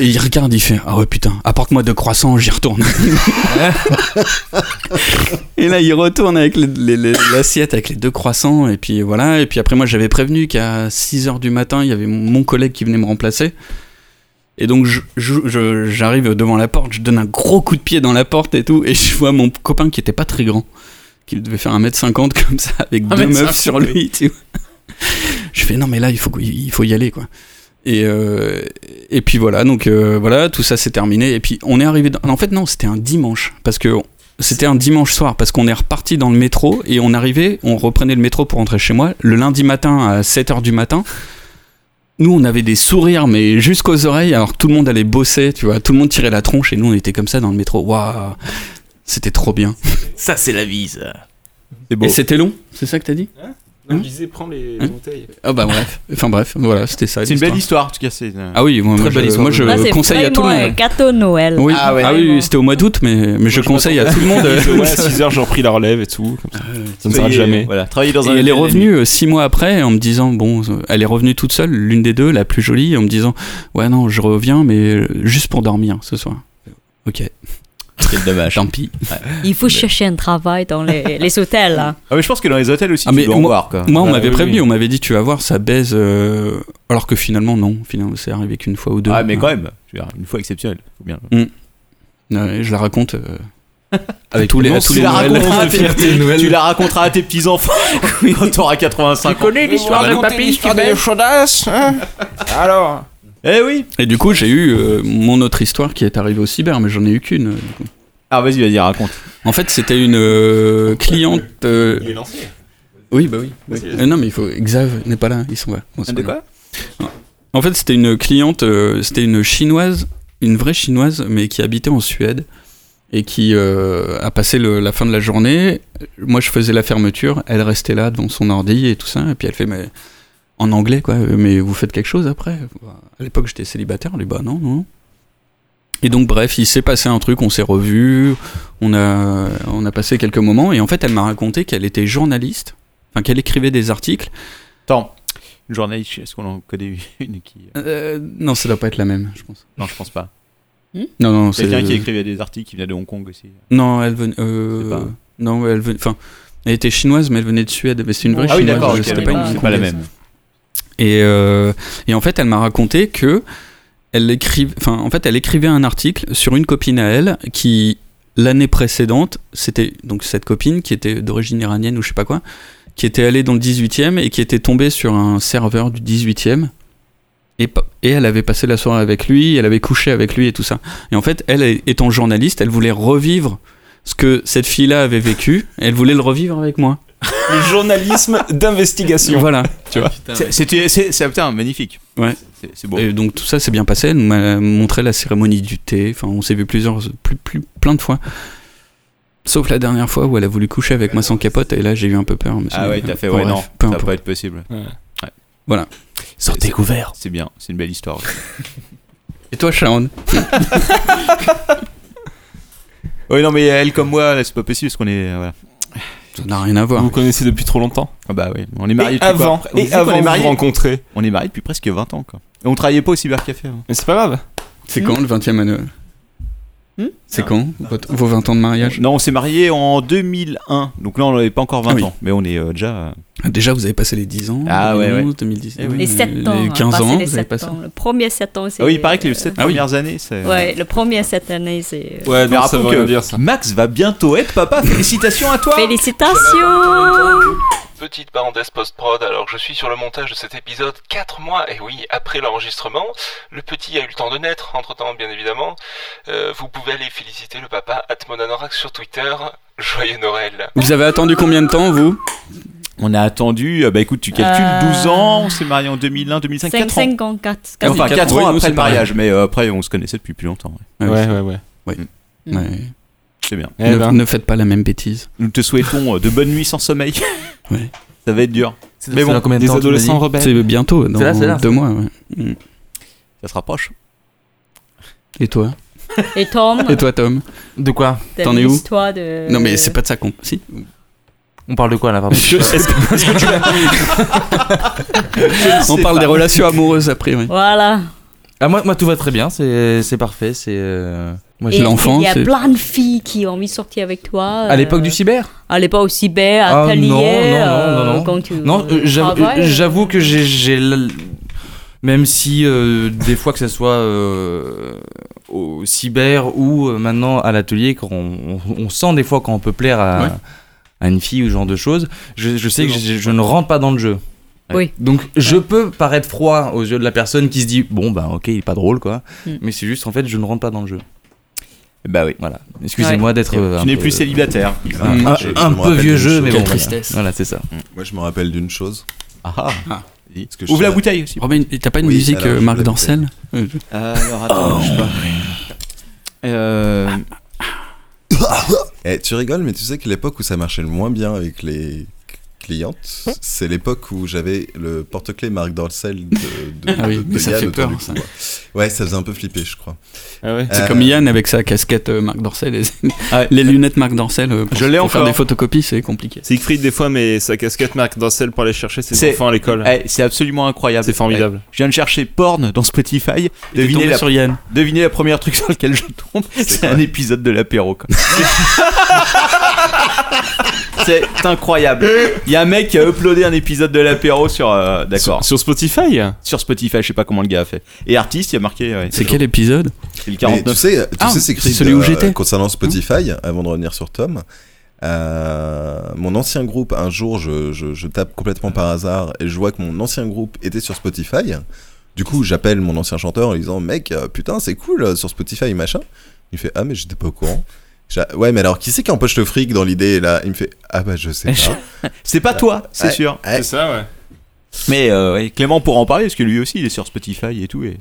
S9: Et il regarde, il fait ah ouais putain, apporte-moi deux croissants, j'y retourne. et là il retourne avec les- les- les- l'assiette avec les deux croissants et puis voilà et puis après moi j'avais prévenu qu'à 6h du matin il y avait mon collègue qui venait me remplacer. Et donc je- je- je- j'arrive devant la porte, je donne un gros coup de pied dans la porte et tout, et je vois mon copain qui était pas très grand, qui devait faire 1m50 comme ça, avec deux
S7: 1m50,
S9: meufs sur lui. tu vois. Je fais non mais là il faut, il faut y aller quoi. Et, euh, et puis voilà, donc euh, voilà, tout ça c'est terminé. Et puis on est arrivé. Dans... En fait non, c'était un dimanche parce que c'était un dimanche soir parce qu'on est reparti dans le métro et on arrivait, on reprenait le métro pour rentrer chez moi le lundi matin à 7h du matin. Nous, on avait des sourires, mais jusqu'aux oreilles, alors que tout le monde allait bosser, tu vois, tout le monde tirait la tronche, et nous, on était comme ça dans le métro. Waouh, c'était trop bien.
S7: Ça, c'est la vie, ça.
S9: Et c'était long, c'est ça que t'as dit
S1: Non, je disais, prends les
S9: Hein
S1: bouteilles.
S9: Ah bah bref, enfin bref, voilà, c'était ça.
S7: C'est une belle histoire,
S9: l'histoire.
S7: en tout cas. C'est euh,
S9: Ah oui, moi, moi, je- moi, je
S8: Là, Bah, c'est
S9: conseille à tout le
S8: vraiment
S9: monde.
S8: un Gâteau de Noël.
S9: Oui. Ah, oui, c'était au mois d'août, mais, mais je conseille à tout le monde.
S1: ouais, à 6 heures, j'ai repris la relève et tout. Comme
S9: Ah,
S1: ça. ça ne s'arrête
S9: Soyez-
S1: jamais.
S7: Voilà, travailler dans
S9: Et
S7: un.
S9: elle est
S7: hôtel la nuit.
S9: revenue euh, six mois après en me disant bon euh, elle est revenue toute seule l'une des deux la plus jolie en me disant ouais non je reviens mais euh, juste pour dormir ce soir ok
S7: quel dommage
S9: tant pis
S8: Il faut chercher un travail dans les, les hôtels. hein.
S7: Ah, mais je pense que dans les hôtels aussi,
S9: Ah,
S7: tu
S9: mais
S7: dois en
S9: moi,
S7: voir, quoi.
S9: moi, on
S7: Ah,
S9: m'avait
S7: oui,
S9: prévenu
S7: oui.
S9: on m'avait dit tu vas voir ça baise euh, alors que finalement non finalement c'est arrivé qu'une fois ou deux
S7: Ah, mais quand
S9: Ouais.
S7: même, je veux dire, une fois exceptionnelle. Faut bien.
S9: Mm. Ouais, je la raconte euh, avec tous les
S7: Non,
S9: à tous
S7: tu
S9: les
S7: la
S9: Noëls.
S7: raconteras à tes- Tu la raconteras à tes petits-enfants quand t'auras 85 ans.
S11: Tu connais l'histoire de papy qui belle chaudasse hein Alors
S7: Eh oui
S9: et du coup j'ai eu euh, mon autre histoire qui est arrivée au cyber mais j'en ai eu qu'une euh, du coup.
S7: Ah, vas-y, vas-y, raconte.
S9: En fait, c'était une euh, cliente. euh, Oui, bah oui. oui. Euh, non, mais il faut. Xav n'est pas là, ils sont là. Bon, c'est
S7: De
S9: pas grave. En fait, c'était une cliente, euh, c'était une chinoise, une vraie chinoise, mais qui habitait en Suède et qui euh, a passé le- la fin de la journée. Moi, je faisais la fermeture, elle restait là devant son ordi et tout ça, et puis elle fait, mais en anglais, quoi, euh, mais vous faites quelque chose après À l'époque, j'étais célibataire, elle dit, bah non, non. Et donc bref, il s'est passé un truc, on s'est revus, on a, on a passé quelques moments, et en fait elle m'a raconté qu'elle était journaliste, enfin qu'elle écrivait des articles.
S7: Attends, une journaliste, est-ce qu'on en connaît une qui.
S9: Euh, non, ça doit pas être la même, je pense.
S7: Non, je pense pas.
S8: Hmm
S9: Non, non, c'est... Ah
S7: Quelqu'un qui écrivait des articles qui venait de Hong Kong aussi. Ah
S9: Non, elle venait... euh,
S7: Je sais pas.
S9: non, elle venait... Enfin, elle était chinoise, mais elle venait de Suède, mais c'est une vraie
S7: Ah oui,
S9: chinoise,
S7: d'accord, ok,
S9: c'était
S7: d'accord,
S9: pas une
S7: c'est pas la
S9: Hongkongaise.
S7: même.
S9: Et, euh, et en fait, elle m'a raconté que elle écrivait, enfin, en fait, elle écrivait un article sur une copine à elle qui l'année précédente, c'était donc cette copine qui était d'origine iranienne ou je sais pas quoi, qui était allée dans le 18e et qui était tombée sur un serveur du 18e. Et, pa- et elle avait passé la soirée avec lui, elle avait couché avec lui et tout ça. Et en fait, elle, étant journaliste, elle voulait revivre ce que cette fille-là avait vécu. Elle voulait le revivre avec moi.
S1: Le journalisme d'investigation.
S9: Voilà, tu vois.
S7: C'est- C'était. C'est. c'est- Putain, magnifique.
S9: Ouais.
S7: C'est- C'est beau.
S9: Et donc tout ça s'est bien passé. Elle m'a montré la cérémonie du thé. Enfin, on s'est vu plusieurs, plus, plus, plein de fois. Sauf la dernière fois où elle a voulu coucher avec moi sans capote. Et là, j'ai eu un peu peur. mais
S7: Ah
S9: c'est-
S7: ouais, t'as fait.
S9: bon,
S7: Ouais,
S9: bref,
S7: non,
S9: peu
S7: ça va
S9: importe.
S7: pas être possible.
S1: Ouais.
S7: Ouais.
S9: Voilà.
S7: Sortez couverts. C'est bien, c'est une belle histoire.
S9: Et toi, Sharon
S7: Oui, non, mais elle comme moi, là, c'est pas possible parce qu'on est. euh, Voilà.
S9: Ça n'a rien à voir.
S1: Vous vous connaissez depuis trop longtemps
S7: Ah bah oui, on est mariés.
S1: Et
S7: depuis quoi,
S1: avant,
S7: après-
S1: et
S7: Vous savez qu'on
S1: avant
S7: est
S1: de
S7: mariés
S1: vous rencontrer.
S7: On est mariés depuis presque 20 ans, quoi. Et on travaillait pas au cybercafé. hein.
S1: Mais c'est pas grave.
S9: C'est quand le 20e annuel
S7: Hmm
S9: C'est quand votre- vos 20 ans de mariage
S7: Non, on s'est mariés en 2001, donc là on n'avait pas encore 20
S9: Ah oui.
S7: ans, mais on est euh, déjà. euh,
S9: Ah, Déjà, vous avez passé les 10 ans.
S7: Ah ouais,
S9: 2011,
S7: ouais.
S9: 2010,
S7: Eh oui.
S8: Les 7 ans.
S9: Les
S8: hein,
S9: 15
S8: passer
S9: ans,
S8: les
S9: vous avez
S8: sept
S9: passé.
S8: ans. Le premier 7 ans, c'est.
S7: Ah oui, il paraît que les 7 premières années, c'est.
S8: Ouais, le premier 7 années, c'est. euh,
S7: Ouais,
S1: non, ça veut rien dire,
S7: Max va bientôt être papa. Félicitations à toi.
S8: Félicitations
S12: Petite parenthèse post-prod, alors que je suis sur le montage de cet épisode 4 mois, et oui, après l'enregistrement, le petit a eu le temps de naître, entre-temps bien évidemment. Euh, vous pouvez aller féliciter le papa Atmonanorax sur Twitter. Joyeux Noël
S9: Vous avez attendu combien de temps, vous
S7: On a attendu, euh, bah écoute, tu calcules
S8: Euh,
S7: 12 ans, on s'est marié en 2001, 2005, 4 ans.
S8: 554.
S7: Et Enfin, 4
S9: Oui,
S7: ans
S9: nous,
S7: après
S9: c'est
S7: le mariage, mais
S9: pareil.
S7: euh, après on se connaissait depuis plus longtemps.
S9: Ouais,
S1: ouais, ouais.
S9: Mm. Ouais.
S7: C'est bien.
S9: Ne- ne faites pas la même bêtise.
S7: Nous te souhaitons euh, de bonnes nuits sans sommeil.
S9: Ouais.
S7: Ça va être dur.
S9: C'est- c'est dans combien de temps, tu m'as dit C'est bientôt, dans C'est là, c'est là. deux mois, ouais. Mm.
S7: Ça se rapproche.
S9: Et toi
S8: Et Tom
S9: Et toi, Tom
S10: De quoi
S8: De
S9: T'en es où
S8: l'histoire de-
S10: Euh,
S9: Non, mais c'est pas de ça qu'on. Si
S10: On parle de quoi là, pardon
S9: On parle des relations amoureuses après, oui.
S8: Voilà.
S10: Ah, moi, moi, tout va très bien, c'est c'est parfait. C'est. euh, moi,
S8: Et-
S10: j'ai-
S8: et Il y a plein de filles qui ont envie de sortir avec toi. euh,
S10: À l'époque du cyber
S8: À l'époque au cyber, à
S10: Ah,
S8: Talier,
S10: non, non,
S8: euh,
S10: non, non, non.
S8: quand tu.
S10: Non, euh, j'avoue-
S8: travailles.
S10: euh, j'avoue que j'ai- j'ai. l- Même si euh, des fois que ce soit euh, au cyber ou euh, maintenant à l'atelier, quand on, on- on sent des fois quand on peut plaire à,
S9: Ouais.
S10: à une fille ou ce genre de choses, je, je sais que je, je ne rentre pas dans le jeu.
S8: Oui.
S10: Donc je peux paraître froid aux yeux de la personne qui se dit bon bah ok il est pas drôle quoi,
S8: Mm.
S10: mais c'est juste en fait je ne rentre pas dans le jeu.
S7: Bah oui.
S10: Voilà. Excusez-moi d'être. euh, un
S7: Tu n'es
S10: peu- Ah,
S7: plus Ah, célibataire.
S10: Un, un peu vieux jeu, mais bon. voilà. Voilà, c'est ça.
S2: Moi, je me rappelle d'une chose.
S7: Ah
S9: ah.
S2: Parce que je
S9: Ouvre
S2: suis
S9: la
S2: à-
S9: bouteille aussi. Robin, t'as pas une
S2: Oui,
S9: musique
S2: alors,
S9: euh,
S2: je
S9: Marc
S2: l'ai-
S9: Dorcel Euh,
S7: Alors attends, je sais pas. Euh,
S2: Eh, tu rigoles, mais tu sais que l'époque où ça marchait le moins bien avec les clientes, c'est l'époque où j'avais le porte-clés Marc Dorcel de, de,
S9: Ah oui,
S2: de- de
S9: mais ça
S2: Yann
S9: fait
S2: autour
S9: peur,
S2: du
S9: ça.
S2: cou, Ouais. Ouais, ça faisait un peu flipper, je crois.
S9: C'est
S1: Ah
S2: Euh,
S9: comme Yann avec sa casquette euh, Marc Dorcel. et- les lunettes Marc Dorcel. euh, pour-
S1: Je l'ai
S9: pour faire
S1: encore.
S9: des photocopies, c'est compliqué.
S1: Siegfried, des fois, met sa casquette Marc Dorcel pour aller chercher ses
S7: C'est-
S1: enfants à l'école.
S7: eh, c'est absolument incroyable.
S1: C'est formidable.
S7: Eh, je viens de chercher porn dans Spotify.
S1: t'es
S7: Devinez
S1: tombé
S7: la,
S1: sur Yann.
S7: devinez la première truc sur lequel je tombe. C'est un épisode de l'apéro. quoi. c'est incroyable. Il y a un mec qui a uploadé un épisode de l'apéro sur. euh, D'accord.
S1: Sur, Spotify
S7: Sur Spotify, je sais pas comment le gars a fait. Et artiste, il y a marqué. ouais,
S9: C'est
S7: toujours.
S9: quel épisode
S7: C'est le
S2: Mais
S7: 49.
S2: tu sais, tu sais, c'est écrit
S9: celui où
S2: euh,
S9: j'étais.
S2: concernant Spotify, euh, avant de revenir sur Tom. euh, mon ancien groupe, un jour, je, je- je tape complètement par hasard et je vois que mon ancien groupe était sur Spotify. Du coup, j'appelle mon ancien chanteur en lui disant Mec, euh, putain, c'est cool euh, sur Spotify, machin. Il fait Ah, mais j'étais pas au courant. J'ai- Ouais, mais alors, qui c'est qui empoche le fric dans l'idée Et là Il me fait Ah, bah, je sais pas.
S7: c'est pas toi, c'est
S2: Ouais,
S7: sûr.
S2: ouais.
S1: ça, ouais.
S7: Mais euh, ouais, Clément pourra en parler parce que lui aussi il est sur Spotify et tout. Et...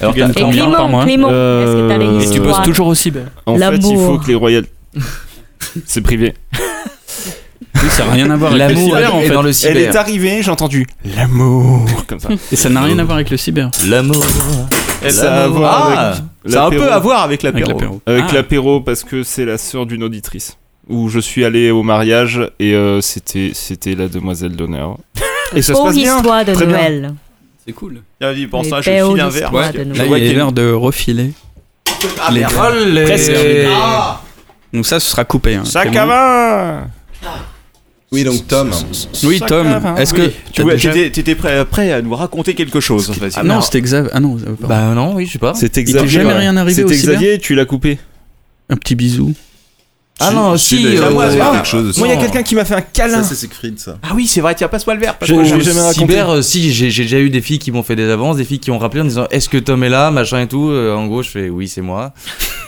S1: Tu gagnes
S7: t'as-
S1: combien par mois Euh,
S9: Et tu bosses toujours aussi bien.
S1: En fait, il
S9: L'amour.
S1: faut que les royales. c'est privé.
S9: ça n'a rien à voir avec le
S1: L'amour
S9: cyber
S1: est-
S9: en
S1: est
S9: fait.
S1: dans le cyber. Elle est arrivée, j'ai entendu l'amour comme ça.
S9: Et ça n'a rien à voir avec le cyber.
S7: L'amour.
S1: Et ça a à voir
S7: Ah,
S1: avec
S7: ça a un
S1: l'apéro.
S7: peu à voir avec l'apéro.
S1: Avec l'apéro,
S7: Ah.
S1: parce que c'est la sœur d'une auditrice. Où je suis allé au mariage et euh, c'était c'était la demoiselle d'honneur. Et ça se
S8: Pour
S1: passe bien.
S8: l'histoire de
S1: très bien.
S8: Noël.
S9: C'est cool.
S7: Vas-y, pense
S8: Les
S7: à je
S8: belles
S7: file un verre.
S8: histoires
S7: parce que
S8: de
S7: je
S9: Là,
S7: vois
S9: il est
S7: qu'il y a-
S9: l'heure de refiler.
S7: Ah,
S9: les
S7: merde.
S9: verres.
S7: Olé.
S9: Presque.
S7: Ah.
S9: Donc ça, ce sera coupé. hein.
S7: Sac
S9: Clément.
S7: à main
S2: Oui, donc Tom.
S9: hein. Oui, Tom, est-ce que
S7: tu
S9: t'as
S7: vois,
S9: déjà-
S7: t'étais, t'étais prêt, euh, prêt à nous raconter quelque chose Vas-y.
S9: Ah non, c'était Xav. Ah non, pardon.
S10: Bah non, oui, je sais pas.
S1: C'était
S9: Il t'est
S1: Xavier.
S9: jamais
S1: ouais.
S9: rien arrivé
S1: C'était
S9: au cyber
S1: Xavier, tu l'as coupé.
S9: Un petit bisou.
S10: Ah non, si,
S2: tu l'as-
S10: euh,
S2: moi, c'est
S10: ah,
S2: quelque chose aussi.
S10: moi, il y a
S2: Non.
S10: quelqu'un qui m'a fait un câlin.
S2: Ça, c'est Siegfried, ça.
S7: Ah oui, c'est vrai, tiens, passe-moi le verre.
S10: Je,
S7: passe-moi le
S10: je-
S7: verre.
S10: cyber, euh, si, j'ai j'ai déjà eu des filles qui m'ont fait des avances, des filles qui ont rappelé en disant Est-ce que Tom est là Machin et tout. Euh, en gros, je fais Oui, c'est moi.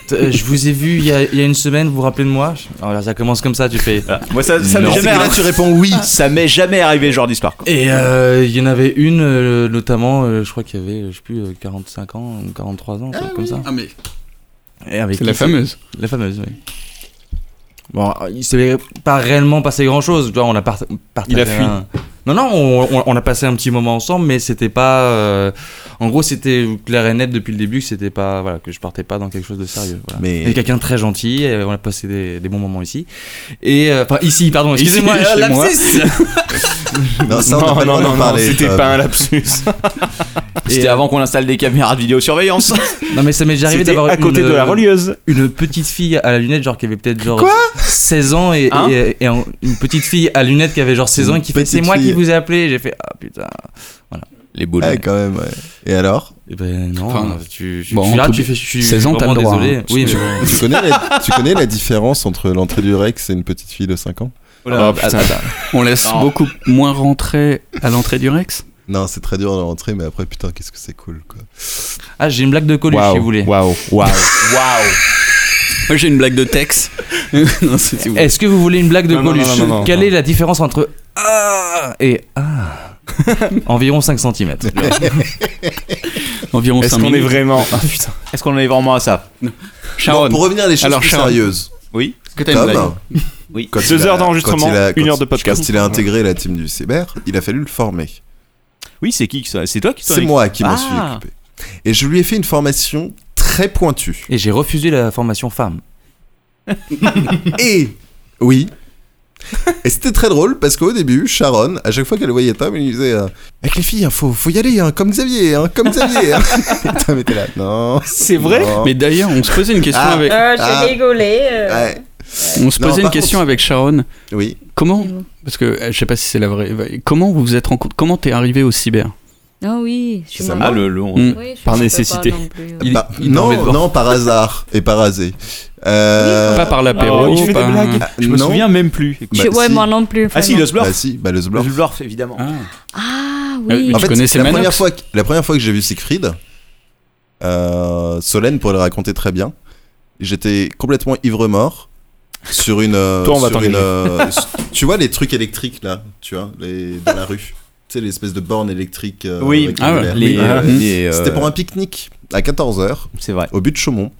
S10: T- euh, je vous ai vu il y, a, il y a une semaine, vous vous rappelez de moi Alors là, ça commence comme ça, tu fais.
S7: Ah, Moi, ça, ça m'est
S10: Non.
S7: jamais
S10: C'est que là,
S7: arrivé.
S10: tu réponds oui.
S7: Ça m'est jamais arrivé, genre d'histoire. quoi.
S10: Et euh, il y en avait une, euh, notamment, euh, je crois qu'il y avait, je sais plus, euh, 45 ans ou 43 ans, quoi, comme ça.
S9: Ah mais.
S10: Et avec
S9: C'est la
S10: qui
S9: fameuse.
S10: La fameuse, oui. Bon, euh, il s'est pas réellement passé grand chose. On a part- partagé
S1: Il a fui.
S10: un- Non, non, on, on- on a passé un petit moment ensemble, mais c'était pas. euh, En gros, c'était clair et net depuis le début que c'était pas. Voilà, que je partais pas dans quelque chose de sérieux. Voilà.
S2: Mais-
S10: C'était quelqu'un de très gentil, et on a passé des, des bons moments ici. Et. euh, Enfin, ici, pardon, excusez-moi,
S2: Ici,
S10: euh,
S2: chez moi.
S10: lapsus
S2: Non, ça, on n'a pas le droit d'en parler,
S1: c'était
S2: Tom.
S1: pas un lapsus.
S7: C'était
S10: Et, euh,
S7: avant qu'on installe des caméras de vidéosurveillance.
S10: Non mais ça m'est déjà arrivé
S7: C'était
S10: d'avoir
S7: à côté
S10: une-
S1: euh,
S10: euh,
S7: de la relieuse.
S10: Une petite fille à la lunette genre qui avait peut-être genre
S7: Quoi
S10: 16 ans et,
S7: Hein
S10: et- et en- une petite fille à lunettes qui avait genre 16 ans et qui fait
S2: Petite
S10: c'est moi qui
S2: fille.
S10: vous ai appelé. J'ai fait ah putain. Voilà.
S7: Les boules.
S2: Ouais, quand même, ouais. Et alors
S10: Eh ben non,
S9: Enfin,
S10: tu, tu,
S9: bon,
S10: tu, là,
S9: entre-
S10: tu fais je suis
S9: 16 ans, t'as
S10: vraiment
S9: le droit,
S10: désolé.
S9: hein.
S10: Oui,
S2: tu,
S10: mais-
S2: tu connais la, tu connais la différence entre l'entrée du Rex et une petite fille de 5 ans
S9: Oh là, Ah, putain. ah, on laisse Non. beaucoup moins rentrer à l'entrée du Rex
S2: Non, c'est très dur à l'entrée, mais après, putain, qu'est-ce que c'est cool, quoi.
S10: Ah, j'ai une blague de Coluche si vous voulez.
S1: Waouh, waouh.
S9: Moi j'ai une blague de Tex. Non, c'est- c'est vous.
S10: Est-ce que vous voulez une blague de
S9: Non, non,
S10: Coluche
S9: non, non, non,
S10: Quelle
S9: non.
S10: est la différence entre ah et ah Environ 5 cm.
S9: Environ
S7: Est-ce cinq qu'on minutes. est vraiment-
S10: Ah putain.
S7: Est-ce qu'on en est vraiment à ça
S2: Bon, pour revenir à les choses plus sérieuses.
S7: Oui.
S2: Que t'as une Tom, blague
S7: Oui.
S2: Quand il a- quand il a- quand- Quand il a intégré la team du cyber, il a fallu le former.
S7: Oui, c'est qui qui s'en- C'est toi qui t'en
S2: C'est
S7: occupe-
S2: moi qui m'en
S7: Ah.
S2: suis occupé. Et je lui ai fait une formation très pointue.
S10: Et j'ai refusé la formation femme.
S2: Et oui. Et c'était très drôle parce qu'au début, Sharon, à chaque fois qu'elle voyait Tom, elle lui disait euh, Avec les filles, hein, faut, faut y aller, hein, comme Xavier, hein, comme Xavier. hein. Et Tom était là, non.
S9: C'est vrai Mais d'ailleurs, on se posait une question avec-
S8: Euh, j'ai
S9: Ah.
S8: rigolé. euh.
S2: Ouais.
S9: On se
S2: Non,
S9: posait une
S2: par
S9: question avec Sharon.
S2: Oui.
S9: Comment Parce que euh, je sais pas si c'est la vraie. Comment vous vous êtes rencontré Comment t'es arrivé au cyber
S8: Ah oui, je suis
S9: Ça
S8: maman.
S9: m'a- Ah, le long. Mm.
S8: Oui, je
S9: Par
S8: peux pas
S9: nécessité.
S8: non plus, euh. ouais.
S2: Bah,
S9: il dormait
S2: non,
S9: devant.
S2: non, par hasard et par rasé. Euh,
S9: Pas par l'apéro, Oh, il fait des par- blagues.
S2: Ah,
S7: Je me
S2: non.
S7: souviens même plus.
S9: Bah,
S8: Je- ouais, moi non plus,
S7: Ah si,
S8: vraiment.
S7: le Sblurf.
S2: Bah si, bah le Sblurf.
S7: Le Sblurf, évidemment.
S8: Ah oui.
S2: En fait, la première, fois que, la première fois que j'ai vu Siegfried, euh, Solène pourrait le raconter très bien. J'étais complètement ivre-mort sur une. euh,
S1: Toi, on va
S2: sur
S1: t'en
S2: une,
S1: aider.
S2: euh, s- Tu vois les trucs électriques là, tu vois, les, dans la rue. Tu sais, l'espèce de borne électrique. euh,
S7: Oui.
S2: rectangulaire.
S7: Ah ouais, les-
S2: Oui.
S7: euh, les, euh,
S2: C'était pour un pique-nique à 14h.
S7: C'est vrai.
S2: Au but de Chaumont.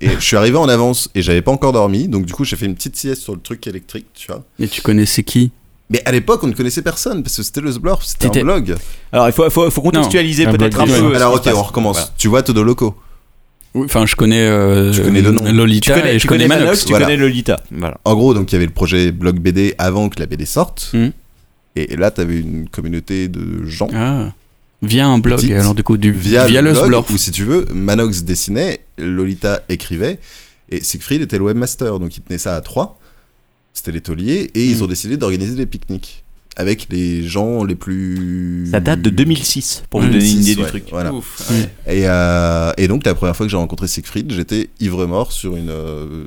S2: Et je suis arrivé en avance et j'avais pas encore dormi, donc du coup j'ai fait une petite sieste sur le truc électrique, tu vois.
S9: Mais tu connaissais qui
S2: Mais à l'époque on ne connaissait personne parce que c'était le Sblurf, c'était
S7: T'étais-
S2: un blog.
S7: Alors il faut, faut, faut contextualiser peut-être un peu.
S2: Alors ok, on recommence. Tu vois Todo Loco
S9: Oui, Enfin, je connais. euh,
S2: Je connais le nom.
S9: Lolita et je connais, Manox. Voilà.
S7: Lolita.
S2: En gros, donc il y avait le projet blog BD avant que la BD sorte. Et là, t'avais une communauté de gens.
S9: Ah. Via un blog,
S2: Petite.
S9: alors du coup, du, via,
S2: le,
S9: le
S2: blog,
S9: Sblurf.
S2: Ou si tu veux, Manox dessinait, Lolita écrivait, et Siegfried était le webmaster. Donc ils tenaient ça à trois. C'était les tauliers, et ils ont décidé d'organiser des pique-niques. Avec les gens les plus.
S7: Ça date de 2006, pour vous donner une idée du
S2: ouais,
S7: truc.
S2: Voilà.
S7: Ouf,
S2: et, euh, et donc, la première fois que j'ai rencontré Siegfried, j'étais ivre-mort sur une euh,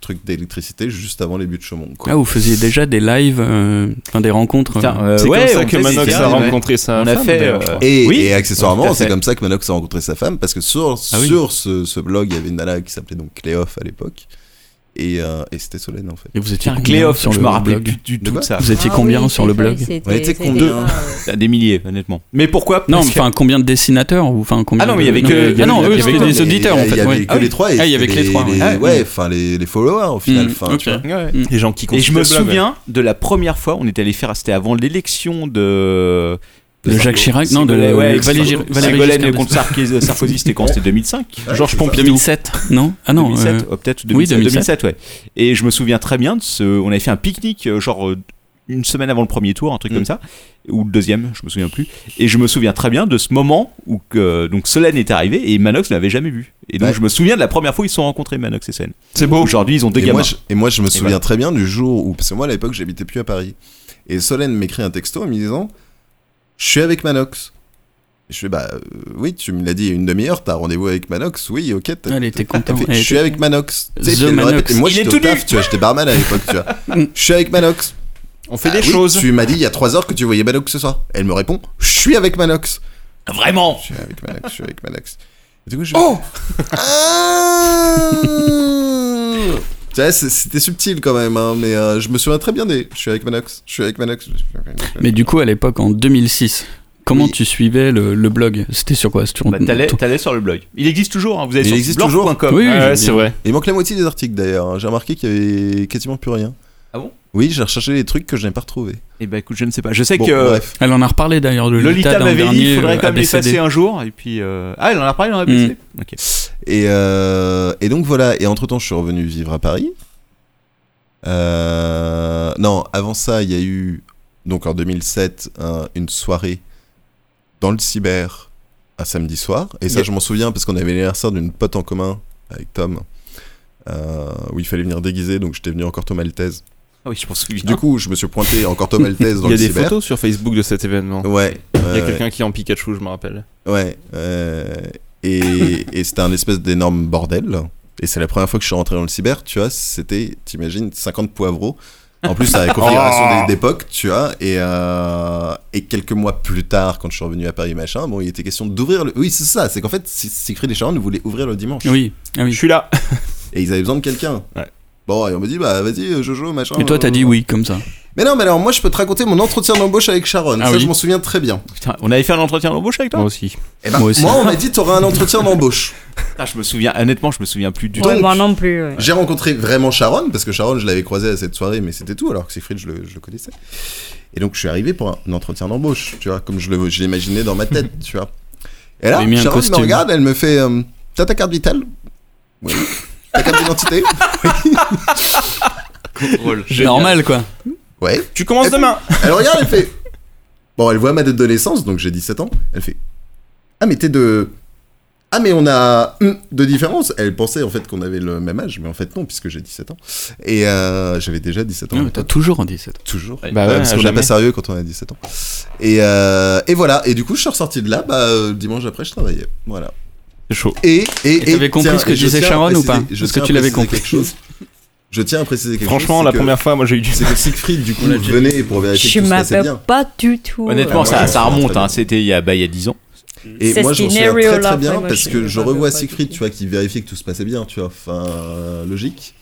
S2: truc d'électricité juste avant les buts de Chaumont. quoi.
S9: Ah, vous faisiez déjà des lives, euh, enfin des rencontres. euh,
S1: C'est comme ça que Manox a rencontré sa femme. d'ailleurs, je crois.
S2: et,
S9: Oui,
S2: et accessoirement,
S9: tout à fait.
S2: c'est comme ça que Manox a rencontré sa femme, parce que sur,
S9: Ah oui.
S2: sur ce, ce blog, il y avait une nana qui s'appelait donc Cléoff à l'époque. Et, euh, et c'était Solène en fait.
S9: Et vous étiez Tiens, combien Cléoff, sur je le me rappelais blog plus du
S2: De
S9: tout
S2: quoi
S9: de ça. Vous étiez Ah combien oui, sur le c'est vrai, blog c'était-
S2: On était
S9: c'était
S2: combien
S9: pas-
S7: Des milliers, honnêtement. Mais pourquoi
S9: Non,
S7: Parce que-
S9: enfin, combien de dessinateurs ou, enfin, combien
S7: Ah non, mais il y
S9: de-
S7: avait que-
S9: Ah non,
S7: il y
S9: eux,
S7: avait
S9: c'était
S7: que-
S9: des auditeurs,
S2: il y
S9: en fait.
S2: avait
S9: ouais.
S2: que les trois. Et
S9: Ah, il y avait que
S2: c'était
S9: les trois.
S2: les-
S9: ouais.
S2: ouais, enfin les, les followers au final.
S9: Mm,
S2: enfin,
S9: ok.
S2: tu vois.
S7: Ouais.
S1: Les gens qui
S7: Et
S1: consultent
S7: je me
S1: le blog.
S7: souviens de la première fois, on était allé faire, c'était avant l'élection de.
S9: De Jacques Chirac, non, de-
S7: Ségolène- ouais,
S9: de Valéry-
S7: Ségolène
S9: Valéry Giscard
S7: contre
S9: d'Estaing.
S7: Sarkozy, euh, Sarkozy, c'était quand C'était 2005
S9: Ouais, Georges c'est ça. Pompidou. 2007, non Ah non,
S7: 2007,
S9: euh,
S7: oh, peut-être
S9: oui,
S7: 2007,
S9: 2007,
S7: ouais. Et je me souviens très bien de ce. On avait fait un pique-nique, euh, genre euh, une semaine avant le premier tour, un truc
S9: Mm.
S7: comme ça, ou le deuxième, je me souviens plus. Et je me souviens très bien de ce moment où que, donc Solène est arrivée et Manox ne l'avait jamais vu. Et donc je me souviens de la première fois où ils se sont rencontrés, Manox et Solène.
S1: C'est beau.
S7: Aujourd'hui, ils ont deux
S2: et
S7: gamins.
S2: moi, je, et moi, je me
S7: Et
S2: souviens
S7: voilà.
S2: très bien du jour où, parce que moi, à l'époque, j'habitais plus à Paris. Et Solène m'écrit un texto en me disant Je suis avec Manox. Et je fais Bah euh, oui, tu me l'as dit il y a une demi-heure, t'as rendez-vous avec Manox. Oui, ok. t'as-
S9: Elle était
S2: t'as- t'as
S9: contente.
S2: fait,
S9: Elle
S2: Je suis
S9: était-
S2: avec Manox. Tu sais,
S9: The
S2: puis elle me
S9: Manox.
S2: répète- Et moi,
S9: Il
S2: j'étais
S9: est
S2: au
S9: tout
S2: taf,
S9: nu.
S2: tu vois, j'étais barman à l'époque, tu vois. Je suis avec Manox.
S1: On fait
S2: Ah oui, Tu m'as dit il y a 3 heures que tu voyais Manox ce soir. Elle me répond Je suis avec Manox.
S7: Vraiment
S2: Je suis avec Manox, je suis avec Manox. Et du coup, je
S11: Oh
S2: Ah Tu vois, c'est- c'était subtil quand même, hein, mais euh, je me souviens très bien des. Je suis avec Manox, je suis avec Manox. je suis avec Manox.
S9: Mais du coup, à l'époque, en 2006, comment tu suivais le, le blog C'était sur quoi sur-
S7: Bah, t'allais, t'allais sur le blog. Il existe toujours, hein, vous allez
S2: Il
S7: sur
S2: existe
S7: blog
S2: toujours.
S7: point com.
S9: Oui, oui,
S7: Ah
S9: oui.
S7: c'est
S9: c'est vrai.
S2: Il manque la moitié des articles d'ailleurs. hein. J'ai remarqué qu'il y avait quasiment plus rien.
S7: Ah bon
S2: Oui, j'ai recherché des trucs que je n'ai pas retrouvés.
S7: Et bah écoute, je ne sais pas. Je sais
S2: Bon,
S7: que euh,
S2: bref.
S9: Elle en a reparlé d'ailleurs de Lolita,
S7: Lolita
S9: dans le
S7: m'avait dit
S9: dernier
S7: il faudrait
S9: euh, Mm.
S7: quand même les
S9: ABCD.
S7: passer un jour. Et puis. euh, Ah, elle en a parlé, elle en a passé. Ok.
S2: Et, euh, et donc voilà, et entre temps je suis revenu vivre à Paris. Euh, non, avant ça, il y a eu, donc en 2007, un- une soirée dans le cyber un samedi soir. Et ça,
S1: Yep.
S2: je m'en souviens parce qu'on avait l'anniversaire d'une pote en commun avec Tom, euh, où il fallait venir déguisé, donc j'étais venu en corto maltese.
S7: Ah oui, je pense que
S2: Du coup, je me suis pointé en corto maltese dans
S1: hein. Il y a
S2: le
S1: des
S2: cyber.
S1: photos sur Facebook de cet événement.
S2: Ouais.
S1: Il y
S2: ouais,
S1: a
S2: ouais.
S1: quelqu'un qui est en Pikachu, je me rappelle.
S2: Ouais. euh, et et c'était un espèce d'énorme bordel. Et c'est la première fois que je suis rentré dans le cyber, tu vois. C'était, t'imagines, 50 poivrons. En plus, à la configuration
S1: Oh.
S2: d'é- d'époque, tu vois. Et, euh, et quelques mois plus tard, quand je suis revenu à Paris, machin, bon, il était question d'ouvrir le. Oui, c'est ça. C'est qu'en fait, C- Siegfried et Sharon voulaient ouvrir le dimanche.
S9: Oui.
S1: Je suis là.
S2: Et ils avaient besoin de quelqu'un. Bon, et on me dit, bah, vas-y, euh, Jojo, machin.
S9: Et toi, t'as
S2: euh,
S9: dit oui, comme ça.
S2: Mais non, mais alors, moi, je peux te raconter mon entretien d'embauche avec Sharon.
S9: Ah
S2: ça,
S9: oui.
S2: je m'en souviens très bien.
S7: on avait fait un entretien d'embauche avec toi
S1: Moi aussi.
S2: Eh ben, Moi, on m'a dit t'auras un entretien d'embauche.
S7: Ah, je me souviens, honnêtement, je me souviens plus du tout.
S2: Ouais, moi non
S8: plus.
S2: J'ai rencontré vraiment Sharon, parce que Sharon, je l'avais croisé à cette soirée, mais c'était tout, alors que Siegfried, je le, je le connaissais. Et donc, je suis arrivé pour un entretien d'embauche, tu vois, comme je le- je l'imaginais dans ma tête, tu vois. Et là,
S9: T'avais mis un
S2: Sharon me
S9: costume.
S2: regarde, elle me fait euh, T'as ta carte vitale Oui. Ta carte d'identité
S9: C'est normal, quoi.
S2: Ouais.
S1: Tu commences demain
S2: Elle regarde, elle fait Bon, elle voit ma date de naissance, donc j'ai 17 ans. Elle fait Ah, mais t'es de. Ah, mais on a hum, de différence. Elle pensait en fait qu'on avait le même âge, mais en fait non, puisque j'ai 17 ans. Et euh, j'avais déjà 17 ans.
S9: Ouais, Ah, mais t'as toujours en 17
S2: Toujours.
S9: Ah Ouais.
S1: Bah ouais,
S2: Euh, parce qu'on n'est
S1: jamais.
S2: pas sérieux quand on a 17 ans. Et, euh, et voilà. Et du coup, je suis ressorti de là. Bah, euh, dimanche après, je travaillais. Voilà.
S1: C'est chaud.
S2: Et et
S9: Et t'avais compris
S2: tiens,
S9: ce que
S2: et je
S9: disait
S2: tiens à
S9: Sharon ou
S2: préciser-
S9: pas
S2: je
S9: Parce que
S2: tiens à
S9: tu l'avais
S2: préciser
S9: compris.
S2: quelque chose. Je tiens à préciser quelque chose.
S1: Franchement,
S2: c'est
S1: la
S2: que-
S1: première fois, moi j'ai eu du.
S2: C'est que Siegfried, du coup, venait pour vérifier
S8: Je
S2: que Ah, tout se passait
S8: m'appelle
S2: bien.
S8: pas du tout.
S7: Honnêtement,
S8: euh,
S7: ça, ça
S2: ouais,
S7: remonte,
S2: très
S7: hein, c'était il y a, bah, il y a 10 ans.
S2: Et
S8: C'est
S2: moi, je m'en souviens
S8: scenario,
S2: très
S8: là,
S2: très
S8: après,
S2: bien
S8: moi,
S2: parce
S8: je
S2: que
S8: me
S2: je
S8: rappelle
S2: revois
S8: pas
S2: Siegfried, tu vois, qui vérifiait que tout se passait bien, tu vois, enfin, euh, logique,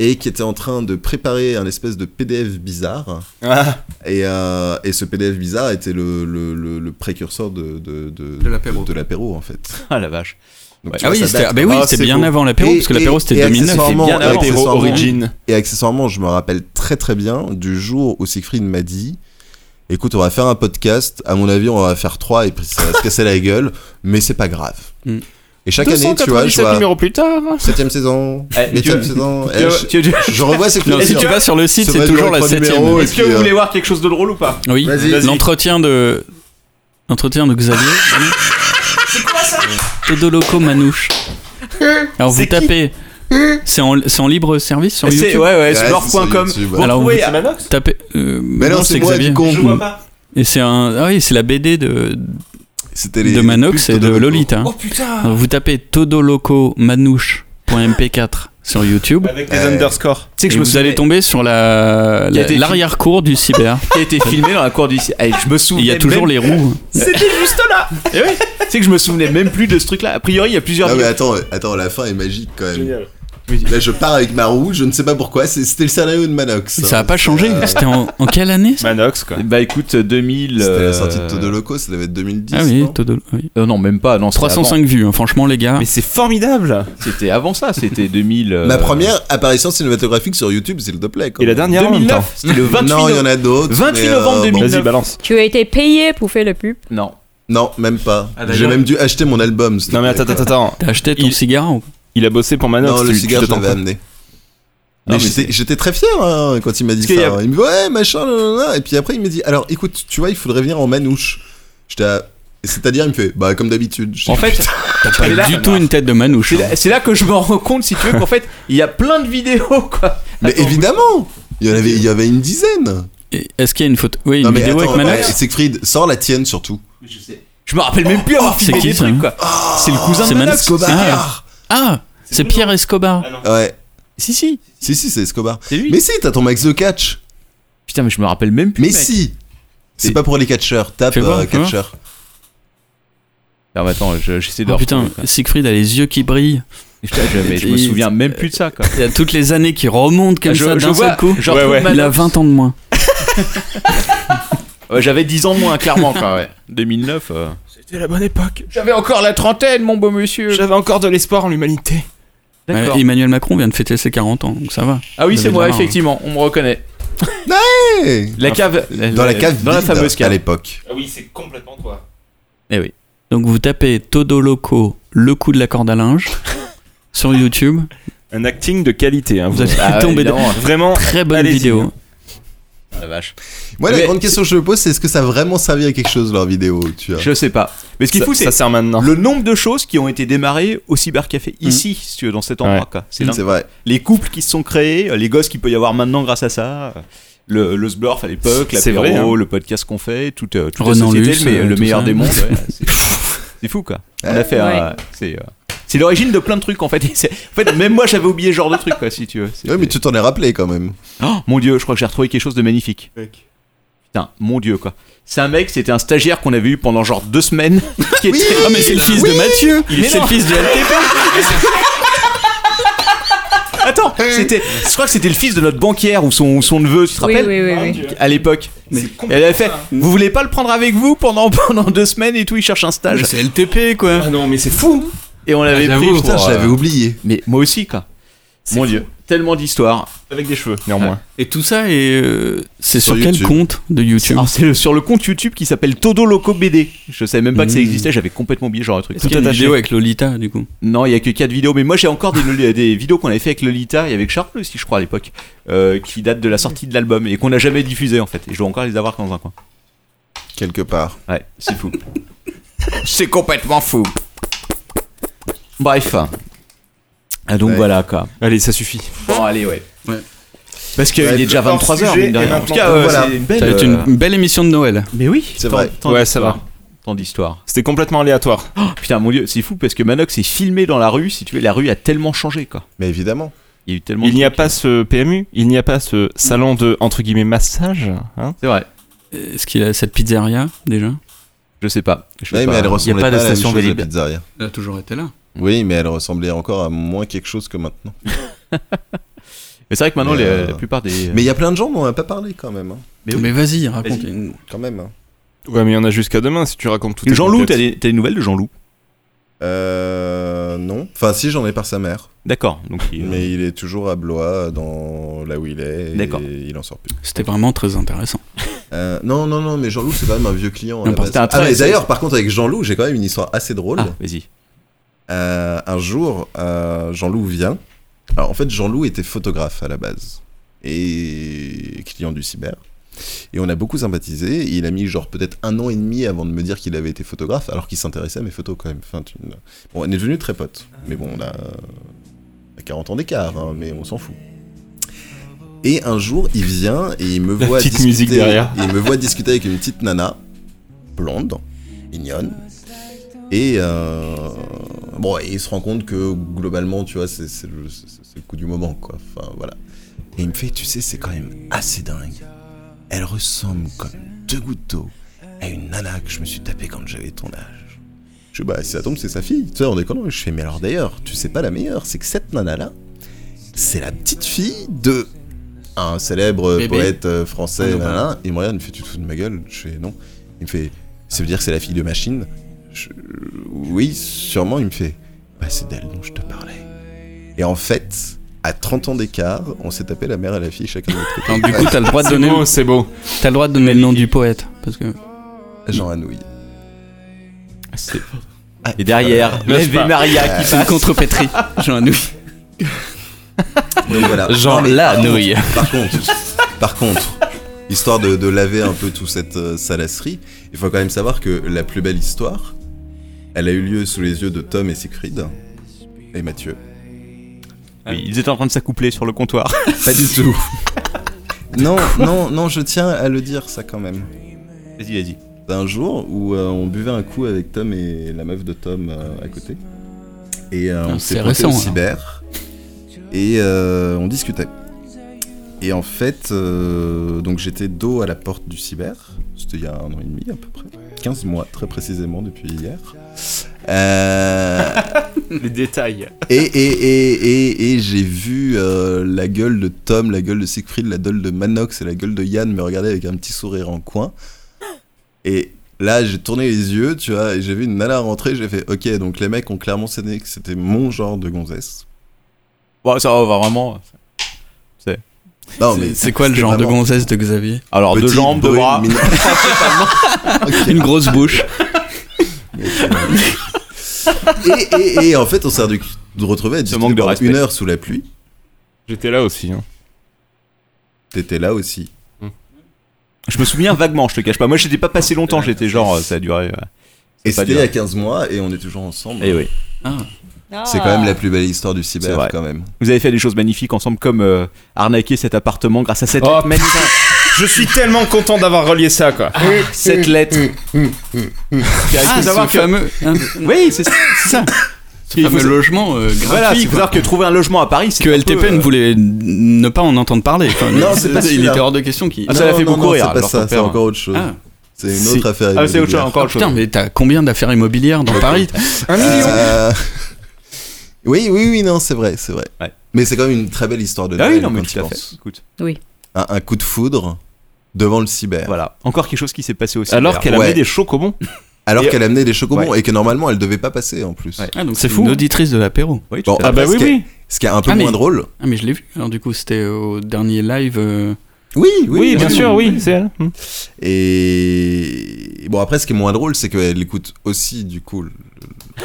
S2: et qui était en train de préparer un espèce de PDF bizarre.
S1: Ah.
S2: Et, euh, et ce PDF bizarre était le, le, le, le précurseur de, de, de, de
S9: l'apéro.
S2: de l'apéro, en fait.
S7: Ah la vache.
S2: Donc,
S9: Ouais.
S2: tu
S9: Ah
S2: vois,
S9: oui,
S2: ça
S9: c'était-
S2: date.
S9: bah oui, c'était
S2: c'est
S9: bien avant l'apéro, parce que l'apéro, c'était
S2: et
S9: 2009, c'était
S2: accessoirement-
S9: bien
S2: et
S9: avant.
S2: accessoirement-
S9: Apéro Origin.
S2: Et accessoirement, je me rappelle très très bien du jour où Siegfried m'a dit Écoute, on va faire un podcast. À mon avis, on va faire trois et puis ça va se casser la gueule, mais c'est pas grave.
S9: Mm.
S2: Et chaque année, tu vois, je
S1: 297
S2: vois.
S1: numéros plus tard.
S2: Septième saison.
S1: Eh,
S2: Septième
S1: tu-
S2: saison.
S1: tu-
S2: Eh, je-
S1: tu- tu-
S2: Je revois Siegfried.
S9: Non, si tu vas sur le site,
S2: Ça
S9: c'est
S2: va durer
S9: toujours la
S2: trois
S9: septième.
S2: numéros, et
S7: Est-ce que
S2: puis,
S7: vous
S2: euh,
S7: voulez voir quelque chose de drôle ou pas
S9: Oui, l'entretien de. L'entretien de Xavier.
S7: C'est quoi ça
S9: Todoloco Manouche. Alors vous tapez. C'est en, c'est en libre service sur
S7: C'est-
S9: YouTube
S7: ouais, ouais, sur Ouais, leur c'est sur point com. YouTube, ouais.
S9: Alors
S7: Vous
S9: vous
S1: ah.
S7: retrouvez Amanox
S9: tapez. euh,
S7: Mais non, c'est moi,
S9: Xavier.
S7: du con. Je vois pas.
S9: Et c'est un. Ah oui, c'est la BD de.
S2: C'était
S9: de Manox et de Lolita.
S7: Oh, putain
S9: Alors, Vous tapez todolocomanouche.mp4 sur YouTube.
S1: Avec des underscores.
S9: Tu sais que je me vous
S7: souvenais-
S9: allez tomber sur la
S7: Qui a été
S9: la-
S7: fil-
S9: l'arrière-cour du cyber.
S7: Qui a été filmé dans la cour du. Eh, je me souviens.
S9: Il y a toujours les roues.
S7: C'était juste là. Et oui. C'est que je me souvenais même plus de ce truc-là. A priori, il y a plusieurs.
S2: Non mais attends, euh, attends, la fin est magique quand même. Là, je pars avec ma roue, je ne sais pas pourquoi, c'est- c'était le scénario de Manox.
S9: Ça a pas changé.
S2: Euh,
S9: C'était en, en quelle année ça
S1: Manox quoi.
S7: Bah écoute, 2000.
S2: C'était
S7: euh,
S2: la sortie de Todoloco, ça devait être 2010.
S9: Ah oui,
S2: non
S9: Todolo- oui.
S7: Euh, non, même pas. Non, c'était
S9: 305
S7: avant.
S9: vues, hein, franchement les gars.
S1: Mais c'est formidable.
S7: C'était avant ça. C'était 2000. euh,
S2: Ma première apparition cinématographique sur YouTube, s'il te plaît.
S1: Et la dernière en même
S7: 2009,
S1: temps.
S7: c'était le 28
S2: Non, il y en
S7: novembre.
S2: a d'autres.
S7: 28
S2: mais, euh,
S7: novembre
S2: bon.
S7: 2009.
S1: Vas-y, balance.
S8: Tu as été payé pour faire le pub.
S7: Non.
S2: Non, même pas.
S1: Ah, d'ailleurs-
S2: J'ai même dû acheter mon album. s'il te
S1: Non mais
S2: plaît,
S1: attends, attends,
S2: quoi.
S1: attends.
S9: T'as acheté ton cigare ou
S1: Il a bossé pour Manox.
S2: Non, le
S1: tu- tu
S2: cigare,
S1: te
S2: je l'avais
S1: t'en-
S2: amené.
S1: Non,
S2: Mais
S1: mais
S2: j'étais j'étais très fier hein, quand il m'a dit
S7: Parce qu'il y
S2: ça.
S7: a-
S2: Il me dit ouais, machin, nanana. Et puis après, il me dit alors écoute, tu vois, il faudrait venir en manouche. J'étais à- C'est-à-dire, il me fait bah comme d'habitude.
S7: En fait,
S9: T'as
S7: Mais là-
S9: pas du tout une tête de manouche. hein.
S7: C'est là, c'est là que je m'en rends compte, si tu veux, qu'en fait, il y a plein de vidéos, quoi.
S2: Mais
S7: Attends,
S2: évidemment Il y en avait, il y avait une dizaine
S9: Et Est-ce qu'il y a une photo Oui, une
S2: Non, mais
S9: vidéo
S2: attends,
S9: avec
S2: ouais,
S9: Manox.
S2: Siegfried, sors la tienne surtout.
S7: Je me rappelle même plus avoir
S9: c'est
S7: filmé
S9: qui,
S7: des
S9: ça, hein
S7: trucs, quoi. c'est le cousin de
S9: C'est Manox
S7: Manox. Ah,
S2: Escobar.
S7: c'est Pierre.
S2: Ah,
S9: Ah, c'est Pierre Escobar.
S2: Ouais.
S7: Si, si.
S2: Si, si, c'est Escobar.
S7: C'est lui.
S2: Mais si, t'as ton Max The Catch
S7: Putain, mais je me rappelle même plus.
S2: Mais
S7: mec.
S2: si
S7: C'est-
S2: C'est pas pour les catcheurs, tape
S9: Fais voir,
S7: hein.
S2: euh,
S9: fais voir.
S2: catcheur.
S7: Non, mais attends, je- j'essaie de.
S9: Oh putain,
S7: retrouver, quoi.
S9: Siegfried a les yeux qui brillent.
S7: Putain, je, mais je me
S9: Il-
S7: souviens
S2: euh,
S7: même plus de ça, quoi.
S9: Il y a toutes les années qui remontent comme
S7: Je-
S9: ça
S7: je
S9: d'un
S7: vois,
S9: seul coup.
S7: je retrouve
S9: Il a
S7: Manox.
S9: 20 ans de moins.
S7: Ouais, J'avais 10 ans de moins, clairement, quoi, ouais. 2009. euh.
S1: C'était la bonne époque.
S7: J'avais encore la trentaine, mon beau monsieur.
S1: J'avais encore de l'espoir en l'humanité.
S7: D'accord.
S9: Ouais, Euh, Emmanuel Macron vient de fêter ses 40 ans, donc ça va.
S7: Ah oui,
S9: Il
S7: c'est
S9: avait
S7: moi,
S9: déjà marre.
S7: effectivement, on me reconnaît.
S2: Hey
S7: Ah, La cave.
S2: Dans la cave
S7: Dans la
S2: vide,
S7: fameuse
S2: à
S7: cave.
S2: l'époque.
S1: Ah oui, c'est complètement toi.
S7: Eh oui.
S9: Donc vous tapez Todoloco, le coup de la corde à linge, sur YouTube.
S1: Un acting de qualité. Hein,
S9: Vous
S1: vous.
S9: allez
S7: Ah ouais,
S9: tomber
S7: évidemment.
S9: dedans.
S1: Vraiment
S9: Très bonne
S1: Allez-y.
S9: vidéo.
S7: Ah, la vache.
S2: Moi,
S7: Mais-
S2: la grande question que je me pose, c'est est-ce que ça a vraiment servi à quelque chose leur vidéo tu vois
S7: Je sais pas. Mais ce qui est
S2: Ça-
S7: fou, c'est
S2: ça sert maintenant.
S7: le nombre de choses qui ont été démarrées au cybercafé ici, si tu veux, dans cet endroit.
S2: Mmh. Ouais.
S7: quoi. C'est
S2: Mm,
S7: dingue.
S2: c'est vrai.
S7: Les couples qui se sont créés, euh, les gosses qu'il peut y avoir maintenant grâce à ça. euh, Le, le Sblurf à l'époque,
S1: C'est
S7: l'apéro,
S1: vrai, hein.
S7: le podcast qu'on fait, toute, euh, toute la
S1: Renan
S7: société,
S1: Luce,
S7: mais
S1: euh,
S7: le
S1: tout
S7: meilleur
S1: ça.
S7: des mondes. ouais, c'est- c'est fou quoi. On a fait. un-
S1: Ouais.
S7: c'est, euh, c'est l'origine de plein de trucs en fait. Et c'est- En fait, même moi j'avais oublié ce genre de truc quoi, si tu veux.
S2: Ouais, mais tu t'en es rappelé quand même.
S7: Oh mon dieu, je crois que j'ai retrouvé quelque chose de magnifique. Putain, mon dieu quoi. C'est un mec, c'était un stagiaire qu'on avait eu pendant genre deux semaines. Qui
S9: Oui Ah, mais c'est le fils de
S7: Oui
S9: Mathieu
S7: Il est-
S9: Mais
S7: C'est le
S9: non.
S7: fils de LTP Attends,
S9: Euh.
S7: c'était, je crois que c'était le fils de notre banquière ou son, ou son neveu, tu te
S8: Oui,
S7: rappelles
S8: oui, oui, oui.
S7: À l'époque. Elle avait fait Vous voulez pas le prendre avec vous pendant, pendant deux semaines et tout, il cherche un stage.
S1: Mais c'est
S7: LTP quoi Ah non, mais c'est fou Et on l'avait
S1: Ah,
S7: pris.
S1: j'avoue,
S7: pour, euh,
S1: putain, je l'avais
S2: oublié.
S7: Mais moi aussi quoi. Mon dieu, tellement d'histoires. Avec des cheveux, néanmoins.
S9: Et tout ça, est, euh, c'est sur,
S7: Sur
S9: quel
S7: YouTube.
S9: compte de YouTube
S7: Alors, c'est le- sur le compte YouTube qui s'appelle Todo Loco BD. Je savais même pas que ça existait, j'avais complètement oublié genre un truc.
S9: Est-ce qu'il y a une vidéo avec Lolita, du coup
S7: Non, il y a que 4 vidéos, mais moi j'ai encore des, Loli- des vidéos qu'on avait fait avec Lolita et avec Sharp aussi, je crois, à l'époque, euh, qui datent de la sortie de l'album et qu'on n'a jamais diffusé en fait. Et je dois encore les avoir dans un coin.
S2: Quelque part.
S7: Ouais, c'est fou. c'est complètement fou. Bref. Ah, donc
S1: Ouais.
S7: voilà quoi.
S1: Allez, ça suffit.
S7: Bon, allez, ouais. Parce qu'il
S1: Ouais,
S7: est déjà
S1: hors
S7: 23h,
S1: sujet,
S7: mine de
S1: et
S7: rien. En
S1: maintenant,
S7: tout cas,
S1: donc
S7: euh,
S1: voilà.
S7: c'est une belle.
S9: Ça va être une,
S7: euh,
S9: une belle émission de Noël.
S7: Mais oui,
S9: C'est
S7: tant-
S9: vrai.
S7: tant
S9: Ouais, ça
S7: d'histoires.
S9: va.
S7: Tant d'histoires.
S1: C'était complètement aléatoire.
S7: putain, mon dieu, c'est fou parce que Manox est filmé dans la rue. Si tu veux, la rue a tellement changé, quoi.
S2: Mais évidemment.
S7: Il y a eu tellement.
S1: Il n'y a pas ce PMU, il n'y a pas ce salon de entre guillemets massage. Hein
S7: c'est vrai.
S9: Euh, Est-ce qu'il a cette pizzeria déjà
S7: Je sais pas.
S2: Oui, mais elle ressemblait pas, à la même chose, la
S9: Vélib.
S2: pizzeria.
S9: Elle a toujours été là.
S2: Oui, mais elle ressemblait encore à moins quelque chose que maintenant. mais
S7: c'est vrai que maintenant, les-
S2: euh,
S7: la plupart des.
S2: Mais il y a plein de gens dont on n'a pas parlé quand même. hein.
S7: Mais oui. Mais
S9: vas-y,
S7: raconte.
S9: Vas-y.
S2: Quand même. hein.
S1: Ouais, mais il y en a jusqu'à demain si tu racontes tout.
S7: Jean-Loup, t'as euh, des, t'as des nouvelles de Jean-Loup
S2: Euh. Non. Enfin, si, j'en ai par sa mère.
S7: D'accord. Donc, euh, il-
S2: Mais il est toujours à Blois, dans là où il est.
S9: D'accord.
S2: Et il en sort plus.
S9: C'était vraiment très intéressant.
S2: Euh, non, non, non, mais Jean-Loup, c'est quand même un vieux client. à la
S9: Non, parce
S2: base.
S9: que t'as un
S2: Ah,
S9: trait,
S2: mais
S9: c'est-
S2: d'ailleurs, par contre, avec Jean-Loup, j'ai quand même une histoire assez drôle.
S7: Ah, vas-y.
S2: Euh, un jour, euh, Jean-Loup vient. Alors, en fait, Jean-Loup était photographe à la base et client du cyber. Et on a beaucoup sympathisé. Et il a mis genre peut-être un an et demi avant de me dire qu'il avait été photographe, alors qu'il s'intéressait à mes photos quand même. Enfin, tu- Bon, on est devenus très potes. Mais bon, on a on a 40 ans d'écart, hein, mais on s'en fout. Et un jour, il vient et il me
S1: La
S2: voit
S1: petite
S2: discuter,
S1: musique derrière.
S2: Il me voit discuter avec une petite nana, blonde, mignonne. Et euh, bon, et il se rend compte que globalement, tu vois, c'est c'est le, c'est- c'est le coup du moment, quoi. Enfin, voilà. Et il me fait, tu sais, c'est quand même assez dingue. Elle ressemble comme deux gouttes d'eau à une nana que je me suis tapée quand j'avais ton âge. Je dis, bah, si ça tombe, c'est sa fille. Tu sais, en déconnant, je fais, mais alors d'ailleurs, tu sais pas la meilleure, c'est que cette nana-là, c'est la petite fille de un célèbre
S9: Bébé.
S2: poète euh, français.
S9: Ah, non,
S2: nanana.
S9: pardon.
S2: Il me regarde, il me fait, tu te fous de ma gueule Je fais, non. Il me fait, ça veut dire que c'est la fille de Machine Je- euh, Oui, sûrement, il me fait, bah, c'est d'elle dont je te parlais. Et en fait, à 30 ans d'écart, on s'est tapé la mère et la fille chacun de notre côté.
S9: Donc, du coup, t'as le droit de
S1: C'est
S9: donner.
S1: beau, Ah, c'est beau.
S9: T'as le droit de donner le nom du poète. Parce que.
S2: Jean Anouilh.
S7: C'est- Et derrière,
S9: Lâche
S7: l'Ave
S9: pas.
S7: Maria qui
S9: C'est une
S7: passe.
S9: contrepétrie. Jean Anouilh.
S2: Donc voilà. Non,
S9: Jean
S2: mais par contre-
S9: Lanouille.
S2: Par contre, par contre, histoire de, de laver un peu toute cette euh, salasserie, il faut quand même savoir que la plus belle histoire, elle a eu lieu sous les yeux de Tom et Siegfried et Mathieu.
S7: Oui, ils étaient en train de s'accoupler sur le comptoir.
S2: Pas du tout. Non, non, non, je tiens à le dire ça quand même.
S7: Vas-y, vas-y.
S2: C'était un jour où euh, on buvait un coup avec Tom et la meuf de Tom euh, à côté. Et euh, on
S9: Ah,
S2: s'est
S9: c'est
S2: pointé au
S9: récent, hein.
S2: cyber. Et euh, on discutait. Et en fait, euh, donc j'étais dos à la porte du cyber. C'était il y a un an et demi à peu près. 15 mois très précisément depuis hier. Euh,
S1: Les détails.
S2: et, et, et, et, et j'ai vu euh, la gueule de Tom, la gueule de Siegfried, la gueule de Manox et la gueule de Yann me regarder avec un petit sourire en coin. Et là, j'ai tourné les yeux, tu vois, et j'ai vu une nana rentrer, j'ai fait OK, donc les mecs ont clairement saigné que c'était mon genre de gonzesse.
S7: Bon, ça va vraiment. C'est.
S2: Non,
S9: C'est-
S2: mais
S9: C'est quoi le
S2: c'était
S9: genre de
S2: vraiment
S9: gonzesse de Xavier
S7: Alors, deux
S2: Petite,
S7: jambes, deux
S2: brune,
S7: bras.
S2: mignonne.
S9: Une grosse bouche.
S2: et, et, et en fait, on s'est redu- retrouvé à discuter
S7: manque de
S2: pendant
S7: respect.
S2: une heure sous la pluie.
S1: J'étais là aussi. hein.
S2: T'étais là aussi.
S7: Je me souviens vaguement, je te cache pas. Moi, j'étais pas passé longtemps, j'étais genre, euh, ça a duré. ouais.
S2: Et
S7: Ça a pas
S2: c'était il y
S7: duré.
S2: a 15 mois et on est toujours ensemble.
S7: Eh oui.
S8: Ah,
S2: C'est quand même la plus belle histoire du cyber,
S7: C'est vrai.
S2: quand même.
S7: Vous avez fait des choses magnifiques ensemble, comme euh, arnaquer cet appartement grâce à cette
S1: Oh,
S7: lettre magnifique.
S1: Je suis tellement content d'avoir relié ça, quoi.
S7: cette lettre.
S9: Ah,
S7: faut savoir
S9: ce
S7: que-
S9: fameux-
S7: Oui, c'est ça. c'est ça.
S9: Il faut logement euh, gratuit.
S7: Voilà, il faut savoir que trouver un logement à Paris, c'est
S9: que
S7: un peu,
S9: LTP ne
S7: euh,
S9: voulait ne pas en entendre parler. Enfin,
S7: Non, c'est pas
S9: il
S7: celui-là.
S9: était hors de question qu'il.
S7: Ah, ça l'a fait beaucoup rire.
S2: c'est pas
S7: alors,
S2: ça,
S7: ton
S2: c'est
S7: père. hein.
S2: encore autre chose.
S9: Ah.
S2: C'est une autre affaire
S9: Ah, c'est autre chose,
S2: immobilière.
S9: encore autre chose. Putain, mais t'as combien d'affaires immobilières dans Paris
S2: Un million Euh, Oui, oui, oui, non, c'est vrai, c'est vrai. Mais c'est quand même une très belle histoire de
S7: Ah oui,
S2: Noël,
S7: non, mais
S2: quand
S7: tout
S2: tu
S7: à
S2: penses.
S7: fait. Écoute.
S8: Oui.
S2: Un, un coup de foudre devant le cyber.
S7: Voilà, encore quelque chose qui s'est passé aussi.
S1: Alors qu'elle amenait des chocobons.
S2: Alors
S1: Et-
S2: qu'elle amenait des chocobons
S1: Ouais.
S2: et que normalement elle devait pas passer en plus.
S9: Ah, donc C'est c'est fou. une auditrice de l'apéro.
S7: Oui,
S2: Bon,
S9: tout à fait.
S2: après,
S9: Ah bah
S2: ce
S9: oui,
S2: qui est-
S9: oui.
S2: Ce qui est un peu
S9: Ah, mais-
S2: moins drôle.
S9: Ah, mais je l'ai vu. Alors, du coup, c'était au dernier live. euh,
S2: Oui,
S9: oui, Oui, bien bien sûr, sûr, oui, oui.
S1: c'est elle.
S2: Et bon, après, ce qui est moins drôle, c'est qu'elle écoute aussi, du coup, le,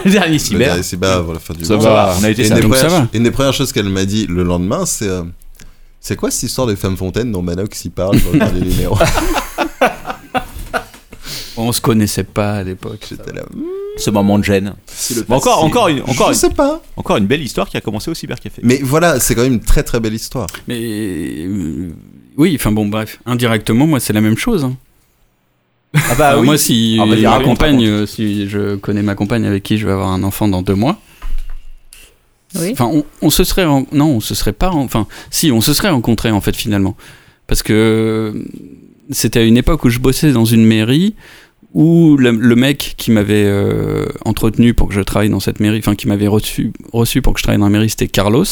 S7: le dernier
S2: Le
S7: cyber.
S2: dernier cyber, voilà, fin du
S7: Ça
S2: mois.
S7: va, on a été
S2: Et
S7: ça,
S2: une des
S7: donc ça
S2: premières-
S7: va.
S2: Une des premières choses qu'elle m'a dit le lendemain, c'est euh, C'est quoi cette histoire des femmes fontaines dont Manox y parle dans le dernier numéro
S9: On se connaissait pas à l'époque.
S2: J'étais là.
S7: Ce moment de gêne. Mais encore, encore une, encore une, Encore une belle histoire qui a commencé au cybercafé.
S2: Mais voilà, c'est quand même une très très belle histoire.
S9: Mais euh, oui, enfin bon, bref, indirectement, moi, c'est la même chose. hein.
S7: Ah bah
S9: Alors,
S7: oui.
S9: Euh, Moi, si
S7: Ah bah,
S9: ma
S7: raconte,
S9: compagne,
S7: raconte.
S9: euh, si je connais ma compagne avec qui je vais avoir un enfant dans deux mois.
S8: Oui.
S9: Enfin, on, on se serait ren- non, on se serait pas ren- enfin si on se serait rencontrés en fait finalement parce que euh, c'était à une époque où je bossais dans une mairie où le, le mec qui m'avait euh, entretenu pour que je travaille dans cette mairie, enfin qui m'avait reçu reçu pour que je travaille dans la mairie, c'était Carlos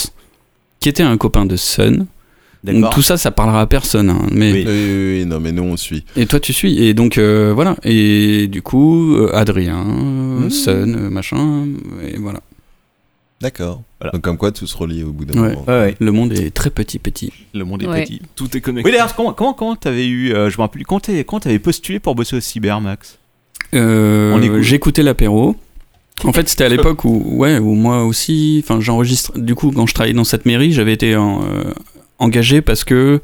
S9: qui était un copain de Sun.
S2: D'accord.
S9: Donc, tout ça, ça parlera à personne. hein, mais
S2: Oui, oui, oui, non, mais nous on suit.
S9: et toi, tu suis. Et donc, euh, voilà. Et du coup, euh, Adrien, euh,
S2: Mmh.
S9: Sun, euh, machin. Et voilà.
S2: D'accord. Donc, comme quoi, tout se relie au bout d'un
S9: Ouais.
S2: moment.
S9: Le monde est très petit, petit.
S7: Le monde est
S9: Ouais.
S7: petit.
S1: Tout est
S7: Oui,
S1: connecté.
S7: d'ailleurs, comment, comment, comment t'avais eu, euh, je me rappelle, plus, quand t'es- quand t'avais postulé pour bosser au cyber, Max
S9: Euh,
S7: On écoute.
S9: J'écoutais l'apéro. En fait, c'était à l'époque où, ouais, où moi aussi, enfin, j'enregistre. Du coup, quand je travaillais dans cette mairie, j'avais été en- euh, engagé parce que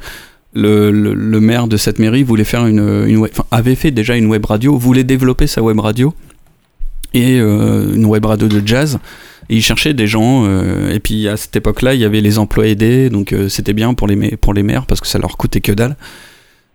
S9: le, le- le maire de cette mairie voulait faire une, une web- enfin, avait fait déjà une web radio, voulait développer sa web radio et euh, une web radio de jazz. Et il cherchait des gens. euh, et puis à cette époque-là, il y avait les emplois aidés, donc euh, c'était bien pour les ma- pour les maires parce que ça leur coûtait que dalle.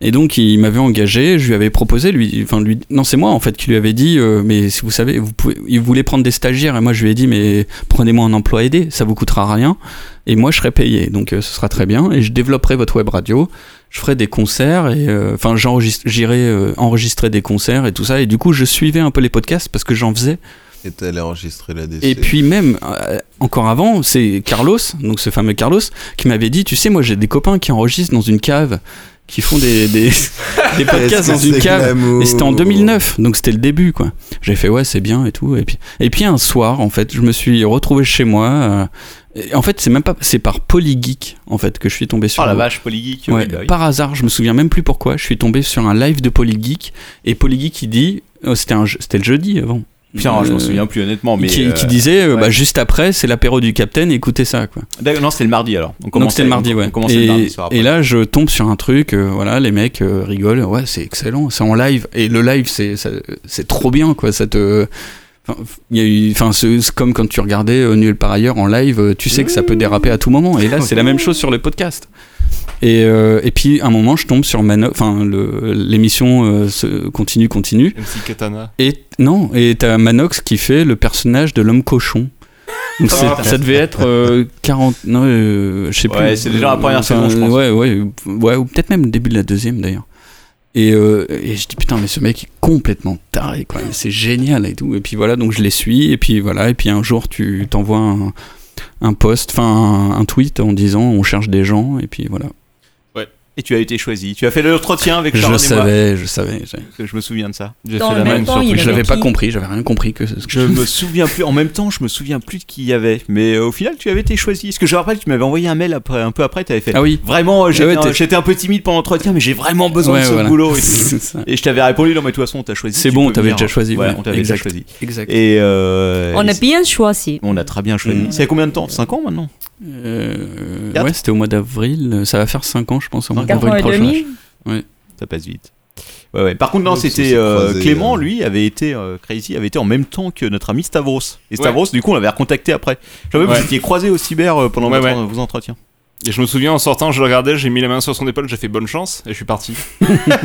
S9: Et donc il m'avait engagé, je lui avais proposé, lui, enfin lui, non c'est moi en fait qui lui avait dit, euh, mais si vous savez, vous pouvez, il voulait prendre des stagiaires et moi je lui ai dit mais prenez-moi un emploi aidé, ça vous coûtera rien et moi je serai payé, donc euh, ce sera très bien et je développerai votre web radio, je ferai des concerts et euh, enfin j'enregistre- j'irai euh, enregistrer des concerts et tout ça et du coup je suivais un peu les podcasts parce que j'en faisais
S2: Et t'allais enregistrer la DC.
S9: et puis même, euh, encore avant, c'est Carlos, donc ce fameux Carlos, qui m'avait dit, tu sais, moi j'ai des copains qui enregistrent dans une cave, qui font des, des, des
S2: Est-ce
S9: podcasts
S2: que
S9: dans une
S2: c'est
S9: cave.
S2: glamour
S9: Et c'était en 2009, donc c'était le début, quoi. J'ai fait, ouais, c'est bien et tout. Et puis, et puis un soir, en fait, je me suis retrouvé chez moi. euh, et en fait, c'est même pas, c'est par Polygeek, en fait, que je suis tombé sur.
S7: Oh la
S9: le-
S7: vache, Polygeek, oui,
S9: Ouais,
S7: bah oui.
S9: Par hasard, je me souviens même plus pourquoi, je suis tombé sur un live de Polygeek et Polygeek il dit, oh, c'était un je- c'était le jeudi avant.
S7: Putain, je m'en
S9: Euh,
S7: souviens plus, honnêtement, mais,
S9: qui,
S7: euh,
S9: qui disait euh,
S7: ouais.
S9: bah, juste après c'est l'apéro du Capitaine écoutez ça quoi
S7: D'accord, non, c'était le mardi alors. On
S9: donc
S7: commençait-
S9: c'était le mardi
S7: on-
S9: ouais
S7: On commençait
S9: et,
S7: le mardi soir.
S9: et là je tombe sur un truc euh, voilà les mecs euh, rigolent ouais c'est excellent c'est en live et le live c'est ça- c'est trop bien quoi ça te enfin, il y a eu- enfin c'est c'est comme quand tu regardais euh, nulle part ailleurs en live euh, tu sais que ça peut déraper à tout moment et là c'est la même chose sur le podcast et, euh, et puis à un moment je tombe sur Mano enfin le- l'émission euh, se- continue continue
S1: MC Katana.
S9: et non, et t'as Manox qui fait le personnage de l'homme cochon. Donc c'est-
S1: Ah.
S9: ça devait être euh, 40. Non, euh, je sais plus.
S7: Ouais, c'est déjà la première saison, je pense.
S9: Ouais, ouais, ouais, ou peut-être même le début de la deuxième d'ailleurs. Et, euh, et je dis putain, mais ce mec est complètement taré, quoi. Mais C'est génial et tout. Et puis voilà, donc je les suis. Et puis voilà, et puis un jour tu t'envoies un, un post, enfin un, un tweet en disant on cherche des gens. Et puis voilà.
S1: Ouais.
S7: Et tu as été choisi. Tu as fait l'entretien avec
S9: Je
S7: Sharon et moi.
S9: savais, je savais.
S7: Parce que Je me souviens de ça.
S9: J'ai Dans fait la le même même temps, surprise. il Je l'avais avait pas qui compris, j'avais rien compris que-
S7: Je me souviens plus. En même temps, je me souviens plus de qui il y avait. Mais euh, au final, tu avais été choisi. Parce que je me rappelle, tu m'avais envoyé un mail après, un peu après. Tu avais fait.
S9: Ah oui.
S7: Vraiment, euh,
S9: Ah
S7: j'étais
S9: ouais,
S7: un-
S9: t'es-
S7: j'étais un peu timide pendant l'entretien, mais j'ai vraiment besoin
S9: Ouais,
S7: de ce
S9: voilà.
S7: boulot. Et, tout.
S9: C'est ça.
S7: Et je t'avais répondu. Non, mais de toute façon, on t'a choisi.
S9: C'est
S7: tu
S9: bon,
S7: peux
S9: on t'avait
S7: venir.
S9: déjà choisi,
S7: Voilà,
S9: ouais.
S7: on t'avait déjà
S9: Exact.
S7: choisi.
S9: Exact.
S7: Et euh,
S8: On a bien choisi.
S7: on a très bien choisi.
S9: Mhm.
S7: Ça fait combien de temps 5 ans maintenant
S9: Euh,
S7: Quatre Euh,
S9: ouais, c'était au mois d'avril. Ça va faire 5 ans, je pense, au mois
S8: Quatre
S9: d'avril
S8: ans et
S9: prochain.
S8: demi
S9: Ouais.
S7: Ça passe vite. Ouais, ouais. Par contre, non,
S2: Oui, parce que
S7: c'était
S2: c'est
S7: euh,
S2: croisé,
S7: Clément,
S2: euh.
S7: lui, avait été euh, crazy, avait été en même temps que notre ami Stavros. Et Stavros,
S1: Ouais.
S7: du coup, on l'avait recontacté après. J'avais
S1: Ouais.
S7: vous étiez croisé au cyber euh, pendant
S1: Ouais,
S7: votre-
S1: ouais.
S7: vos entretiens.
S1: Et je me souviens en sortant, je le regardais, j'ai mis la main sur son épaule, j'ai fait bonne chance et je suis parti.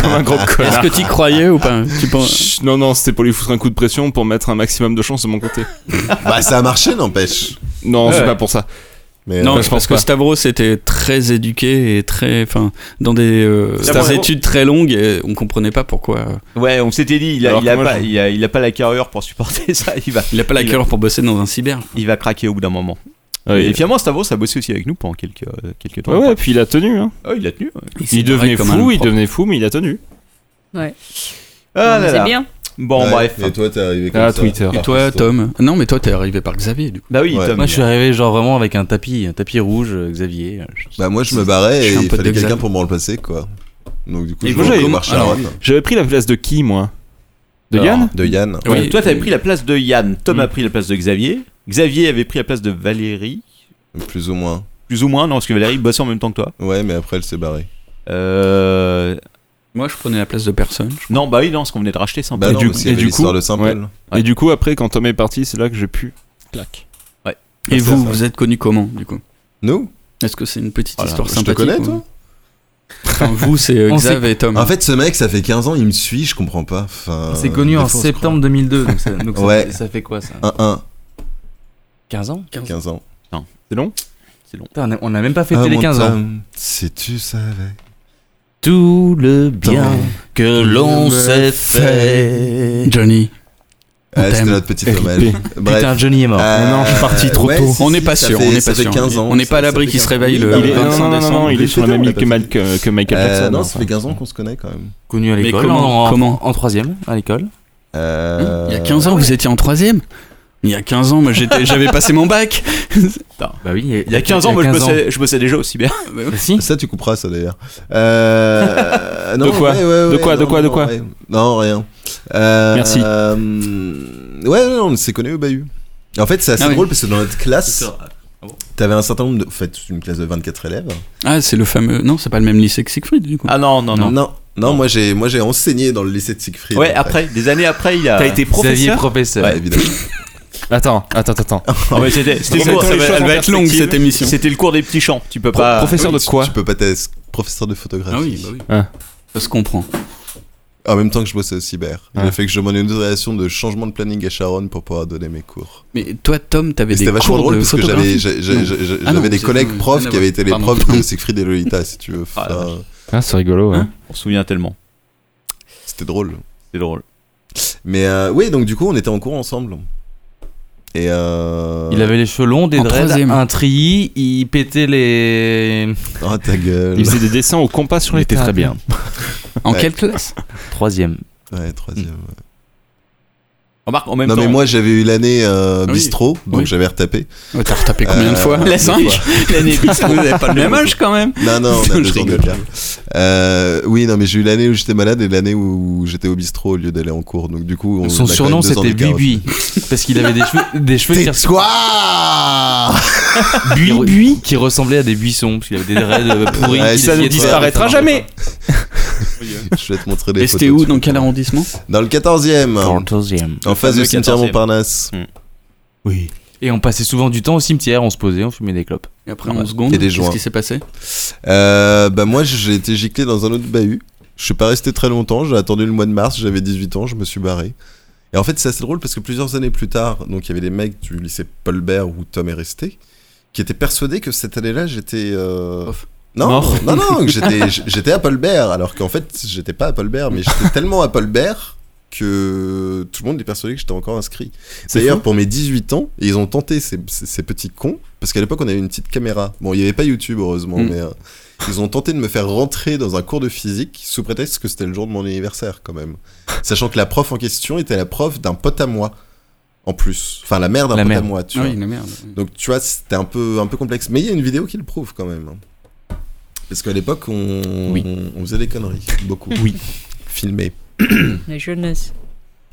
S1: Comme un gros
S9: Est-ce
S1: connard.
S9: que t'y croyais ou pas Tu penses-
S1: Chut, Non, non, c'était pour lui foutre un coup de pression pour mettre un maximum de chance de mon côté.
S2: bah, ça a marché, n'empêche.
S1: Non,
S9: Ouais,
S1: c'est
S9: ouais.
S1: pas pour ça.
S2: Mais euh,
S9: non,
S1: Enfin,
S9: je pense que
S1: pas.
S9: Stavros était très éduqué et très, enfin, dans des, euh,
S7: Stavros-
S9: des études très longues, et on comprenait pas pourquoi. euh,
S7: Ouais, on s'était dit, il a,
S9: Alors
S7: il, a
S9: que moi,
S7: pas,
S9: je-
S7: il, a, il a pas la carrure pour supporter ça. Il, va,
S9: Il a pas la Ah
S7: il va-
S9: cœur pour bosser dans un cyber.
S7: Il va craquer au bout d'un moment.
S1: Ouais,
S7: et
S1: il-
S7: finalement, Stavros a bossé aussi avec nous pendant quelques, euh, quelques temps.
S1: Ouais, ouais, puis il a tenu. hein.
S7: Ah, il a tenu. ouais.
S1: Il devenait fou, il devenait fou, mais il a tenu.
S8: Ouais.
S7: Ah
S8: Bon,
S7: là
S8: c'est
S7: là.
S8: bien.
S7: Bon,
S2: Ouais,
S7: bref.
S2: Et toi, t'es arrivé comme
S1: Ah,
S2: ça.
S1: Twitter.
S9: Et toi, Tom Non, mais toi, t'es arrivé par Xavier, du coup.
S7: Bah oui,
S2: Ouais.
S7: Tom.
S10: Moi, je suis arrivé genre vraiment avec un tapis, un tapis rouge, euh, Xavier.
S2: Bah, moi, je me
S9: Je
S2: barrais et
S9: suis un
S2: il
S9: peu
S2: fallait
S9: d'examen.
S2: quelqu'un pour me remplacer, quoi. Donc, du coup,
S1: Et
S2: je
S1: moi,
S2: vais
S1: j'avais-
S2: au marché à
S1: alors,
S2: Rome.
S1: J'avais pris la place de qui, moi De Yann
S2: De Yann.
S9: Oui.
S7: Ouais, Toi, t'avais pris la place de Yann. Tom a pris la place de Xavier. Xavier avait pris la place de Valérie.
S2: Plus ou moins.
S7: Plus ou moins, non, parce que Valérie bossait en même temps que toi.
S2: Ouais, mais après, elle s'est barrée.
S7: Euh.
S9: Moi, je prenais la place de personne.
S7: Non, bah oui, non, ce qu'on venait de racheter, c'est un
S2: Bah
S7: peu-
S2: non,
S1: du-
S2: parce qu'il
S1: et
S2: y avait
S1: du
S2: l'histoire
S1: coup,
S2: de Simple.
S7: Ouais.
S1: Et du coup, après, quand Tom est parti, c'est là que j'ai pu. Clac.
S9: Et
S2: C'est
S9: vous,
S2: ça.
S9: vous êtes connu comment, du coup
S2: Nous
S9: Est-ce que c'est une petite
S7: Oh là,
S9: histoire
S2: je te
S9: sympathique
S2: connais,
S9: ou-
S2: toi
S9: Enfin, Vous, c'est euh,
S10: On s'est-
S9: Xav et Tom.
S2: En fait, ce mec, ça fait 15 ans, il me suit, je comprends pas. Enfin,
S10: Mm. C'est connu
S2: Euh, des
S10: en
S2: fois, on se
S10: septembre 2002, donc ça, donc ça-
S2: Ouais.
S10: ça fait quoi ça
S2: croit. 1-1,
S10: 15 ans
S2: 15 ans. Ah,
S1: C'est long
S10: Putain, On a, on a même pas fêté les 15 ans.
S2: Si tu savais.
S10: Tout le
S2: bien
S10: que
S2: l'on s'est fait.
S9: Johnny.
S2: Ah,
S9: t'aime.
S2: c'était notre petit hommage.
S10: Putain, Johnny est mort.
S2: Euh,
S1: non, je suis parti trop
S2: ouais,
S1: tôt.
S2: si, si,
S9: On n'est pas
S2: ça
S9: sûr,
S2: fait-
S9: on n'est
S2: ça
S9: pas
S2: fait
S9: sûr.
S2: 15 ans,
S9: On n'est
S2: ça-
S9: pas à
S2: ça
S9: l'abri
S2: fait
S9: qu'il se
S2: 15 ans.
S9: réveille
S2: Oui,
S9: le
S2: bah,
S1: Il est- non,
S9: 25
S1: non, non, non,
S9: décembre.
S1: il est sur la
S2: Fais-le,
S1: même
S2: on
S1: île
S2: l'a
S1: que,
S2: pas
S1: Mal- que, que Michael
S2: Euh,
S1: Jackson. hein.
S2: non,
S1: enfin.
S2: ça fait 15 ans qu'on se connaît quand même.
S10: Connu à
S9: Mais
S10: l'école.
S9: comment-
S10: en,
S9: comment
S10: en, troisième, à l'école.
S2: Euh,
S9: Il y a 15 ans, vous étiez en troisième Il y a 15 ans, moi, j'étais- j'avais passé mon bac.
S10: Bah oui,
S7: Il y a 15 ans, moi, je bossais- je bossais déjà aussi bien.
S10: Si.
S2: Ça, tu couperas ça d'ailleurs. Euh, non,
S1: quoi
S2: ouais, ouais,
S1: De
S2: ouais,
S1: quoi, de
S2: non,
S1: quoi, de
S2: non,
S1: quoi
S2: ouais. Non, rien. Euh,
S1: Merci.
S2: euh, ouais, ouais, on s'est connus au bahut. En fait, c'est assez
S9: Ah oui.
S2: drôle parce que dans notre classe, t'avais un certain nombre de. En fait, c'est une classe de 24 élèves.
S9: Ah, c'est le fameux. Non, c'est pas le même lycée que Siegfried, du coup.
S7: Ah non, non, non.
S2: Non, non, moi j'ai moi j'ai enseigné dans le lycée de Siegfried. en
S7: Ouais,
S2: fait.
S7: après, des années après, il a.
S1: T'as été
S10: Xavier
S1: professeur
S10: professeur.
S2: Ouais, évidemment.
S1: Attends, attends, attends.
S7: Ah ouais, c'était, c'était le
S1: Remettons
S7: cours,
S1: les
S7: ça va-
S1: choses
S7: elle
S1: en
S7: va être longue
S1: perspective.
S7: cette émission. C'était le cours des petits champs. Tu peux pas.
S1: Professeur
S2: Oui,
S1: de
S2: tu-
S1: quoi
S2: Tu peux pas t'être professeur de photographie.
S9: Ah oui, bah oui.
S1: Ah.
S9: Ça se comprend.
S2: En même temps que je bossais au cyber. Il
S1: Ouais.
S2: a fait que je demandais une autorisation de changement de planning à Sharon pour pouvoir donner mes cours.
S9: Mais toi, Tom,
S2: Et
S9: t'avais des
S2: C'était vachement
S9: cours
S2: drôle
S9: de
S2: parce que j'avais
S9: photographie
S2: j'a- j'a-
S9: Non.
S2: j'a- j'a-
S9: Ah non,
S2: j'avais des
S9: c'est-
S2: collègues
S9: rien
S2: profs
S9: à
S2: qui avaient été les
S9: voir.
S2: profs
S9: Pardon.
S2: de Siegfried et Lolita, si tu veux.
S7: Ah, la
S2: Enfin,
S1: Ah, c'est rigolo, hein.
S7: On se souvient tellement.
S2: C'était drôle.
S7: C'est drôle.
S2: Mais euh, oui, donc du coup, on était en cours ensemble. Et euh...
S10: Il avait les cheveux longs, des
S9: En
S10: dreads,
S9: troisième.
S10: un tri, il pétait les.
S2: Oh ta gueule.
S1: Il faisait des dessins au compas sur
S10: Il
S1: les
S10: était
S1: terrains.
S10: très bien.
S9: En
S2: Ouais.
S9: quelle classe
S10: Troisième.
S2: Ouais, troisième. ouais.
S7: Remarque, en même
S2: Non,
S7: temps.
S2: mais moi j'avais eu l'année euh,
S9: Ah Oui.
S2: bistrot, donc
S9: Oui.
S2: j'avais retapé.
S9: Oh, T'as retapé combien
S2: Euh,
S9: de fois
S2: deux
S9: La 5 L'année bistrot, vous avez pas le même âge quand même
S2: Non, non, on a
S9: Je
S2: deux ans
S9: rigole.
S2: d'écart. Euh, oui, non, mais j'ai eu l'année où j'étais malade et l'année où j'étais au bistrot au lieu d'aller en cours. Donc, du coup, on
S10: Son
S2: a quand
S10: surnom
S2: même deux ans
S10: c'était
S2: d'écart.
S10: Bui parce qu'il avait des cheveux, des cheveux qui, res-
S2: Tais-toi
S10: qui re- qui ressemblaient à des buissons, parce qu'il avait des raids pourris.
S2: Ouais,
S10: qui
S2: ça
S10: essayaient
S2: ne
S10: de-
S2: disparaîtra
S10: ça marchait
S2: Je vais te montrer des
S9: Et
S2: photos.
S9: c'était où
S2: tu
S9: Dans quel arrondissement
S2: vois. Dans le 14
S10: pas.
S2: e En face
S7: fameux
S2: du cimetière
S7: 14e.
S2: Montparnasse.
S10: Oui. Et on passait souvent du temps au cimetière, on se posait, on fumait des clopes.
S9: Et après, en seconde,
S2: Et des
S9: qu'est-ce
S2: joints.
S9: qui s'est passé Ah
S2: Euh, bah, moi, j'ai été giclé dans un autre bahut. Je suis pas resté très longtemps, j'ai attendu le mois de mars, j'avais 18 ans, je me suis barré. Et en fait, c'est assez drôle parce que plusieurs années plus tard, donc il y avait des mecs du lycée Paulbert où Tom est resté, qui étaient persuadés que cette année-là, j'étais. euh,
S9: Off.
S2: Non,
S1: Mort.
S2: non, non, que j'étais, j'étais à Paulbert, alors qu'en fait, j'étais pas à Paulbert, mais j'étais tellement à Paulbert que tout le monde est persuadé que j'étais encore inscrit. D'ailleurs, pour mes 18 ans, ils ont tenté ces, ces- ces petits cons, parce qu'à l'époque, on avait une petite caméra. Bon, il n'y avait pas YouTube, heureusement,
S9: Mm.
S2: mais euh, ils ont tenté de me faire rentrer dans un cours de physique sous prétexte que c'était le jour de mon anniversaire, quand même. Sachant que la prof en question était la prof d'un pote à moi, en plus. Enfin, la mère d'un
S10: La
S2: pote
S10: mère.
S2: à moi, tu
S9: Ah
S2: vois.
S9: oui, la merde.
S2: Donc, tu vois, c'était un peu, un peu complexe. Mais il y a une vidéo qui le prouve, quand même. hein. Parce qu'à l'époque, on,
S1: Oui.
S2: on, on faisait des conneries, beaucoup.
S1: Oui.
S2: Filmé.
S8: La jeunesse.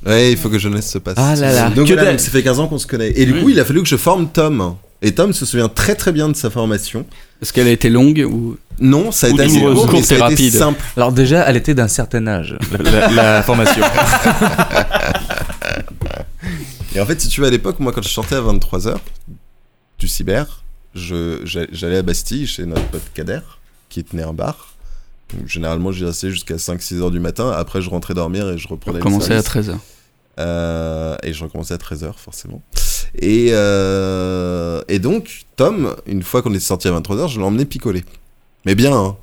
S2: Ouais, il faut que jeunesse se passe.
S10: Ah là là.
S2: Donc
S7: Que
S2: voilà,
S7: dalle.
S2: donc ça fait 15 ans qu'on se connaît. Et du coup, il a fallu que je forme Tom. Et Tom se souvient très très bien de sa formation.
S9: Est-ce qu'elle a été longue ou
S2: Non, ça a
S9: Ou
S2: été assez
S9: douloureuse.
S2: court, mais
S9: Courte et
S2: ça a été
S9: rapide.
S2: simple.
S10: Alors déjà, elle était d'un certain âge, la, la- la formation.
S2: Et en fait, si tu veux, à l'époque, moi, quand je sortais à 23h du cyber, je- j'a- j'allais à Bastille chez notre pote Kader, qui tenait un bar. Donc, généralement, j'y restais jusqu'à 5-6h du matin. Après, je rentrais dormir et je reprenais le
S9: Commençait
S2: service.
S9: à 13 heures.
S2: Euh, et je recommençais à 13h, forcément. Et, euh, et donc, Tom, une fois qu'on était sorti à 23h, je l'ai emmené picoler. Mais bien, hein.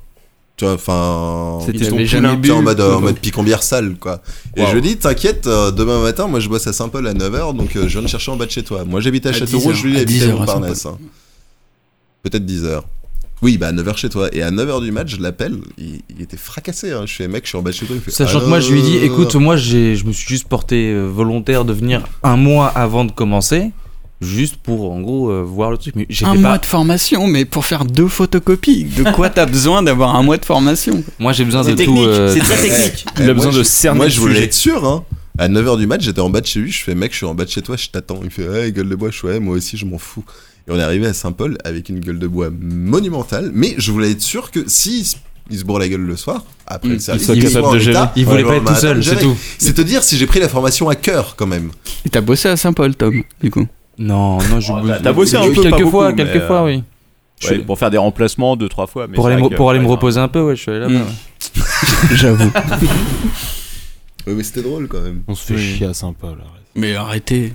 S2: Tu vois, enfin.
S9: C'était
S2: il
S9: son
S2: avait
S9: poulain.
S2: tu sais, en mode, euh, en
S9: Ouais.
S2: mode picambière sale, quoi. Et
S9: Wow.
S2: je lui dis, t'inquiète, euh, demain matin, moi je bosse à Saint-Paul à 9h, donc euh, je viens te chercher en bas de chez toi. Moi j'habite à,
S9: À
S2: Châteaurouge,
S9: 10h,
S2: lui il
S9: à
S2: habite à
S9: 10h à
S2: Montparnasse.
S9: Saint-Paul.
S2: hein. Peut-être 10h. Oui, bah à 9h chez toi. Et à 9h du match, je l'appelle, il, il était fracassé. hein. Je suis mec, je suis en bas de chez toi. Il fait,
S10: Sachant que moi, je lui dis,
S2: alors euh,
S10: écoute, moi, j'ai, je me suis juste porté euh, volontaire de venir un mois avant de commencer, juste pour, en gros, euh, voir le truc. Mais j'étais
S9: Un
S10: pas.
S9: mois de formation, mais pour faire deux photocopies, de quoi t'as besoin d'avoir un mois de formation
S10: Moi, j'ai besoin
S9: C'est de tout, technique, euh, c'est très technique.
S2: Eh,
S9: Il a
S2: moi,
S9: besoin de
S2: je-
S9: cerner
S2: Moi,
S9: le
S2: je voulais
S9: sujet.
S2: être sûr. Hein. À 9h du match, j'étais en bas de chez lui. Je fais, mec, je suis en bas de chez toi, je t'attends. Il fait, ouais, gueule de bois. Je fais, ouais, moi aussi, je m'en fous. Et on est arrivé à Saint-Paul avec une gueule de bois monumentale. Mais je voulais être sûr que si il se- il se bourre la gueule le soir, après
S10: Mm.
S2: le service,
S10: Il soit capable
S2: soit en
S10: de gérer.
S2: état,
S10: Il voulait
S2: genre,
S10: pas être
S2: bah,
S10: tout seul,
S2: attends,
S10: c'est
S2: gérer.
S10: tout.
S2: C'est te dire si j'ai pris la formation à cœur quand même.
S9: Et t'as bossé à Saint-Paul, Tom, du coup
S10: Non, non, je.
S7: Oh, T'as bossé un peu
S10: Quelques
S7: pas beaucoup,
S10: fois,
S7: mais,
S10: quelques fois, oui.
S7: ouais, pour faire des remplacements deux trois fois. Mais
S10: Pour
S7: c'est
S10: aller,
S7: vrai
S10: me-
S7: que-
S10: pour aller me reposer un peu, ouais, je suis allé là-bas.
S7: Mm.
S10: ouais.
S9: J'avoue.
S2: Ouais, mais c'était drôle quand même.
S1: On se fait chier à Saint-Paul.
S9: Mais arrêtez.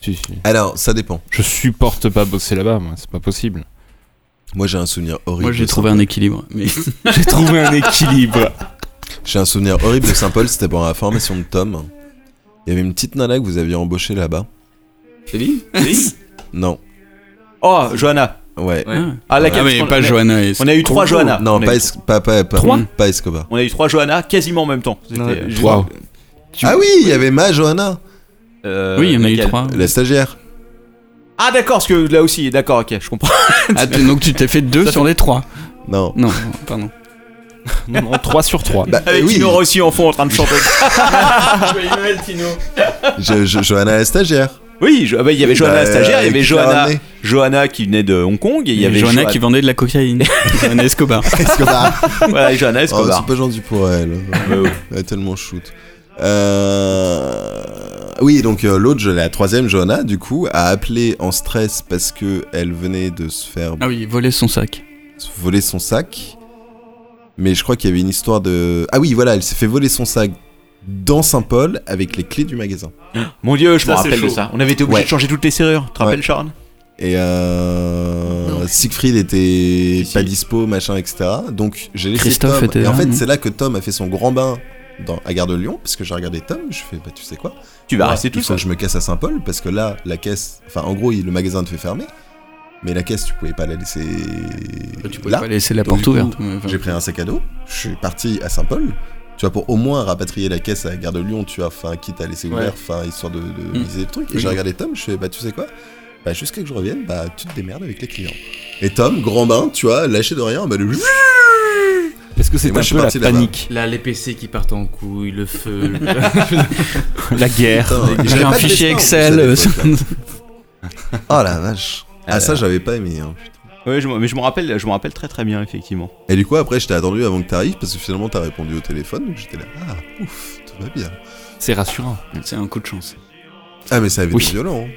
S1: Si, si.
S2: Alors, ça dépend.
S1: Je supporte pas bosser là-bas, moi, c'est pas possible.
S2: Moi, j'ai un souvenir horrible.
S9: Moi, j'ai trouvé un équilibre. Mais...
S1: J'ai trouvé un équilibre.
S2: J'ai un souvenir horrible de Saint-Paul, c'était pendant la formation de Tom. Il y avait une petite nana que vous aviez embauchée là-bas.
S9: Céline
S2: Non.
S7: Oh, Johanna.
S2: Ouais.
S7: Ouais. Ah, laquelle Ah, mais parce qu'on- pas on a- Johanna et- on a eu trois Johanna.
S2: Non,
S7: On a
S2: pas,
S7: eu-
S2: Es- pas, pas, pas,
S7: Trois
S2: pas Escobar.
S7: On a eu trois Johanna quasiment en même temps. C'était, euh, juste-
S2: Trois. Ah oui, il y avait ma Johanna.
S7: Euh, Oui, il y en a eu laquelle trois.
S2: La stagiaire.
S7: Ah d'accord, parce que là aussi, d'accord, ok, je comprends.
S9: Ah, t- donc tu t'es fait deux sur les trois
S2: Non.
S9: Non, pardon.
S1: Non, non, 3 sur 3.
S2: Bah,
S7: Avec
S2: oui.
S7: Tino Rossi en fond en train de chanter.
S2: Je- je- Johanna la stagiaire.
S7: Oui, je- ah bah, il y avait
S2: Oui,
S7: Johanna
S2: bah,
S7: la stagiaire, il y avait
S2: qui l'a
S7: Johanna,
S2: ramenée.
S7: Johanna qui venait de Hong Kong et il y avait
S9: Johanna qui vendait de la cocaïne. Johanna Escobar.
S2: Escobar.
S7: Voilà, Johanna Escobar.
S2: Oh, Ah, c'est pas gentil pour elle.
S7: ouais.
S2: Elle est tellement shoot. Euh, Oui, donc euh, l'autre, je l'ai- la troisième, Johanna, du coup, a appelé en stress parce que elle venait de se faire
S9: Ah oui, voler son sac.
S2: voler son sac. Mais je crois qu'il y avait une histoire de. Ah oui, voilà, elle s'est fait voler son sac dans Saint-Paul avec les clés du magasin.
S7: Mon dieu, je me
S2: Ça, c'est
S7: rappelle de
S2: chaud.
S7: ça. On avait été obligé
S2: Ouais.
S7: de changer toutes les serrures. Tu te rappelles, Sharon
S2: Et euh, Siegfried était pas dispo, machin, etc. Donc j'ai laissé
S9: Christophe
S2: Tom.
S9: était
S2: et en
S9: là,
S2: fait,
S9: non
S2: c'est là que Tom a fait son grand bain dans, à Gare de Lyon, parce que j'ai regardé Tom. Je fais, bah tu sais quoi
S7: Tu vas
S2: Moi,
S7: rester tout
S2: il faut
S7: seul.
S2: que Je me casse à Saint-Paul parce que là, la caisse. Enfin, en gros, il- le magasin te fait fermer. Mais la caisse, tu pouvais pas la laisser. Tu
S9: pouvais pas laisser la porte ouverte, mais enfin.
S2: J'ai pris un sac à dos. Je suis parti à Saint-Paul. Tu vois, pour au moins rapatrier la caisse à la gare de Lyon, tu vois, enfin, quitte à laisser
S9: Ouais.
S2: ouvert, enfin, histoire de, de
S9: Mm.
S2: viser le truc. Et
S9: Oui.
S2: j'ai regardé Tom, je fais, bah, tu sais quoi Bah, jusqu'à que je revienne, bah, tu te démerdes avec les clients. Et Tom, grand bain, tu vois, lâché de rien, bah, le.
S1: Parce que c'est un peu la panique.
S10: Là, les PC qui partent en couille, le feu.
S1: La guerre.
S2: Putain,
S9: J'ai
S2: j'avais
S9: un
S2: pas de
S9: fichier
S2: destin,
S9: Excel.
S2: en
S9: euh,
S2: plus, à l'époque,
S9: sur-
S2: là. Ah la vache. Ah, ça, j'avais pas aimé. Hein.
S7: Ouais, je, m'en- mais je me rappelle, je me rappelle très très bien effectivement.
S2: Et du coup, après, je t'ai attendu avant que t'arrives parce que finalement, t'as répondu au téléphone, donc j'étais là, ah, ouf, tout va bien.
S1: C'est rassurant.
S9: C'est un coup de chance.
S2: Ah, mais ça avait
S9: Oui.
S2: été violent. hein.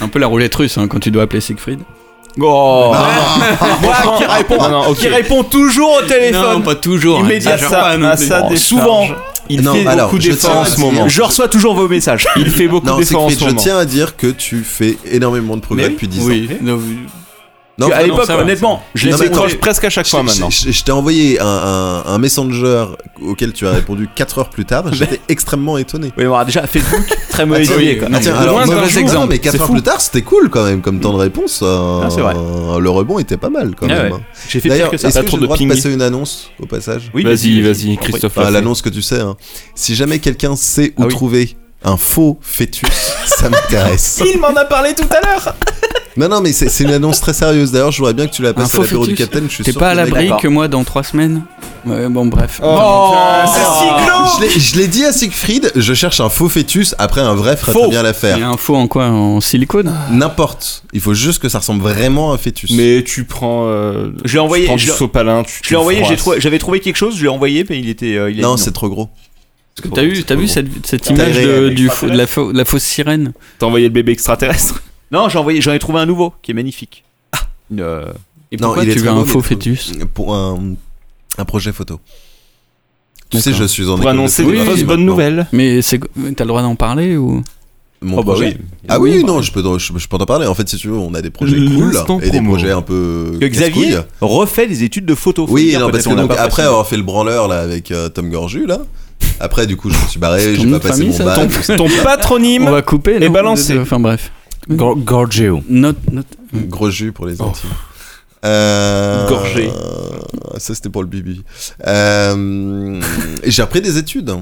S9: Un peu la roulette russe hein, quand tu dois appeler Siegfried.
S7: Oh
S9: Moi
S7: qui répond,
S9: Non, non, ok.
S7: qui répond toujours au téléphone.
S9: Non, pas toujours, hein,
S7: Immédiat,
S9: exagère
S7: ça,
S9: pas non
S7: à
S9: plus.
S7: ça,
S9: Oh,
S7: des- souvent.
S9: charge.
S1: Il
S2: Non,
S1: fait
S2: alors,
S1: beaucoup
S2: je
S1: d'efforts
S2: tiens
S1: en
S2: à
S1: ce
S2: dire-
S1: moment.
S7: Je reçois toujours vos messages.
S1: Il fait beaucoup
S2: Non,
S1: d'efforts en
S2: Siegfried,
S1: ce
S2: je
S1: moment.
S2: tiens à dire que tu fais énormément de progrès
S7: Mais oui.
S2: depuis 10
S9: Oui.
S2: ans.
S9: Non,
S2: Non,
S7: à
S2: vraiment,
S7: l'époque,
S2: ça va,
S7: honnêtement,
S2: ça va.
S7: je
S2: Non,
S7: les
S2: mais
S7: écroche
S2: attends,
S1: presque à chaque
S2: je-
S1: fois
S2: je-
S1: maintenant.
S2: Je, je t'ai envoyé un, un- un messenger auquel tu as répondu 4 heures plus tard, j'étais extrêmement étonné. Ah,
S7: Oui, bon, alors déjà Facebook, très mauvais
S2: Attends,
S7: idée. quoi.
S2: attends, alors,
S7: Moins d'un
S2: mauvais
S7: jour,
S2: exemple,
S7: non,
S2: mais 4 heures plus tard, c'était cool quand même comme temps de réponse. euh,
S7: Mm. Ah, c'est vrai.
S2: Le rebond était pas mal quand
S7: Ah
S2: même.
S7: ouais.
S2: hein.
S7: J'ai fait
S2: D'ailleurs,
S7: pire que ça.
S2: Est-ce
S7: Pas
S2: que j'ai
S7: trop
S2: le
S7: de
S2: droit de
S7: ping.
S2: passer une annonce au passage
S7: Oui,
S1: Vas-y, vas-y, Christophe.
S7: Bah,
S2: Enfin,
S1: Lafay.
S2: L'annonce que tu sais. hein. Si jamais quelqu'un sait où
S9: Ah
S2: trouver un faux fœtus, ça m'intéresse.
S7: Il m'en a parlé tout à l'heure.
S2: Non, non, mais c'est c'est une annonce très sérieuse. D'ailleurs, je voudrais bien que tu la
S9: Un
S2: passes à
S9: faux
S2: l'apéro du
S9: fœtus.
S2: Capitaine. Je suis
S9: T'es
S2: sûr
S9: pas
S2: que
S9: à
S2: le mec-
S9: l'abri que moi dans trois semaines Ouais, bon, bref.
S7: Oh.
S2: Je l'ai- Je l'ai dit à Siegfried, je cherche un faux fœtus, après un vrai ferait
S9: Faux.
S2: très bien l'affaire.
S9: Et un faux en quoi En silicone
S2: N'importe. Il faut juste que ça ressemble vraiment à un fœtus.
S1: Mais tu prends. euh,
S7: Je l'ai envoyé.
S1: Tu prends
S7: je
S1: du
S7: l'ai-
S1: sopalin, tu-
S7: Je
S1: tu
S7: l'ai envoyé, j'ai
S1: froisses.
S7: trouvé- j'avais trouvé quelque chose, je l'ai envoyé, mais il était. euh, il a
S2: Non,
S7: dit
S2: c'est trop gros.
S9: Parce que t'as vu, t'as vu cette, cette
S7: T'as
S9: image
S7: rêvé
S9: de,
S7: avec
S9: du,
S7: Extraterrestre
S9: faux- de la, faux- de la fausse sirène
S1: T'as envoyé le bébé extraterrestre
S7: Non, j'en ai, j'en ai trouvé un nouveau qui est magnifique.
S2: Ah.
S7: Une, euh,
S9: Et pourquoi tu veux un faux fœtus
S2: Pour un, un projet photo. Tu sais,
S9: D'accord.
S2: je suis en école de
S9: Oui,
S2: photographie
S9: oui.
S2: maintenant.
S9: Mais c'est- mais t'as le droit d'en parler ou
S2: Mon
S9: Oh, bah
S2: projet.
S9: oui.
S2: Ah oui,
S9: Oui,
S2: non, je peux, je, je peux t'en parler. En fait, si tu veux, on a des projets cool
S7: L'instant
S2: et des
S7: promo.
S2: projets un peu.
S7: Que Xavier
S2: casse-couilles.
S7: refait des études de photo. faut le
S2: Oui,
S7: dire,
S2: non, parce
S7: peut-être
S2: que
S7: on l'a
S2: donc,
S7: pas
S2: après euh,
S7: précisé.
S2: avoir fait le branleur là avec euh, Tom Gorju là, après du coup je me suis barré, j'ai
S9: nom
S2: pas
S9: de
S2: passé
S9: famille,
S2: mon
S9: ça
S2: bac.
S9: Ton- ton
S1: patronyme
S9: On va couper
S1: et
S9: non
S1: balancer.
S9: Enfin bref.
S10: Gorgeo.
S9: Note, note.
S2: Gros jus pour les
S7: Oh.
S2: intimes. Euh,
S9: Gorgé.
S2: euh, Ça c'était pour le bibi. Euh, j'ai repris des études.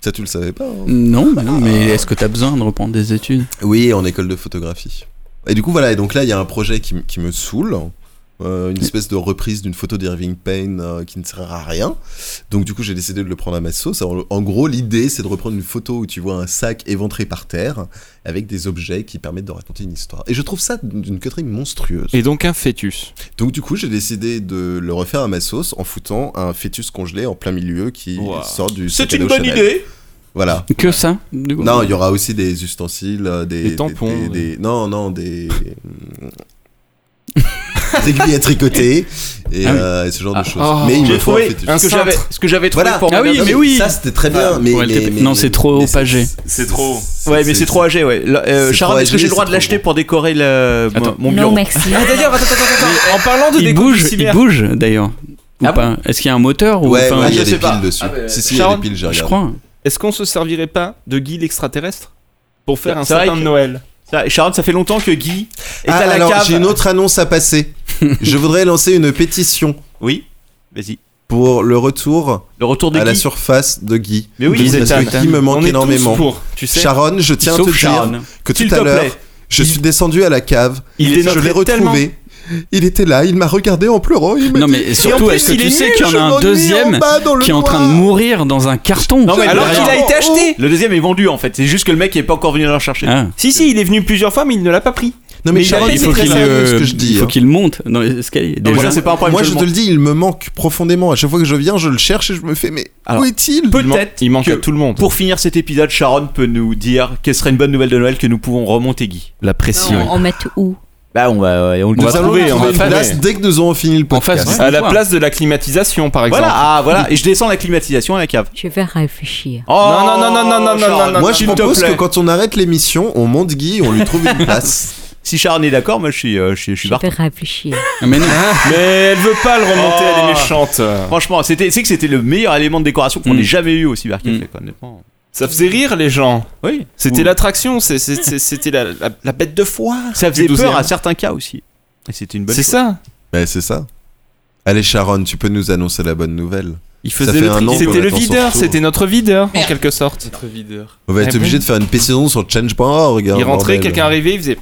S2: Ça tu le savais pas. hein.
S9: Non, bah non, mais est-ce que t'as besoin de reprendre des études
S2: Oui, en école de photographie. Et du coup, voilà, et donc là, il y a un projet qui, m- qui me saoule. euh,
S7: Mm.
S2: une espèce de reprise d'une photo d'Irving Payne euh, qui ne sert à rien. Donc du coup j'ai décidé de le prendre à ma sauce. Alors, en gros l'idée c'est de reprendre une photo où tu vois un sac éventré par terre avec des objets qui permettent de raconter une histoire. Et je trouve ça d'une coterie monstrueuse.
S1: Et donc un fœtus.
S2: Donc du coup j'ai décidé de le refaire à ma sauce en foutant un fœtus congelé en plein milieu qui sort du...
S7: C'est
S2: sac à
S7: une
S2: dos
S7: bonne
S2: Chanel.
S7: idée.
S2: Voilà.
S9: Que ça du coup
S2: Non, il y aura aussi des ustensiles, euh, des,
S9: Des tampons,
S2: des- des- non, non, des des aiguilles à tricoter et,
S7: Ah oui.
S2: euh, et ce genre
S9: Ah.
S2: de choses.
S9: Oh.
S2: mais il
S7: J'ai
S2: me faut
S7: trouvé
S2: un fœtus.
S7: ce que j'avais- ce que j'avais trouvé
S2: Voilà.
S7: pour
S9: Ah oui,
S7: Madame.
S9: mais oui.
S2: Ça c'était très bien,
S9: Ah,
S2: mais,
S9: pour
S2: mais-
S9: LTP.
S2: mais-
S9: non, c'est trop opagé.
S1: C'est trop.
S7: Ouais, mais c'est trop âgé, ouais. Là, euh,
S2: C'est
S7: Sharon,
S2: trop
S7: est-ce que
S2: âgé,
S7: j'ai le droit
S2: c'est
S7: de l'acheter pour décorer le- euh, mon- mon bureau
S8: Non, merci.
S1: Ah, d'ailleurs, attends, attends, attends, attends. En parlant de
S9: Il
S1: déco
S9: bouge, il
S1: publicitaire-
S9: bouge d'ailleurs. Ou pas Est-ce qu'il y a un moteur ou
S2: Ouais,
S9: enfin,
S2: ouais, il y
S9: je
S2: a des
S9: sais pas.
S2: piles dessus.
S1: ouais,
S2: si,
S1: ouais.
S2: si, il y a
S1: Sharon,
S2: des piles, j'ai
S9: je
S2: regardé.
S9: crois.
S1: Est-ce qu'on se servirait pas de Guy l'extraterrestre pour faire un
S7: C'est vrai
S1: sapin de
S7: que-
S1: Noël
S7: Ça- Ah, Sharon, ça fait longtemps que Guy est
S2: Ah,
S7: à la
S2: alors,
S7: cave.
S2: j'ai une autre annonce à passer. je voudrais lancer une pétition.
S7: Oui, vas-y.
S2: Pour le retour,
S7: le retour
S2: à Ah, la surface de Guy.
S7: Mais oui,
S2: Guy,
S7: vous êtes
S2: parce
S7: un-
S2: que Guy me
S7: on
S2: manque
S7: est tous
S2: énormément.
S7: pour, tu sais.
S2: Sharon, je tiens à te
S7: Sauf
S2: dire
S7: Sharon.
S2: que tout
S7: S'il
S2: à
S7: te
S2: l'heure,
S7: plaît.
S2: je suis descendu à la cave.
S1: Il est
S2: je l'ai
S1: notre-
S2: retrouvé.
S1: tellement-
S2: Il était là, il m'a regardé en pleurant. Il m'a
S9: Non
S2: dit-
S9: mais surtout, est-ce que tu sais qu'il y en
S2: Je
S9: a un
S2: m'ennuie
S9: deuxième
S2: en bas dans le
S9: qui est en train de
S2: coin. Oh,
S9: mourir dans un carton
S7: Non, mais
S1: Alors
S7: le-
S1: qu'il a été acheté.
S7: Le deuxième est vendu en fait. C'est juste que le mec est pas encore venu le chercher.
S9: Ah.
S1: Si, si, il est venu plusieurs fois, mais il ne l'a pas pris.
S2: Non mais,
S1: Mais il
S2: Sharon,
S1: a-
S9: il
S1: il
S2: c'est
S9: faut
S2: très
S9: qu'il
S2: sérieux
S9: euh,
S2: ce que je dis.
S9: il faut
S2: hein.
S9: qu'il monte dans l'escalier.
S7: Non, mais ça,
S9: Déjà.
S7: c'est pas un problème,
S2: Moi
S7: je
S2: je
S7: le
S2: te le
S7: montre.
S2: dis, il me manque profondément. À chaque fois que je viens, je le cherche et je me fais mais
S7: Alors,
S2: où est-il
S7: Peut-être.
S1: Il manque
S7: que
S1: à tout le monde.
S7: Pour finir cet épisode, Sharon peut nous dire quelle serait une bonne nouvelle de Noël que nous pouvons remonter Guy.
S1: La pression.
S8: On met où
S7: Bah on va, on le ah,
S1: On va
S2: Nous allons
S1: trouver, on
S2: trouver
S1: va
S2: une
S1: faire-
S2: place dès que nous aurons fini le podcast.
S1: à la place de la climatisation, par exemple.
S7: Voilà, ah voilà, et je descends la climatisation à la cave.
S8: Je vais réfléchir.
S7: Oh,
S1: Non, non, non, non, non, non, non,
S7: Sharon,
S1: non, non,
S2: Moi je
S7: s'il te
S2: propose que
S7: plaît.
S2: quand on arrête l'émission, on monte Guy, on lui trouve une place.
S7: Si Sharon est d'accord, moi je suis, euh, je suis, je suis
S8: Je vais
S7: partant.
S8: réfléchir.
S9: Mais non.
S1: Mais elle veut pas le remonter, elle
S7: Oh.
S1: est méchante.
S7: Franchement, c'était, c'est que c'était le meilleur élément de décoration qu'on
S9: Mm.
S7: ait jamais eu au cybercafé, quoi, honnêtement.
S1: Ça faisait rire les gens.
S7: Oui.
S1: C'était
S7: Ou-
S1: l'attraction, c'est- c'est- c'est- c'était la, la, la bête de foie.
S7: Ça
S1: du
S7: faisait peur
S1: 12e.
S7: à certains cas aussi. Et c'était une bonne.
S1: C'est
S7: chose.
S1: ça.
S2: Ben c'est ça. Allez Sharon, tu peux nous annoncer la bonne nouvelle.
S1: Il
S2: Ça
S1: faisait
S2: fait
S1: le
S2: un
S1: tri-
S2: an qu'on
S1: C'était le
S2: attend son
S1: videur,
S2: retour.
S1: c'était notre videur en quelque sorte.
S2: On va être
S9: ben,
S1: Eh
S2: obligé
S1: oui.
S2: de faire une pétition sur change.org. hein,
S1: Il rentrait,
S2: bordel.
S1: quelqu'un arrivait, il faisait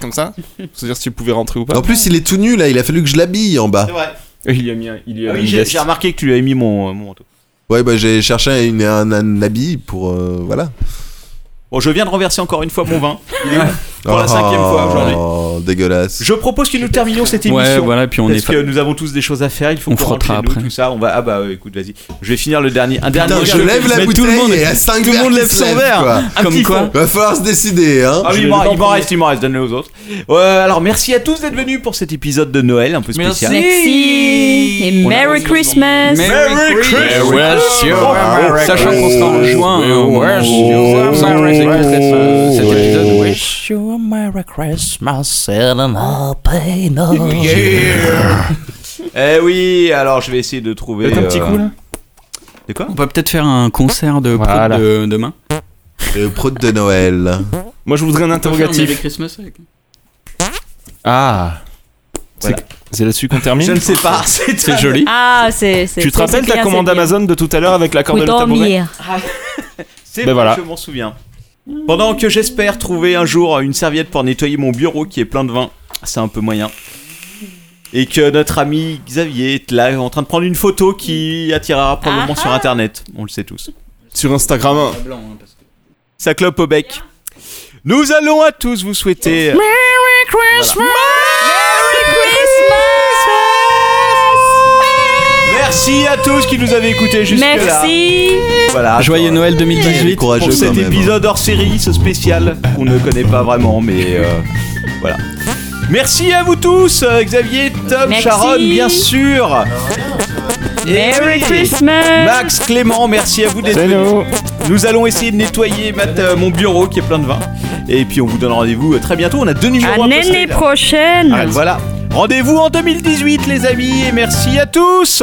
S1: comme ça. C'est-à-dire si tu pouvais rentrer ou pas.
S2: En plus, il est tout nu là, il a fallu que je l'habille en bas.
S7: C'est vrai.
S1: Il lui a mis un. Il lui a
S7: Ah
S1: mis
S7: oui,
S1: une
S7: j'ai,
S1: veste.
S7: j'ai remarqué que tu lui avais mis mon, euh, mon manteau.
S2: Ouais, bah j'ai cherché une- un, un habit pour. euh, voilà.
S7: Bon, je viens de renverser encore une fois mon vin. Il est où Pour la
S2: Oh,
S7: cinquième fois aujourd'hui.
S2: Oh, dégueulasse.
S7: Je propose que nous terminions cette émission.
S9: Ouais, voilà, puis on
S7: parce
S9: est fa-
S7: que nous avons tous des choses à faire. Il faut
S9: On
S7: qu'on rentre
S9: frottera
S7: chez nous,
S9: après.
S7: tout ça. On va. Ah bah euh, écoute, vas-y. Je vais finir le dernier. Un
S2: Putain,
S7: dernier.
S2: je lève la
S9: mais
S2: bouteille
S9: tout le monde-
S2: et à 5
S9: tout le
S2: verres
S9: monde
S2: qui
S9: lève
S2: se
S9: son
S2: lèvent,
S9: verre.
S2: quoi.
S7: Un
S9: Comme
S7: petit
S9: quoi
S7: fond.
S2: Va falloir se décider, hein.
S7: Ah oui,
S1: Je
S7: il
S1: vais
S7: m'en
S1: le
S7: il m'en reste, il m'en reste, donne-le aux autres. Euh, alors merci à tous d'être venus pour cet épisode de Noël un peu spécial.
S8: Merci et Merry Christmas.
S7: Merry Christmas.
S9: Sachant qu'on sera en juin.
S7: euh,
S9: hein, au
S2: Oh.
S9: moment où- Sachant qu'on écouterait ce- cet épisode, oui.
S11: Wish you a Merry Christmas and an happy New
S7: Eh oui, alors je vais essayer de trouver.
S1: Faites un petit
S7: euh,
S1: coup là.
S7: De quoi
S9: On peut peut-être faire un concert de prod
S1: Voilà.
S9: de- demain.
S2: Le prod Oh. de Noël.
S1: Moi je voudrais un
S9: Merry
S1: interrogatif.
S9: Christmas avec-
S1: Ah. C'est-
S7: Voilà.
S1: C'est là-dessus qu'on
S7: Je ne
S1: termine.
S7: sais pas.
S9: C'est joli.
S8: Ah, c'est. c'est-
S1: Tu te
S8: c'est
S1: rappelles
S8: bien,
S1: ta commande
S8: c'est bien.
S1: Amazon de tout à l'heure avec la corde
S8: Faut
S1: de la tabouret
S8: dormir.
S7: C'est
S1: Ben
S7: bon,
S1: voilà.
S7: je m'en souviens. Pendant que j'espère trouver un jour une serviette pour nettoyer mon bureau qui est plein de vin, c'est un peu moyen. Et que notre ami Xavier est là en train de prendre une photo qui attirera probablement sur internet. On le sait tous.
S1: Sur Instagram.
S7: Ça clope au bec. Nous allons à tous vous souhaiter.
S11: Christmas!
S7: Merci à tous qui nous avez écoutés jusque-là.
S8: Merci.
S7: Voilà.
S9: Joyeux Noël 2018
S7: courageux pour cet épisode hors série, ce spécial qu'on ne connaît pas vraiment, mais euh, voilà. Merci à vous tous, euh, Xavier, Tom,
S11: Merci.
S7: Sharon, bien sûr. Et
S11: Merry
S7: oui,
S11: Christmas.
S7: Max, Clément, merci à vous d'être venus. Nous allons essayer de nettoyer ma- euh, mon bureau qui est plein de vin. Et puis on vous donne rendez-vous euh, très bientôt. On a deux numéros
S8: À
S7: à
S8: l'année
S7: poster, là.
S8: prochaine.
S7: Ah, voilà. Rendez-vous en 2018, les amis, et merci à tous.